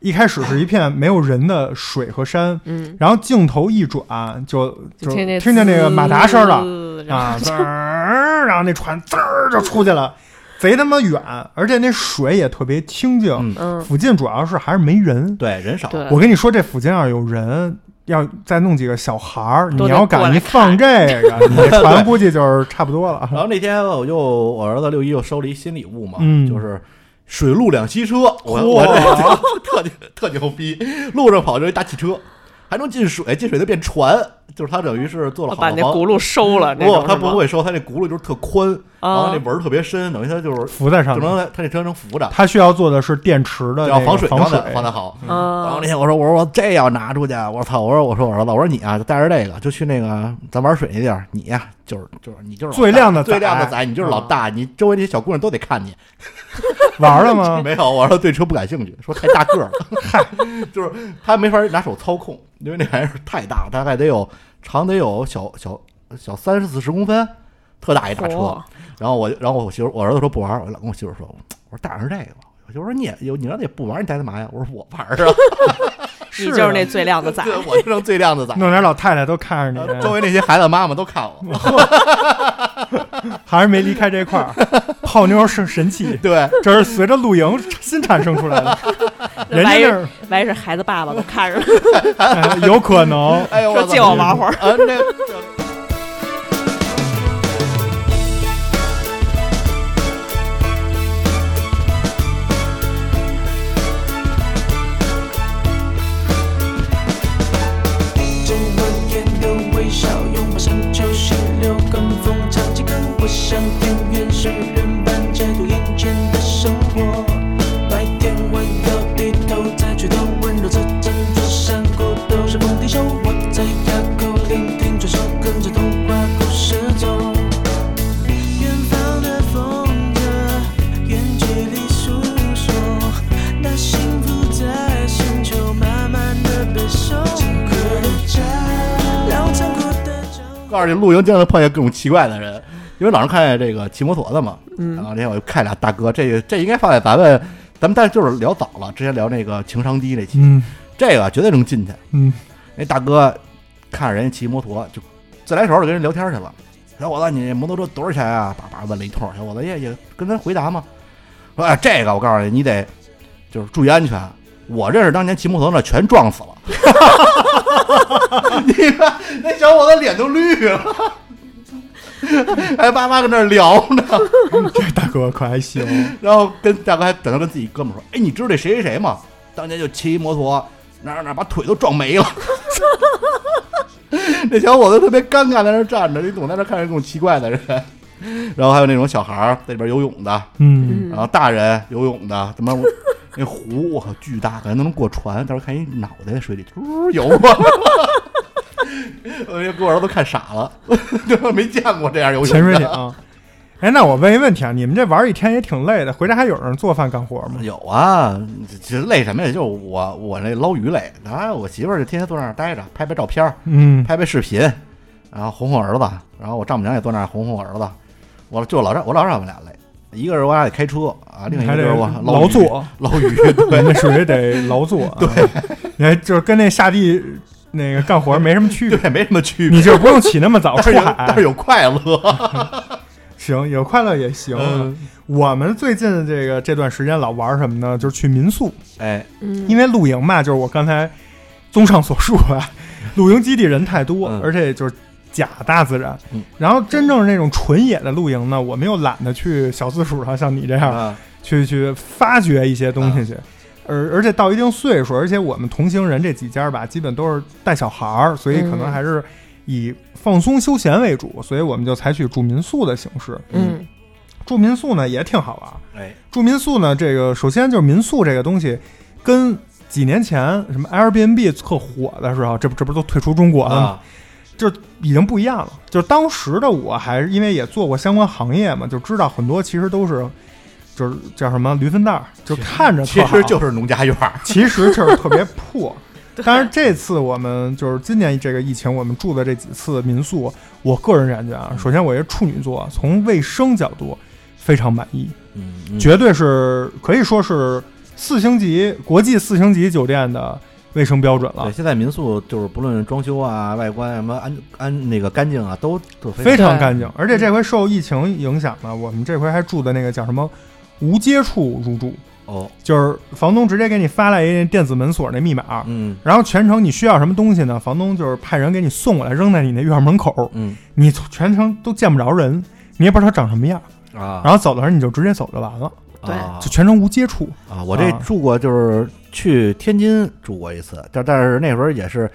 Speaker 3: 一开始是一片没有人的水和山，
Speaker 5: 嗯，
Speaker 3: 然后镜头一转，就就
Speaker 5: 听
Speaker 3: 听见那个马达声了。
Speaker 5: 了
Speaker 3: 啊，滋儿，然后那船滋儿就出去了，贼他妈远，而且那水也特别清静。
Speaker 4: 嗯
Speaker 5: 嗯，
Speaker 3: 附近主要是还是没人。
Speaker 4: 对，人少，
Speaker 5: 对，
Speaker 3: 我跟你说，这附近要有人，要再弄几个小孩儿，
Speaker 5: 都
Speaker 3: 你
Speaker 5: 得
Speaker 3: 要
Speaker 5: 过
Speaker 3: 敢
Speaker 5: 来
Speaker 3: 一放这个，你这船估计就是差不多了。
Speaker 4: 然后那天啊我就我儿子六一又收了一新礼物嘛，
Speaker 3: 嗯
Speaker 4: 就是水陆两栖车，我我 这特牛特牛逼，路上跑就是一大汽车，还能进水，进水就变船，就是它等于是做了
Speaker 5: 哦
Speaker 4: 好
Speaker 5: 把
Speaker 4: 多
Speaker 5: 那
Speaker 4: 防
Speaker 5: 轱辘收了，那
Speaker 4: 不，
Speaker 5: 种
Speaker 4: 它
Speaker 5: 是吗啊
Speaker 4: 不，会收，它那轱辘就是特宽，然后那纹儿特别深，等于它就是
Speaker 3: 浮在上
Speaker 4: 就能
Speaker 3: 面，
Speaker 4: 在它这车能浮着，
Speaker 3: 他需要做的是电池的
Speaker 4: 要
Speaker 3: 那个
Speaker 4: 防水
Speaker 3: 防
Speaker 4: 防
Speaker 3: 水
Speaker 4: 的防的好。然后
Speaker 5: 嗯
Speaker 4: 那天我说我说我这要拿出去，啊我操！我说我说我儿子，我说你啊，就带着这个就去那个咱玩水那地儿，你呀、就是就是你就是老
Speaker 3: 最
Speaker 4: 大
Speaker 3: 靓的
Speaker 4: 最
Speaker 3: 仔嗯
Speaker 4: 靓的仔，你就是老大，你周围那些小姑娘都得看你。
Speaker 3: 玩了 吗？
Speaker 4: 没有，我儿子对车不感兴趣，说太大个儿了， 就是他没法拿手操控，因为那玩意儿太大了，大概得有长得有小小小三十四十公分，特大一大车
Speaker 5: 嚯。
Speaker 4: 然后我就，然后我媳妇我儿子说不玩儿，我老跟我媳妇说，我说带上这个吧。我媳妇说你也有，你让他也不玩儿，你带他嘛呀？我说我玩儿 啊，
Speaker 5: 你
Speaker 3: 啊
Speaker 5: 就是那最靓的仔，
Speaker 4: 对 我就成最靓的仔。
Speaker 3: 弄点老太太都看着
Speaker 4: 周
Speaker 3: 你，
Speaker 4: 围那些孩子妈妈都看我，
Speaker 3: 还是没离开这块儿。泡妞是神器，
Speaker 4: 对，
Speaker 3: 这是随着露营新产生出来 的。人家
Speaker 5: 万一
Speaker 3: 那儿
Speaker 5: 万一是孩子爸爸都看着，
Speaker 3: 哎有可能，
Speaker 4: 哎呦，
Speaker 5: 说
Speaker 4: 操
Speaker 5: 借我玩会儿
Speaker 4: 啊，那这
Speaker 7: 整个眼的微笑，拥抱山丘溪流，跟风唱起歌。我像田园诗人般解读眼前的生活。白天我要低头采取的温柔，这珍珠山谷都是风笛手。我在崖口聆听传说，跟着童话故事走。远方的风格，远距离诉说，那幸福在深秋慢慢的被收。残酷的家，让残酷的角落
Speaker 4: 告诉你，露营经常碰见各种奇怪的人，因为老是看见这个骑摩托的嘛。然后那天我就看俩大哥，这这应该放在咱们，咱们但是就是聊早了，之前聊那个情商低那期，
Speaker 3: 嗯
Speaker 4: 这个绝对能进去。
Speaker 3: 嗯，
Speaker 4: 那大哥看着人家骑摩托，就自来熟的跟人聊天去了。小伙子，你摩托车多少钱啊？叭叭问了一通。小伙子也也跟咱回答嘛，说啊、这个我告诉你，你得就是注意安全。我认识当年骑摩托的全撞死了。 你看那小伙子脸都绿了， 还叭叭跟那儿聊呢。
Speaker 3: 这大哥可还行，
Speaker 4: 然后跟大哥还等到跟自己哥们儿说：“哎，你知道这谁谁谁吗？当年就骑摩托哪儿哪儿把腿都撞没了。” 那小伙子特别尴尬，在那儿站着，你总在那儿看着各种奇怪的人，然后还有那种小孩儿在里边游泳的，
Speaker 3: 嗯，
Speaker 4: 然后大人游泳的，怎么我那湖我靠巨大，感觉能过船，到时候看一脑袋在水里突游过来。 我就给我儿子都看傻了， 就没见过这样
Speaker 5: 嗯
Speaker 4: 游泳的
Speaker 3: 潜水艇。哎，那我问一问题啊，你们这玩一天也挺累的，回家还有人做饭干活吗？
Speaker 4: 有啊，其实累什么呀？就是我我那捞鱼累，啊，我媳妇儿就天天坐那儿待着，拍拍照片儿，
Speaker 3: 嗯，
Speaker 4: 拍拍视频，然后哄哄儿子，然后我丈母娘也坐那儿哄哄我儿子，我就老让我老让我们俩累，一个是我俩得开车啊，另一个
Speaker 3: 还
Speaker 4: 就
Speaker 3: 得
Speaker 4: 是我
Speaker 3: 劳
Speaker 4: 捞鱼
Speaker 3: 作，
Speaker 4: 捞鱼，对，
Speaker 3: 那属于得劳作。对，你还就是跟那下地那个 干活没什么区别，
Speaker 4: 对，没什么区
Speaker 5: 哎
Speaker 4: 别，
Speaker 3: 你就不用起那么早
Speaker 4: 但
Speaker 3: 出
Speaker 4: 是有但是
Speaker 3: 海。
Speaker 4: 有快乐，
Speaker 3: 行，有快乐也行。啊
Speaker 4: 嗯
Speaker 3: 我们最近的这个这段时间老玩什么呢？就是去民宿，
Speaker 4: 哎，
Speaker 5: 嗯，
Speaker 3: 因为露营嘛，就是我刚才综上所述啊， 露营基地人太多，
Speaker 4: 嗯
Speaker 3: 而且就是假大自然。
Speaker 4: 嗯
Speaker 3: 然后真正那种纯野的露营呢，我们又懒得去小自数啊，像你这样、
Speaker 4: 啊，
Speaker 3: 去去发掘一些东西去。
Speaker 4: 嗯
Speaker 3: 而而且到一定岁数，而且我们同行人这几家吧，基本都是带小孩儿，所以可能
Speaker 5: 嗯
Speaker 3: 还是以放松休闲为主，所以我们就采取住民宿的形式。
Speaker 5: 嗯
Speaker 3: 住民宿呢也挺好玩儿，
Speaker 4: 哎，
Speaker 3: 住民宿呢，这个首先就是民宿这个东西，跟几年前什么 Airbnb 特火的时候，这不这不都退出中国了吗？
Speaker 4: 啊，
Speaker 3: 就已经不一样了。就是当时的我还是因为也做过相关行业嘛，就知道很多其实都是就是叫什么驴粪蛋儿，就看着
Speaker 4: 其
Speaker 3: 特好
Speaker 4: 实就是农家院儿，
Speaker 3: 其实就是特别 破。但是这次我们就是今年这个疫情，我们住的这几次民宿，我个人感觉
Speaker 4: 嗯
Speaker 3: 啊，首先我一处女座，从卫生角度非常满意，
Speaker 4: 嗯
Speaker 3: 绝对是可以说是四星级国际四星级酒店的卫生标准
Speaker 4: 对，
Speaker 3: 了，
Speaker 4: 现在民宿就是不论装修啊、外观啊什么安安那个干净啊，都都
Speaker 3: 非
Speaker 4: 常嗯
Speaker 3: 常干净。而且这回受疫情影响呢，我们这回还住的那个叫什么无接触入住，
Speaker 4: 哦，
Speaker 3: 就是房东直接给你发来一电子门锁那密码，
Speaker 4: 嗯
Speaker 3: 然后全程你需要什么东西呢？房东就是派人给你送过来，扔在你那院门口，
Speaker 4: 嗯
Speaker 3: 你全程都见不着人，你也不知道他长什么样。
Speaker 4: 啊，
Speaker 3: 然后走的时候你就直接走就完了，
Speaker 5: 对
Speaker 4: 啊
Speaker 3: 就全程无接触。
Speaker 4: 啊，我这
Speaker 3: 啊
Speaker 4: 住过，就是去天津住过一次，但但是那会儿也是，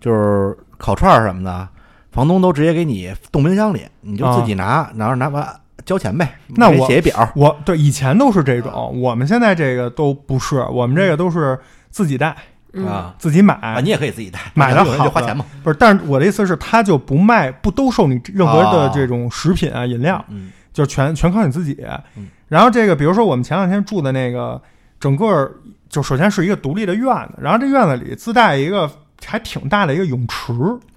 Speaker 4: 就是烤串儿什么的，房东都直接给你冻冰箱里，你就自己拿，拿着拿完交钱呗，
Speaker 3: 啊那
Speaker 4: 给你
Speaker 3: 我
Speaker 4: 写一表儿
Speaker 3: 我对以前都是这种，
Speaker 4: 啊
Speaker 3: 我们现在这个都不是，我们这个都是自己带、
Speaker 5: 嗯
Speaker 4: 啊
Speaker 3: 自己买。
Speaker 4: 啊，你也可以自己带，
Speaker 3: 买的
Speaker 4: 的
Speaker 3: 好
Speaker 4: 就
Speaker 3: 的
Speaker 4: 花钱嘛，
Speaker 3: 不是，但是我的意思是，他就不卖，不兜售你任何的
Speaker 4: 啊
Speaker 3: 这种食品啊、饮料。
Speaker 4: 嗯
Speaker 3: 就全全靠你自己
Speaker 4: 嗯。
Speaker 3: 然后这个，比如说我们前两天住的那个，整个就首先是一个独立的院子，然后这院子里自带一个还挺大的一个泳池，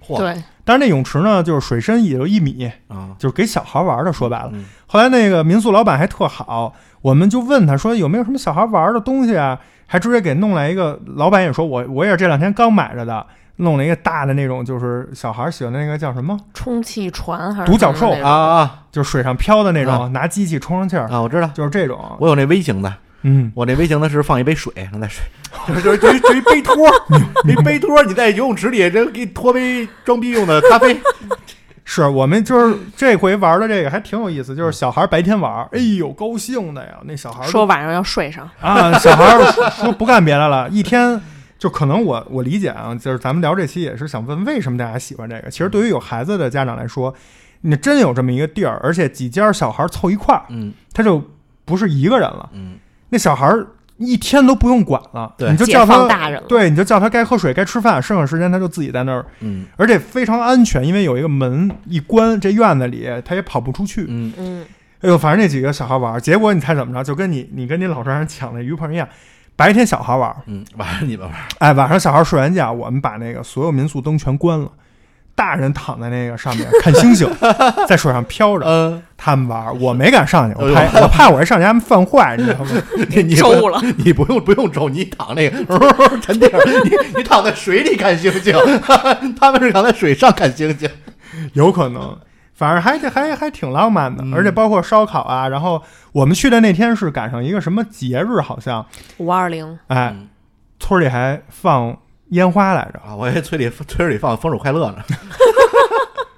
Speaker 4: 嚯
Speaker 5: 对，
Speaker 3: 但是那泳池呢，就是水深也就一米，
Speaker 4: 啊，
Speaker 3: 就是给小孩玩的。说白了
Speaker 4: 嗯，
Speaker 3: 后来那个民宿老板还特好，我们就问他说有没有什么小孩玩的东西啊，还直接给弄来一个。老板也说我我也是这两天刚买着的。弄了一个大的那种，就是小孩喜欢的那个叫什么，
Speaker 5: 充气船还是
Speaker 3: 独角
Speaker 5: 什么
Speaker 3: 兽
Speaker 5: 那
Speaker 4: 啊
Speaker 5: 种
Speaker 4: 啊
Speaker 3: 就是水上漂的那种，
Speaker 4: 啊
Speaker 3: 拿机器充上气儿，
Speaker 4: 啊，我知道，
Speaker 3: 就是这种。
Speaker 4: 我有那微型的，
Speaker 3: 嗯，
Speaker 4: 我那微型的是放一杯水，能带水， 就是就是就是就是一杯托儿，那杯托儿你在游泳池里，这给你托杯装逼用的咖啡，
Speaker 3: 是我们就是这回玩的这个还挺有意思，就是小孩白天玩，哎呦高兴的呀，那小孩
Speaker 5: 说晚上要睡上，
Speaker 3: 啊，小孩说不干别的了，一天就可能我我理解啊，就是咱们聊这期也是想问为什么大家喜欢这个。其实对于有孩子的家长来说，你真有这么一个地儿，而且几家小孩凑一块儿，
Speaker 4: 嗯
Speaker 3: 他就不是一个人了，
Speaker 4: 嗯。
Speaker 3: 那小孩一天都不用管了，
Speaker 4: 对
Speaker 3: 你就
Speaker 5: 解
Speaker 3: 叫
Speaker 5: 放
Speaker 3: 他
Speaker 5: 大人了
Speaker 3: 对，你就叫他该喝水该吃饭，剩下时间他就自己在那儿
Speaker 4: 嗯
Speaker 3: 而且非常安全，因为有一个门一关，这院子里他也跑不出去。
Speaker 4: 嗯，
Speaker 5: 嗯，
Speaker 3: 哎呦，反正那几个小孩玩儿，结果你猜怎么着？就跟你你跟你老丈人抢那鱼盆一样，白天小孩玩儿，
Speaker 4: 嗯，晚上你们玩儿
Speaker 3: 哎，晚上小孩睡完觉，我们把那个所有民宿灯全关了，大人躺在那个上面看星星，在水上飘着，
Speaker 4: 嗯，
Speaker 3: 他们玩儿，我没敢上去，我
Speaker 4: 哎
Speaker 3: 怕我怕我一上去他们犯坏，你知道吗？
Speaker 4: 你你
Speaker 5: 周
Speaker 4: 不
Speaker 5: 了
Speaker 4: 你不用不用周，你躺那个哦沉底儿，你你躺在水里看星 星，他们是躺在水上看星星。
Speaker 3: 有可能，反正还还还挺浪漫的，而且包括烧烤啊，然后我们去的那天是赶上一个什么节日，好像。
Speaker 5: 五二零，
Speaker 3: 哎
Speaker 4: 嗯，
Speaker 3: 村里还放烟花来着，
Speaker 4: 啊，我还村里村里放《风手快乐》呢。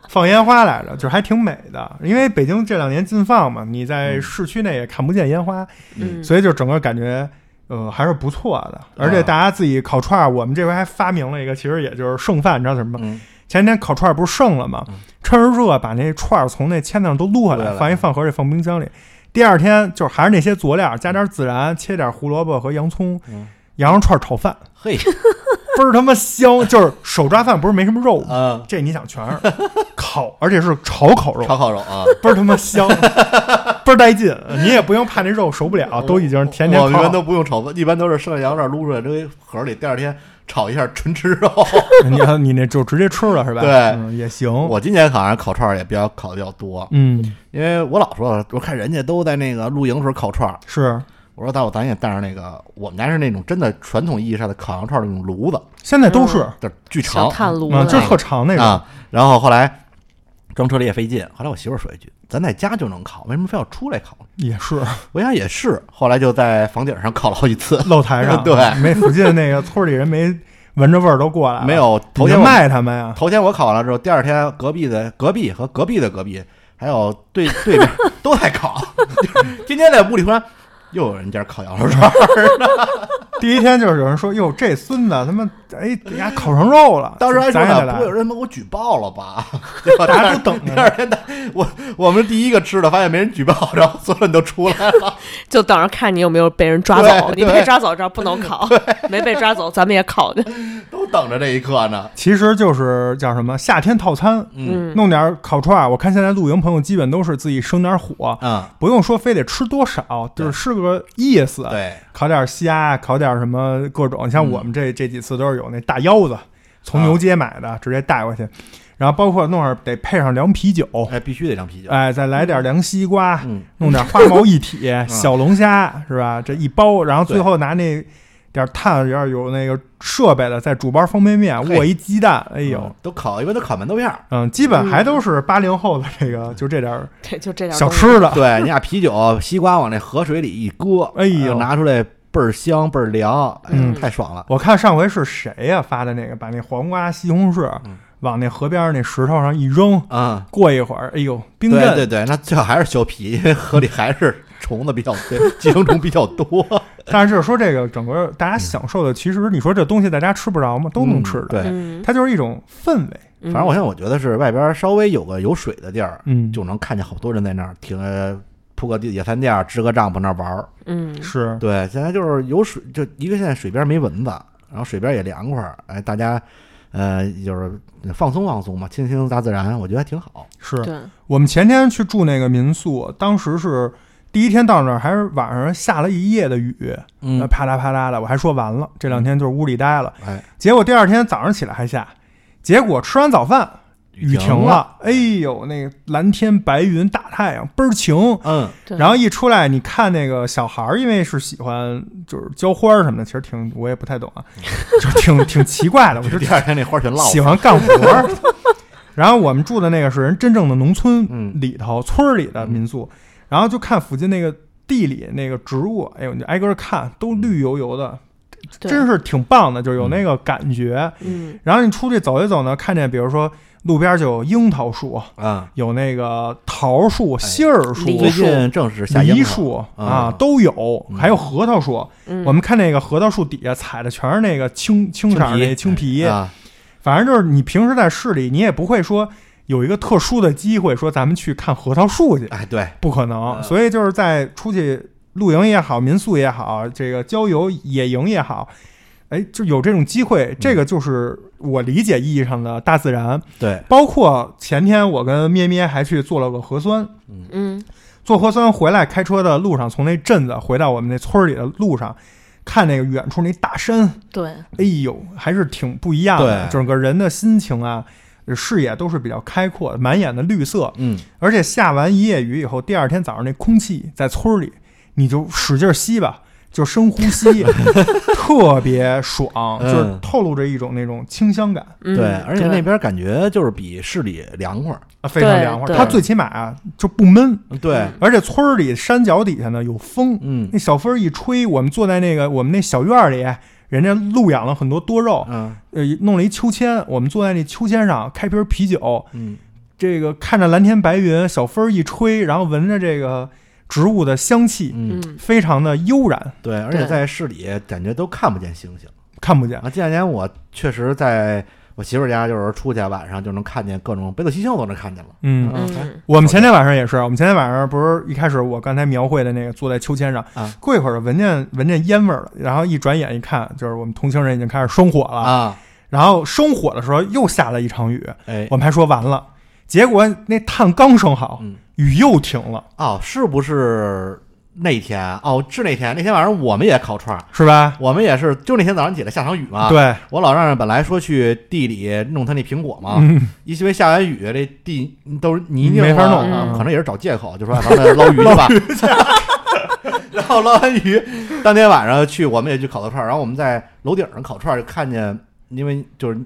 Speaker 3: 放烟花来
Speaker 4: 嗯
Speaker 3: 着，就是还挺美的。因为北京这两年禁放嘛，你
Speaker 4: 嗯
Speaker 3: 在市区内也看不见烟花，
Speaker 5: 嗯，
Speaker 3: 所以就整个感觉。呃，还是不错的，
Speaker 4: 嗯
Speaker 3: 而且大家自己烤串儿，我们这回还发明了一个，其实也就是剩饭，你知道什么吗？
Speaker 4: 嗯
Speaker 3: 前天烤串儿不是剩了吗？趁着热把那串儿从那签子上都撸下
Speaker 4: 撸下
Speaker 3: 来，
Speaker 4: 来
Speaker 3: 放一饭盒里，放冰箱里。第二天就是还是那些佐料，加
Speaker 4: 嗯
Speaker 3: 点孜然，切点胡萝卜和洋葱，羊肉串儿炒饭，
Speaker 4: 嘿，
Speaker 3: 倍儿他妈 香，就是手抓饭，不是没什么肉吗？
Speaker 4: 嗯，
Speaker 3: 这你想全是 烤，而且是炒烤肉，
Speaker 4: 烧烤肉啊，
Speaker 3: 倍儿他妈 香，倍儿带劲。你也不用怕那肉熟不了， 都已经甜甜
Speaker 4: 我
Speaker 3: 烤
Speaker 4: 们一般都
Speaker 3: 好。
Speaker 4: 不用炒，一般都是剩下羊肉撸出来，扔一盒里，第二天炒一下纯吃肉。
Speaker 3: 哦你看 你那就直接吃了是吧？
Speaker 4: 对
Speaker 3: 嗯也行。
Speaker 4: 我今年好像烤串儿也比较烤的比较多，
Speaker 3: 嗯，
Speaker 4: 因为我老说，我看人家都在那个露营的时候烤串儿，
Speaker 3: 是
Speaker 4: 我说大伙咱也带上那个，我们家是那种真的传统意义上的烤羊串儿那种炉子，
Speaker 3: 现在都是
Speaker 4: 就是巨长
Speaker 5: 小，炭炉
Speaker 3: 啊，
Speaker 5: 的
Speaker 3: 就是特长那种。
Speaker 4: 啊。然后后来装车里也费劲，后来我媳妇儿说一句：“咱在家就能烤，为什么非要出来烤？
Speaker 3: 也是
Speaker 4: 我想也是，后来就在房顶上烤了好几 次，
Speaker 3: 露台上，
Speaker 4: 对
Speaker 3: 没附近那个村里人没闻着味儿都过来了，
Speaker 4: 没有
Speaker 3: 你
Speaker 4: 头
Speaker 3: 就
Speaker 4: 天我
Speaker 3: 卖他们呀，
Speaker 4: 头天我烤了之后，第二天隔壁的隔壁和隔壁的隔壁，还有对对面都在烤。 今天在屋里突然又有人家烤羊肉串 儿，
Speaker 3: 第一天就是有人说：“哟，这孙子他妈哎，家烤成肉了。”
Speaker 4: 当时还说
Speaker 3: 咱也得
Speaker 4: 呢，
Speaker 3: 来
Speaker 4: 不会有人把我举报了 吧？对吧？
Speaker 3: 大家都等着
Speaker 4: 第二天的我我们第一个吃的，发现没人举报，然后所有人都出来了。
Speaker 5: 就等着看你有没有被人抓走。
Speaker 4: 对
Speaker 5: 你
Speaker 4: 对
Speaker 5: 被抓走这儿不 能烤，没被抓走咱们也烤去。
Speaker 4: 都等着这一刻呢。
Speaker 3: 其实就是叫什么夏天套餐，
Speaker 4: 嗯
Speaker 3: 弄点烤串儿。我看现在露营朋友基本都是自己生点火，
Speaker 4: 啊、
Speaker 3: 不用说非得吃多少，就是吃个意思。，
Speaker 4: 嗯对，嗯
Speaker 3: 烤点虾，烤点什么各种。你像我们这这几次都是有那大腰子，从
Speaker 4: 啊
Speaker 3: 牛街买的，直接带过去。然后包括弄上得配上凉啤酒，
Speaker 4: 哎，必须得凉啤酒。
Speaker 3: 哎，再来点凉西瓜，
Speaker 4: 嗯
Speaker 3: 弄点花毛一体、 小龙虾是吧？这一包，然后最后拿那点炭，要是有那个设备的，再煮包方便面，
Speaker 4: 嘿
Speaker 3: 握一鸡蛋，哎
Speaker 4: 哎
Speaker 3: 呦，
Speaker 4: 都烤，一般都烤馒 头片儿。
Speaker 3: 嗯，基本还都是八零后的这个，就这点儿
Speaker 5: 对，就这点
Speaker 3: 小
Speaker 5: 东西。
Speaker 3: 吃的，
Speaker 4: 对，你俩啤酒、西瓜往那河水里一搁，
Speaker 3: 哎呦嗯
Speaker 4: 拿出来倍儿香、倍儿凉，哎呦，太爽了。
Speaker 3: 我看上回是谁呀、发的那个，把那黄瓜、西红柿
Speaker 4: 嗯
Speaker 3: 往那河边儿那石头上一扔，
Speaker 4: 啊、
Speaker 3: 过一会儿，哎呦，冰
Speaker 4: 对对
Speaker 3: 镇。
Speaker 4: 对，那最好还是削皮，因为河里还是虫子比较多，寄生虫比较多。
Speaker 3: 但是就是说这个整个大家
Speaker 4: 嗯
Speaker 3: 享受的，其实你说这东西在家吃不着 吗？都能吃的，
Speaker 4: 对，
Speaker 5: 嗯，
Speaker 3: 它就是一种氛围。
Speaker 5: 嗯
Speaker 4: 反正我现在我觉得是外边稍微有个有水的地儿，
Speaker 3: 嗯
Speaker 4: 就能看见好多人在那儿停呃铺个地野餐垫儿，支个帐篷那儿玩儿。
Speaker 5: 嗯
Speaker 3: 是，
Speaker 4: 对，现在就是有水，就一个现在水边没蚊子，然后水边也凉快儿，哎，大家呃就是放松放松嘛，亲亲大自然，我觉得还挺好。
Speaker 3: 是
Speaker 5: 对，
Speaker 3: 我们前天去住那个民宿，当时是第一天到那儿，还是晚上下了一夜的雨，
Speaker 4: 嗯
Speaker 3: 呃啪嗒啪嗒的。我还说完了，这两天就是屋里待了。
Speaker 4: 哎，
Speaker 3: 结果第二天早上起来还下，结果吃完早饭雨停
Speaker 4: 停了，
Speaker 3: 哎呦，那个蓝天白云大太阳倍儿晴。
Speaker 4: 嗯，
Speaker 5: 对
Speaker 3: 然后一出来，你看那个小孩儿，因为是喜欢就是浇花儿什么的，其实挺我也不太懂啊，就挺挺奇怪的。我就
Speaker 4: 第二天那花全落
Speaker 3: 喜
Speaker 4: 了。
Speaker 3: 欢干活 儿。然后我们住的那个是人真正的农村
Speaker 4: 嗯
Speaker 3: 里头、村儿里的民宿，然后就看附近那个地里那个植物，哎呦，你就挨个儿看，都绿油油的，
Speaker 5: 对
Speaker 3: 真是挺棒的，就有那个感觉。
Speaker 5: 嗯
Speaker 3: 然后你出去走一走呢，看见比如说路边就有樱桃树，
Speaker 4: 啊，
Speaker 3: 有那个桃树、
Speaker 4: 哎
Speaker 3: 杏儿树、
Speaker 5: 梨
Speaker 4: 最近正是夏
Speaker 3: 梨
Speaker 4: 樱
Speaker 3: 树
Speaker 4: 桃
Speaker 3: 啊，都有，
Speaker 4: 嗯
Speaker 3: 还有核桃树。
Speaker 5: 嗯，
Speaker 3: 我们看那个核桃树底下踩的全是那个青青色儿那青皮，
Speaker 4: 啊，
Speaker 3: 反正就是你平时在市里，你也不会说有一个特殊的机会说咱们去看核桃树去，
Speaker 4: 哎，对，
Speaker 3: 不可能。所以就是在出去露营也好，民宿也好，这个郊游、野营也好，哎，就有这种机会，这个就是我理解意义上的大自然。
Speaker 4: 对，
Speaker 3: 包括前天我跟咩咩还去做了个核酸，
Speaker 5: 嗯
Speaker 3: 做核酸回来开车的路上，从那镇子回到我们那村儿里的路上。看那个远处那大山，
Speaker 5: 对，
Speaker 3: 哎呦，还是挺不一样的，
Speaker 4: 对
Speaker 3: 整个人的心情啊，视野都是比较开阔，满眼的绿色，
Speaker 4: 嗯，
Speaker 3: 而且下完一夜雨以后，第二天早上那空气在村儿里，你就使劲儿吸吧，就深呼 吸，特别爽，
Speaker 4: 嗯
Speaker 3: 就是透露着一种那种清香感
Speaker 5: 嗯
Speaker 4: 对，而且那边感觉就是比市里凉快儿。
Speaker 3: 啊，非常
Speaker 5: 对
Speaker 3: 凉快。
Speaker 5: 对
Speaker 3: 它最起码啊就不闷，
Speaker 5: 嗯
Speaker 4: 对，
Speaker 3: 而且村儿里山脚底下呢有风，
Speaker 4: 嗯
Speaker 3: 那小风儿一吹，我们坐在那个我们那小院儿里，人家路养了很多多肉，
Speaker 4: 嗯
Speaker 3: 呃，弄了一秋千，我们坐在那秋千上开瓶啤酒，
Speaker 4: 嗯，
Speaker 3: 这个看着蓝天白云，小风儿一吹，然后闻着这个植物的香气，
Speaker 4: 嗯，
Speaker 5: 嗯
Speaker 3: 非常的悠然，
Speaker 4: 对，而且
Speaker 5: 对
Speaker 4: 在市里感觉都看不见星星
Speaker 3: 看不见。
Speaker 4: 啊。这两年我确实在我媳妇儿家，就是出去啊晚上就能看见各种北斗七星，我都能看见了。啊
Speaker 3: 嗯，
Speaker 5: 嗯
Speaker 3: 我们前天晚上也是，我们前天晚上不是一开始我刚才描绘的那个坐在秋千上，
Speaker 4: 啊
Speaker 3: 过一会儿闻见闻见烟味儿了，然后一转眼一看，就是我们同行人已经开始生火了。
Speaker 4: 啊，
Speaker 3: 然后生火的时候又下了一场雨，
Speaker 4: 哎
Speaker 3: 我，们还说完了，结果那炭刚生好，
Speaker 4: 嗯
Speaker 3: 雨又停了，
Speaker 4: 哦，是不是那天？哦，是那天，那天晚上我们也烤串儿，
Speaker 3: 是吧？
Speaker 4: 我们也是，就那天早上起来下场雨嘛。。
Speaker 3: 对，
Speaker 4: 我老丈人本来说去地里弄他那苹
Speaker 3: 嗯
Speaker 4: 果嘛，因为下完雨这地都是泥泞了，
Speaker 3: 没法弄
Speaker 4: 啊
Speaker 3: 嗯
Speaker 4: 可能也是找借口，就说哎咱们捞鱼去吧。 然后捞完鱼，当天晚上去，我们也去烤的串儿，然后我们在楼顶上烤串儿，就看见，因为就是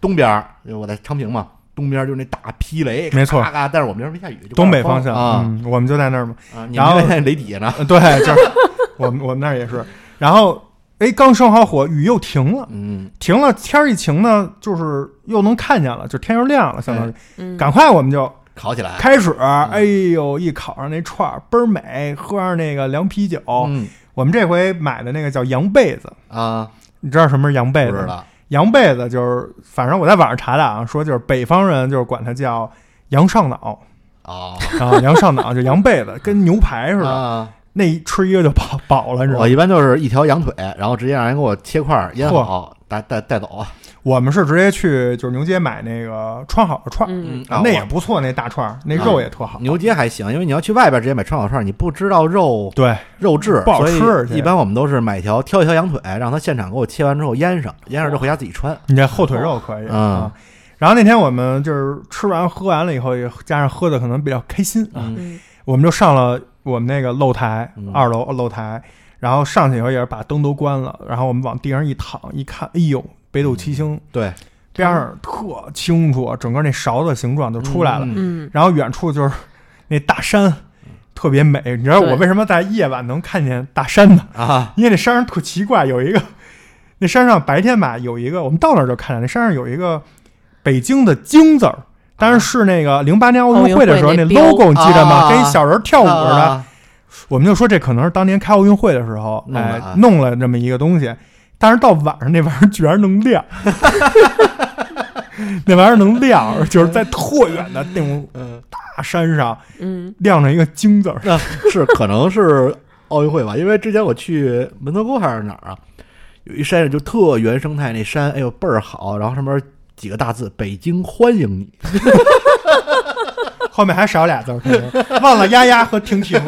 Speaker 4: 东边儿，因为我在昌平嘛，东东边就是那大霹雷，
Speaker 3: 没错
Speaker 4: 咔咔，但是我们那边没下雨，就刮
Speaker 3: 东北
Speaker 4: 着风
Speaker 3: 方向
Speaker 4: 啊、
Speaker 3: 嗯，我们就在那儿嘛。
Speaker 4: 啊，你
Speaker 3: 然后
Speaker 4: 们在雷底下呢，
Speaker 3: 呃对，就是 我们我们那儿也是。然后哎，刚生好火，雨又停了，
Speaker 4: 嗯，
Speaker 3: 停了，天儿一晴呢，就是又能看见了，就天又亮了，相
Speaker 4: 哎
Speaker 3: 当于、
Speaker 5: 嗯
Speaker 3: 赶快我们就
Speaker 4: 烤起来，
Speaker 3: 开始。
Speaker 4: 嗯
Speaker 3: 哎呦，一烤上那串儿倍儿美，喝上那个凉啤酒。
Speaker 4: 嗯
Speaker 3: 我们这回买的那个叫羊被子，
Speaker 4: 啊，
Speaker 3: 你知道什么是羊被
Speaker 4: 不
Speaker 3: 子
Speaker 4: 知
Speaker 3: 吗？
Speaker 4: 道，
Speaker 3: 羊被子就是，反正我在网上查的啊，说就是北方人就是管它叫羊上脑
Speaker 4: 哦，
Speaker 3: 啊，羊上脑就羊被子，跟牛排似的，
Speaker 4: 啊，
Speaker 3: 那一吃一个就饱饱了，你知道
Speaker 4: 我
Speaker 3: 吗？
Speaker 4: 一般就是一条羊腿，然后直接让人给我切块儿腌好，带带带走啊，
Speaker 3: 我们是直接去就是牛街买那个串好的串儿，
Speaker 5: 嗯，
Speaker 4: 啊
Speaker 3: 那
Speaker 4: 我
Speaker 3: 也不错，那大串儿，那肉也特好，
Speaker 4: 牛街还行，因为你要去外边直接买串烤串儿，你不知道肉
Speaker 3: 对，
Speaker 4: 肉质
Speaker 3: 不好吃
Speaker 4: 所以
Speaker 3: 这
Speaker 4: 一般我们都是买一条挑一条羊腿，让他现场给我切完之后腌上，腌上就回家自己穿。
Speaker 3: 你这后腿肉可以
Speaker 4: 嗯
Speaker 3: 啊。然后那天我们就是吃完喝完了以后，也加上喝的可能比较开心啊，
Speaker 5: 嗯
Speaker 3: 我们就上了我们那个露台
Speaker 4: 嗯，
Speaker 3: 二楼露台，然后上去以后也是把灯都关了，然后我们往地上一躺一看，哎呦，北斗七星
Speaker 4: 对，
Speaker 3: 边上特清楚，整个那勺子形状就出来了，
Speaker 4: 嗯
Speaker 5: 嗯，
Speaker 3: 然后远处就是那大山，特别美。你知道我为什么在夜晚能看见大山呢？
Speaker 4: 啊，
Speaker 3: 因为那山上特奇怪，有一个 那山上白天吧有一个，我们到那儿就看见那山上有一个北京的京字儿。当然是那个零八年奥运会的时候，
Speaker 5: 奥运
Speaker 3: 那
Speaker 5: 会那标
Speaker 3: logo 你记得吗？
Speaker 4: 啊
Speaker 3: 跟一小人 跳舞似的，
Speaker 4: 啊
Speaker 3: 我们就说这可能是当年开奥运会的时候，
Speaker 4: 弄的
Speaker 3: 哎
Speaker 4: 啊，
Speaker 3: 弄了这么一个东西，但是到晚上那玩意儿居然能亮， 那玩意儿能亮，就是在特远的那种大山上
Speaker 5: 嗯
Speaker 3: 亮着一个金字儿，
Speaker 4: 那是可能是呃奥运会吧，因为之前我去门头沟还是哪儿啊，有一山上就特原生态，那山哎呦倍儿好，然后上面几个大字“北京欢迎你
Speaker 3: 后面还少俩字儿，可能忘了丫丫和婷婷。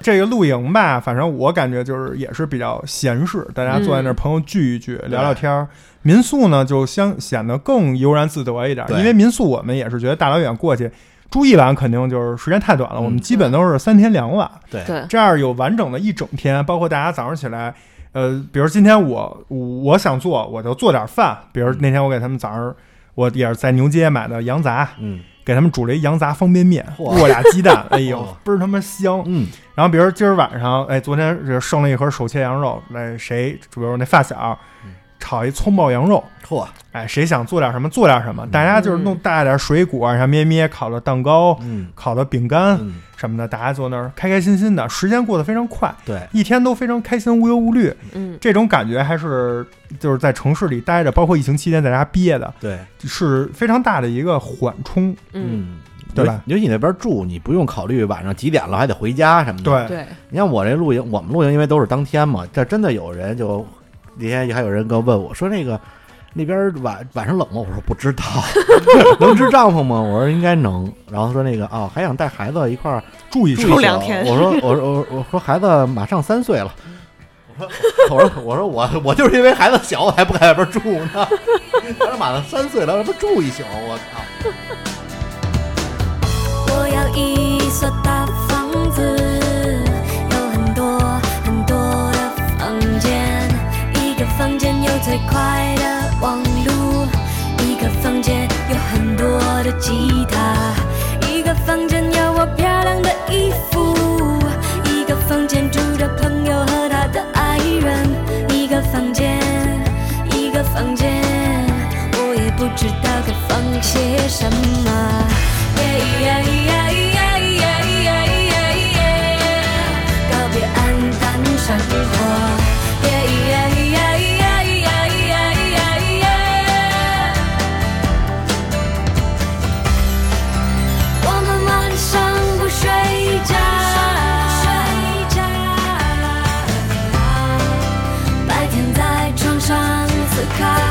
Speaker 3: 这个露营吧，反正我感觉就是也是比较闲适，大家坐在那儿，
Speaker 5: 嗯
Speaker 3: 朋友聚一聚，聊聊天儿。民宿呢，就相显得更悠然自得一点儿，
Speaker 4: 对
Speaker 3: 因为民宿我们也是觉得大老远过去住一晚，肯定就是时间太短了，
Speaker 4: 嗯
Speaker 3: 我们基本都是三天两晚。”。
Speaker 4: 对，
Speaker 5: 对，
Speaker 3: 这样有完整的一整天，包括大家早上起来，呃，比如今天我我我想做，我就做点饭，比如那天我给他们早上，我也是在牛街买的羊杂，
Speaker 4: 嗯
Speaker 3: 给他们煮了一羊杂方便面，
Speaker 4: 嚯
Speaker 3: 过俩鸡 蛋，哎呦
Speaker 4: 嚯，
Speaker 3: 倍儿他妈香。
Speaker 4: 哦嗯
Speaker 3: 然后比如今儿晚上，哎，昨天是剩了一盒手切羊肉，那谁，比如那发小，
Speaker 4: 嗯
Speaker 3: 炒一葱爆羊肉。
Speaker 4: 嚯，
Speaker 3: 哎，谁想做点什么做点什么，大家就是弄
Speaker 5: 嗯
Speaker 3: 带点水果，像咩咩烤的蛋糕、
Speaker 4: 嗯
Speaker 3: 烤的饼干
Speaker 4: 嗯，
Speaker 3: 什么的，大家坐那儿开开心心的，时间过得非常快。
Speaker 4: 对，
Speaker 3: 一天都非常开心，无忧无虑，
Speaker 5: 嗯
Speaker 3: 这种感觉还是就是在城市里待着，包括疫情期间在家憋的，
Speaker 4: 对，
Speaker 3: 是非常大的一个缓冲。
Speaker 5: 嗯，
Speaker 3: 对吧
Speaker 4: 尤其你那边住，你不用考虑晚上几点了还得回家什么的。，
Speaker 3: 对，
Speaker 5: 对，
Speaker 4: 你像我这露营，我们露营因为都是当天嘛，这真的有人就那天还有人跟我问我说那个那边晚晚上冷吗？我说不知道，能支帐篷吗？我说应该能。然后说那个哦，还想带孩子一块儿
Speaker 3: 注意
Speaker 4: 住
Speaker 3: 什
Speaker 4: 一
Speaker 3: 么
Speaker 5: 住
Speaker 4: 宿
Speaker 5: 两天
Speaker 4: 我说我说我说我说孩子马上三岁了。我说我说我说我我就是因为孩子小，我才不敢外边住呢。 他说马上三岁了，让他住一宿，我操！
Speaker 2: 我要一所大房子，有很多很多的房间，一个房间有最快的网路，一个房间有很多的吉他，一个房间有我漂亮的衣服，一个房间住着朋友和他的爱人，一个房间，一个房间，我也不知道该放些什么。告别黯淡生活。我们晚上不睡觉，白天在床上思考。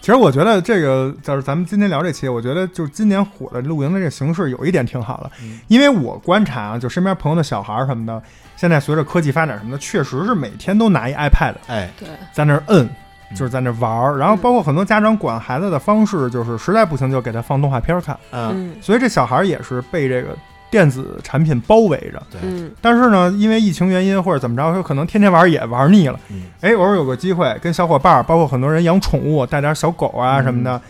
Speaker 3: 其实我觉得这个就是咱们今天聊这期，我觉得就是今年火的露营的这个形式有一点挺好的，因为我观察啊，就身边朋友的小孩儿什么的，现在随着科技发展什么的，确实是每天都拿一 iPad
Speaker 4: 哎，
Speaker 5: 对，
Speaker 3: 在那儿摁，就是在那儿玩儿。然后包括很多家长管孩子的方式，就是实在不行就给他放动画片儿看。
Speaker 4: 嗯，
Speaker 5: 嗯
Speaker 3: 所以这小孩儿也是被这个电子产品包围着。
Speaker 5: 嗯，
Speaker 3: 但是呢，因为疫情原因或者怎么着，可能天天玩儿也玩儿腻了
Speaker 4: 嗯。
Speaker 3: 哎，偶尔有个机会跟小伙伴儿，包括很多人养宠物，带点小狗啊什么
Speaker 4: 嗯
Speaker 3: 的，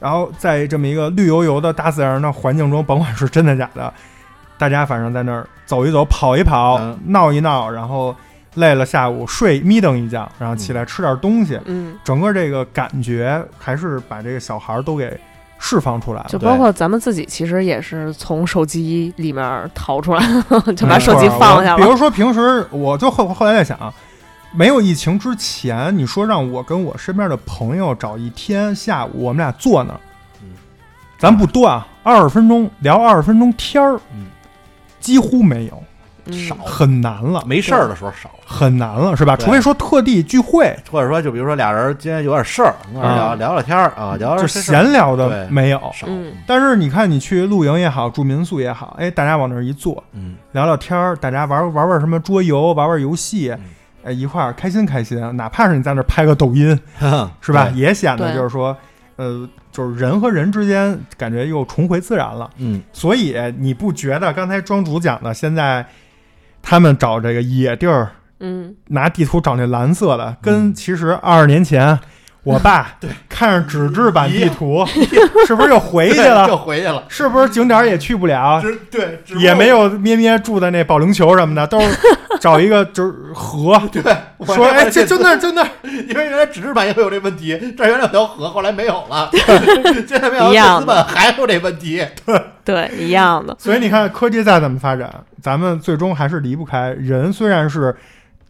Speaker 3: 然后在这么一个绿油油的大自然的环境中，甭管是真的假的，大家反正在那儿走一走、跑一跑、
Speaker 4: 嗯
Speaker 3: 闹一闹，然后累了下午睡眯瞪一觉，然后起来吃点东西，
Speaker 5: 嗯，
Speaker 3: 整个这个感觉还是把这个小孩儿都给释放出来了。
Speaker 5: 就包括咱们自己，其实也是从手机里面逃出来，就把
Speaker 3: 没错啊
Speaker 5: 手机放下
Speaker 3: 我比
Speaker 5: 了。
Speaker 3: 如说平时，我就后后来在想，没有疫情之前，你说让我跟我身边的朋友找一天下午，我们俩坐那儿，
Speaker 4: 嗯
Speaker 3: 咱不多啊，二十分钟聊二十分钟天儿
Speaker 4: 嗯，
Speaker 3: 几乎没有，
Speaker 5: 嗯
Speaker 4: 少
Speaker 3: 很难了，
Speaker 4: 啊没事儿的时候少，
Speaker 3: 很难了，是吧？
Speaker 4: 对
Speaker 3: 除非说特地聚会，
Speaker 4: 或者说就比如说俩人今天有点事儿，跟那儿聊
Speaker 3: 啊
Speaker 4: 聊聊天儿啊，聊聊
Speaker 3: 就
Speaker 4: 这事儿
Speaker 3: 闲聊的
Speaker 4: 对
Speaker 3: 没有。
Speaker 4: 少，
Speaker 5: 嗯
Speaker 3: 但是你看，你去露营也好，住民宿也好，哎，大家往那儿一坐，
Speaker 4: 嗯，
Speaker 3: 聊聊天儿，大家玩玩玩什么桌游，玩玩游戏，
Speaker 4: 嗯
Speaker 3: 哎，一块儿开心开心。啊哪怕是你在那儿拍个抖音， 是吧？
Speaker 4: 嗯对？
Speaker 3: 也显得
Speaker 5: 对
Speaker 3: 就是说，呃，就是人和人之间感觉又重回自然了。
Speaker 4: 嗯，
Speaker 3: 所以你不觉得刚才庄主讲的，现在他们找这个野地儿，
Speaker 5: 嗯，
Speaker 3: 拿地图找那蓝色
Speaker 4: 嗯
Speaker 3: 的，跟其实二十年前我 爸看着纸质版地图，是不是又回去
Speaker 4: 对 又
Speaker 3: 了？
Speaker 4: 回去了，
Speaker 3: 是不是景点儿也去不了？
Speaker 4: 只对只不过
Speaker 3: 也没有咩咩住在那保龄球什么的，都是找一个就是河，
Speaker 4: 我
Speaker 3: 说哎，这就
Speaker 4: 真
Speaker 3: 那
Speaker 4: 的，
Speaker 3: 就那，
Speaker 4: 因为原来纸质版也会有这问题，这儿原来有条河，后来没有 了，现在没有
Speaker 5: 一样
Speaker 4: 了，资本还有这问题，
Speaker 5: 对，一样的。
Speaker 3: 所以你看科技再怎么发展，咱们最终还是离不开人。虽然是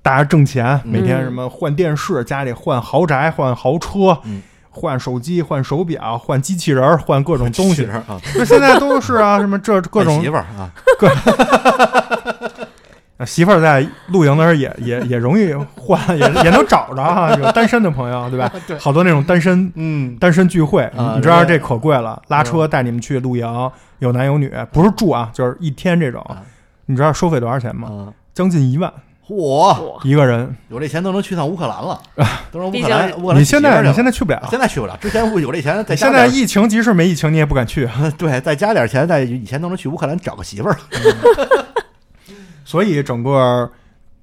Speaker 3: 大家挣钱，每天什么换电视，家里换豪宅、换豪车
Speaker 4: 嗯，
Speaker 3: 换手机、换手表、换机器人儿、换各种 东西
Speaker 4: 是。啊，
Speaker 3: 那现在都是啊，什么这各
Speaker 4: 换
Speaker 3: 种
Speaker 4: 媳妇儿啊，
Speaker 3: 媳妇儿在露营的时候也也也容易换，也也能找着哈、有单身的朋友，对吧？好多那种单身
Speaker 4: 嗯，
Speaker 3: 单身聚会，
Speaker 4: 啊嗯
Speaker 3: 你知道这
Speaker 4: 对
Speaker 3: 可贵了，拉车带你们去露营，有男有女，不是住啊，就是一天这种
Speaker 4: 啊。
Speaker 3: 你知道收费多少钱吗？
Speaker 4: 啊，
Speaker 3: 将近一万
Speaker 4: 嚯，
Speaker 5: 哇
Speaker 3: 一个人。
Speaker 4: 有这钱都能去趟乌克兰了，都能乌克
Speaker 5: 毕
Speaker 4: 兰，
Speaker 5: 竟
Speaker 4: 乌克兰
Speaker 3: 啊你现在你
Speaker 4: 现
Speaker 3: 现在去不了，
Speaker 4: 啊现在去不了，之前有这钱在
Speaker 3: 你
Speaker 4: 家
Speaker 3: 现
Speaker 4: 里边
Speaker 3: 在疫情即使没疫情，你也不敢去。
Speaker 4: 对，再加点钱，再以前都能去乌克兰找个媳妇儿。
Speaker 3: 所以整个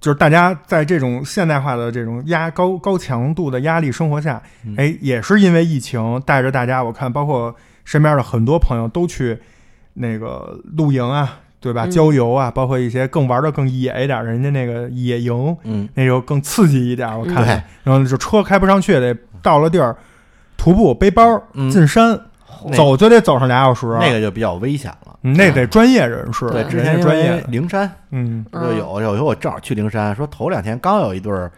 Speaker 3: 就是大家在这种现代化的这种压高高强度的压力生活下，
Speaker 4: 嗯
Speaker 3: 哎，也是因为疫情带着大家，我看包括身边的很多朋友都去那个露营啊，对吧？
Speaker 5: 嗯
Speaker 3: 郊游啊，包括一些更玩的更野一点，人家那个野营
Speaker 4: 嗯，
Speaker 3: 那就更刺激一点，我看，
Speaker 4: 对
Speaker 3: 然后就车开不上去，得到了地儿徒步背包
Speaker 4: 嗯
Speaker 3: 进山，
Speaker 4: 那
Speaker 3: 走就得走上俩小时，啊
Speaker 4: 那个就比较危险了。啊
Speaker 3: 嗯那得专业人士，
Speaker 4: 对，
Speaker 3: 人
Speaker 4: 之
Speaker 3: 家
Speaker 4: 前因
Speaker 3: 专业
Speaker 4: 为
Speaker 3: 的，
Speaker 4: 灵山
Speaker 3: 嗯
Speaker 4: 就有有一回我正好去灵山，说头两天刚有一对儿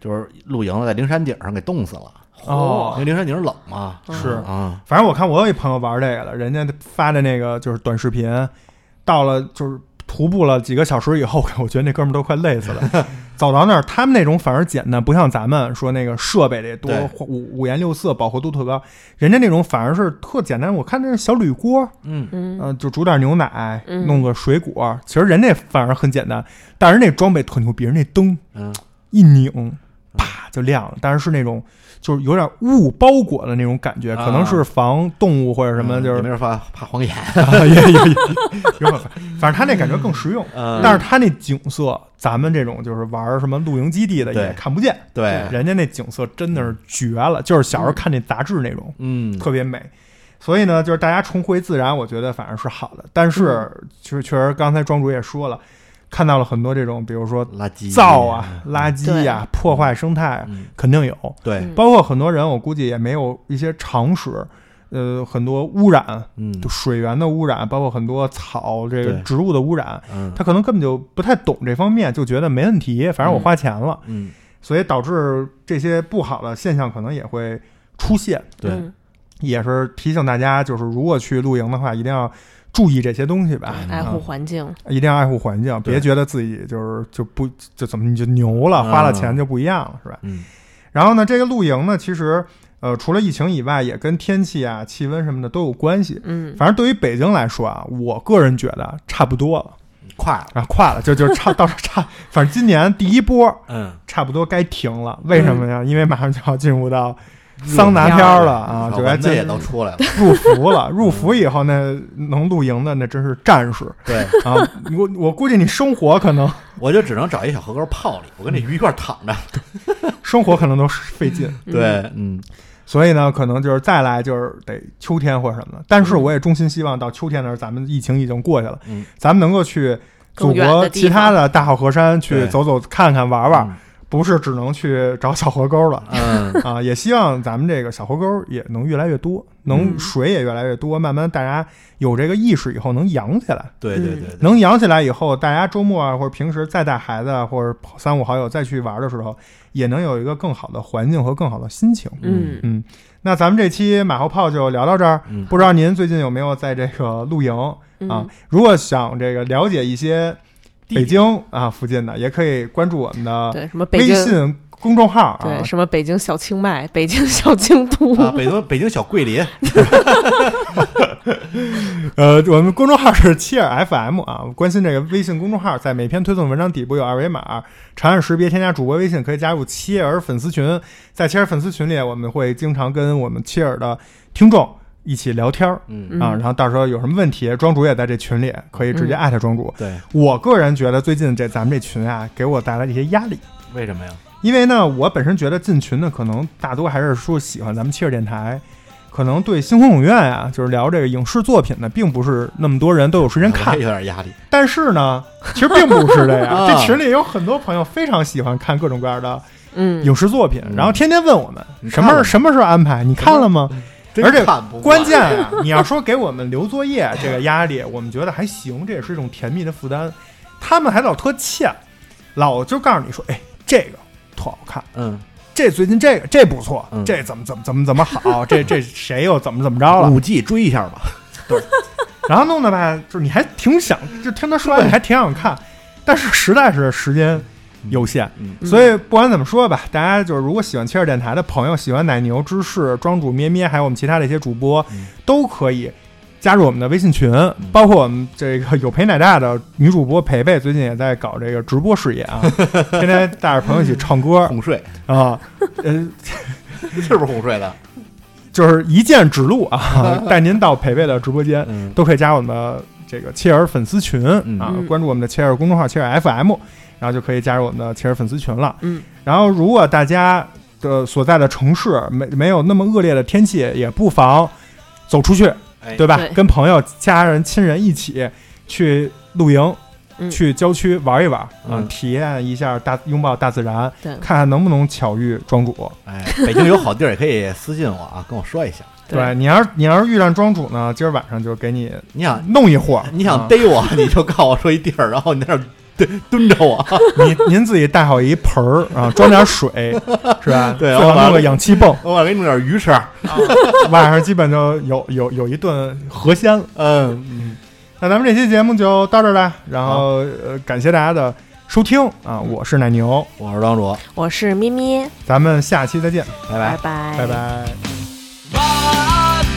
Speaker 4: 就是露营的在灵山顶上给冻死了，
Speaker 3: 哦
Speaker 4: 因为灵山顶冷嘛。
Speaker 3: 是。
Speaker 4: 啊，
Speaker 3: 反正我看我有一朋友玩这个的，人家发的那个就是短视频，到了就是徒步了几个小时以后，我觉得那哥们儿都快累死了。 走到那儿，他们那种反而简单，不像咱们说那个设备得多
Speaker 4: 对
Speaker 3: 五五颜六色，饱和度特高。人家那种反而是特简单，我看那是小铝锅，
Speaker 4: 嗯，
Speaker 5: 嗯
Speaker 3: 嗯、就煮点牛奶，
Speaker 5: 嗯
Speaker 3: 弄个水果。其实人那反而很简单，但是那装备特牛逼，人那灯
Speaker 4: 嗯
Speaker 3: 一拧，啪就亮了。但是是那种就是有点雾包裹的那种感觉，
Speaker 4: 啊嗯
Speaker 3: 可能是防动物或者什么，就
Speaker 4: 也
Speaker 3: 是
Speaker 4: 没、人怕怕晃 眼，
Speaker 3: 啊也也也有可能反正他那感觉更实用。
Speaker 4: 嗯
Speaker 3: 但是他那景色，咱们这种就是玩什么露营基地的
Speaker 4: 对
Speaker 3: 也看不见，
Speaker 4: 对，
Speaker 3: 人家那景色真的是绝了，就是小时候看那杂志那种。
Speaker 4: 嗯，
Speaker 3: 特别美。所以呢，就是大家重回自然，我觉得反而是好的。但是，
Speaker 4: 嗯
Speaker 3: 其实确实，刚才庄主也说了，看到了很多这种，比如说
Speaker 4: 垃圾
Speaker 3: 造啊、，垃圾呀、破坏生态啊，
Speaker 4: 嗯
Speaker 3: 肯定有。
Speaker 4: 对，
Speaker 3: 包括很多人，我估计也没有一些常识，呃，很多污染，
Speaker 4: 嗯
Speaker 3: 就水源的污染，包括很多草这个
Speaker 4: 对
Speaker 3: 植物的污染，
Speaker 4: 嗯
Speaker 3: 他可能根本就不太懂这方面，就觉得没问题，反正我花钱了，
Speaker 4: 嗯，
Speaker 3: 所以导致这些不好的现象可能也会出现。
Speaker 4: 对，
Speaker 5: 嗯
Speaker 3: 也是提醒大家，就是如果去露营的话，一定要注意这些东西吧，
Speaker 4: 嗯
Speaker 5: 爱哎护
Speaker 3: 啊
Speaker 5: 环境，
Speaker 3: 一定要爱护环境，
Speaker 4: 对
Speaker 3: 别觉得自己就是就不就怎么你就牛了，
Speaker 4: 嗯
Speaker 3: 花了钱就不一样了，是吧？
Speaker 4: 嗯
Speaker 3: 然后呢，这个露营呢，其实呃，除了疫情以外，也跟天气啊、气温什么的都有关系。
Speaker 5: 嗯，
Speaker 3: 反正对于北京来说啊，我个人觉得差不多了
Speaker 4: 快了，
Speaker 3: 啊，快了，就就差 到时候差，反正今年第一波
Speaker 4: 嗯，
Speaker 3: 差不多该停了。为什么呀？因为马上就要进入到桑拿天儿了啊，就该
Speaker 4: 蚊子也
Speaker 3: 进
Speaker 4: 都出来了，
Speaker 3: 入伏 了。入伏以后那能露营的那真是战士
Speaker 4: 对，
Speaker 3: 啊！我我估计你生活可能
Speaker 4: 我就只能找一小河沟泡里，我跟那鱼一块儿躺着，
Speaker 3: 生活可能都是费 劲，
Speaker 4: 对，嗯，
Speaker 3: 所以呢，可能就是再来就是得秋天或者什么的。但是我也衷心希望到秋天的时候，咱们疫情已经过去了，
Speaker 4: 嗯
Speaker 3: 咱们能够去祖
Speaker 5: 更远
Speaker 3: 国
Speaker 5: 的地方
Speaker 3: 其他的大好河山去
Speaker 4: 对
Speaker 3: 走走看看玩玩，不是只能去找小河沟了。
Speaker 4: 嗯，
Speaker 3: 啊，也希望咱们这个小河沟也能越来越多，能
Speaker 4: 嗯
Speaker 3: 水也越来越多，慢慢大家有这个意识以后能养起来，
Speaker 4: 对对对对，
Speaker 3: 能养起来以后，大家周末啊或者平时再带孩子啊或者三五好友再去玩的时候，也能有一个更好的环境和更好的心情。
Speaker 5: 嗯，
Speaker 3: 嗯，那咱们这期马后炮就聊到这儿。
Speaker 4: 嗯
Speaker 3: 不知道您最近有没有在这个露营
Speaker 5: 嗯
Speaker 3: 啊？如果想这个了解一些北京啊附近的，也可以关注我们的
Speaker 5: 嗯对，什么北
Speaker 3: 啊微
Speaker 5: 京，
Speaker 3: 信公众号啊
Speaker 5: 对，。什么北京小清迈、北京小京 都，
Speaker 4: 啊，北京北京小桂林，
Speaker 3: 呃，我们公众号是切尔 FM 啊。我关心这个微信公众号，在每篇推送文章底部有二维码，长按识别添加主播微信，可以加入切尔粉丝群。在切尔粉丝群里，我们会经常跟我们切尔的听众一起聊天儿。
Speaker 4: 嗯，
Speaker 5: 嗯
Speaker 3: 啊，然后到时候有什么问题，庄主也在这群里，可以直接
Speaker 5: 嗯
Speaker 3: 艾特庄主。
Speaker 4: 对，
Speaker 3: 我个人觉得最近这咱们这群啊，给我带来一些压力，
Speaker 4: 为什么呀？
Speaker 3: 因为呢，我本身觉得进群的可能大多还是说喜欢咱们七十电台，可能对星空影院啊，就是聊这个影视作品的，并不是那么多人都有时间
Speaker 4: 我
Speaker 3: 看
Speaker 4: 也。有点压力，
Speaker 3: 但是呢，其实并不是这样，
Speaker 4: 哎 啊
Speaker 3: 这群里有很多朋友非常喜欢看各种各样的
Speaker 5: 嗯，
Speaker 3: 影视作品，然后天天问我们
Speaker 4: 你
Speaker 3: 什
Speaker 4: 看
Speaker 3: 么时候
Speaker 4: 了吗
Speaker 3: 什么时候安排，你看了吗？
Speaker 4: 真
Speaker 3: 而且
Speaker 4: 看不惯
Speaker 3: 关键啊，你要说给我们留作业这个压力，我们觉得还行，这也是一种甜蜜的负担。他们还老特欠，老就告诉你说，哎，这个特好看，
Speaker 4: 嗯，
Speaker 3: 这最近这个这不错
Speaker 4: 嗯，
Speaker 3: 这怎么怎么怎么怎么好， 这这谁又怎么怎么着了？
Speaker 4: 五 G 追一下吧，
Speaker 3: 然后弄得吧，就是你还挺想，就听他说完你还挺想看，但是实在是时间有限，
Speaker 4: 嗯
Speaker 3: 所以不管怎么说吧，大家就是如果喜欢切尔电台的朋友，喜欢奶牛芝士、庄主咩咩，还有我们其他的一些主播，
Speaker 4: 嗯
Speaker 3: 都可以加入我们的微信群，包括我们这个有陪奶大的女主播培培，最近也在搞这个直播事业 啊，天天带着朋友一起唱歌
Speaker 4: 哄睡，
Speaker 3: 啊，呃，
Speaker 4: 是不是哄睡的？
Speaker 3: 就是一键指路 啊，带您到培培的直播间，
Speaker 4: 嗯，
Speaker 3: 都可以加我们的这个切尔粉丝群
Speaker 4: 嗯
Speaker 3: 啊，
Speaker 5: 嗯
Speaker 3: 关注我们的切尔公众号切尔 FM，然后就可以加入我们的切尔粉丝群了。
Speaker 5: 嗯，
Speaker 3: 然后如果大家的所在的城市没没有那么恶劣的天气，也不妨走出去，
Speaker 4: 哎
Speaker 3: 对吧？
Speaker 5: 对
Speaker 3: 跟朋友、家人、亲人一起去露营。
Speaker 5: 嗯
Speaker 3: 去郊区玩一玩啊、
Speaker 4: 嗯
Speaker 3: 体验一下大拥抱大自然，
Speaker 5: 对
Speaker 3: 看看能不能巧遇庄主。
Speaker 4: 哎，北京有好地儿也可以私信我啊，跟我说一下。
Speaker 5: 对
Speaker 3: 你要是你要是遇上庄主呢，今儿晚上就给你
Speaker 4: 你想，
Speaker 3: 弄一货。
Speaker 4: 你
Speaker 3: 啊
Speaker 4: 想逮我，你就告诉我说一地儿，然后你在那儿蹲蹲着我，
Speaker 3: 您您自己带好一盆儿啊，装点 水，是吧？
Speaker 4: 对
Speaker 3: 最
Speaker 4: 我
Speaker 3: 好
Speaker 4: 把
Speaker 3: 弄个氧气泵，
Speaker 4: 我给你弄点鱼 吃。
Speaker 3: 晚上基本就有有有一顿河鲜了。
Speaker 4: 嗯，
Speaker 3: 那咱们这期节目就到这儿了，然后呃，感谢大家的收听啊，我是奶牛，
Speaker 4: 我是庄主，
Speaker 5: 我是咪咪，
Speaker 3: 咱们下期再见，
Speaker 4: 拜拜。
Speaker 3: 拜
Speaker 5: 拜
Speaker 3: 拜。
Speaker 8: 晚安，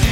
Speaker 8: 京，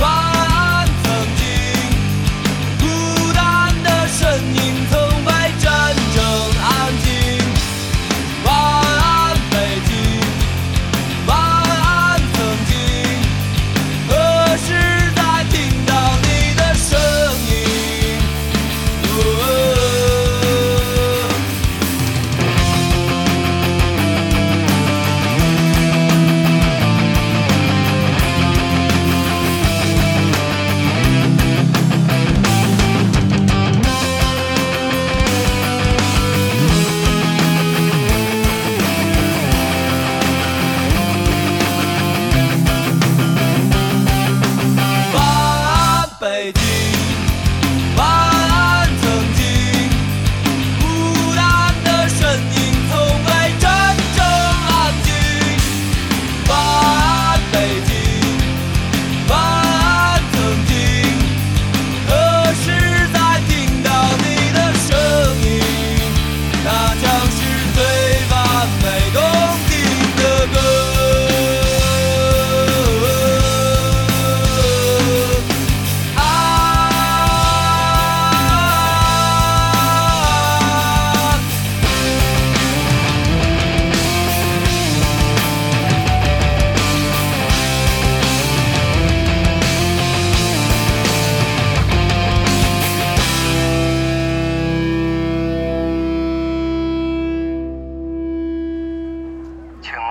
Speaker 8: 晚安，曾经，孤单的身影曾被真正安静。晚安，北京，晚安，曾经，何时再听到你的声音？哦
Speaker 7: 晚安，北京，
Speaker 6: 啊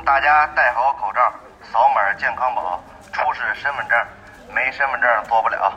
Speaker 1: 大家戴好口罩，扫码健康宝，出示身份证，没身份证做不了。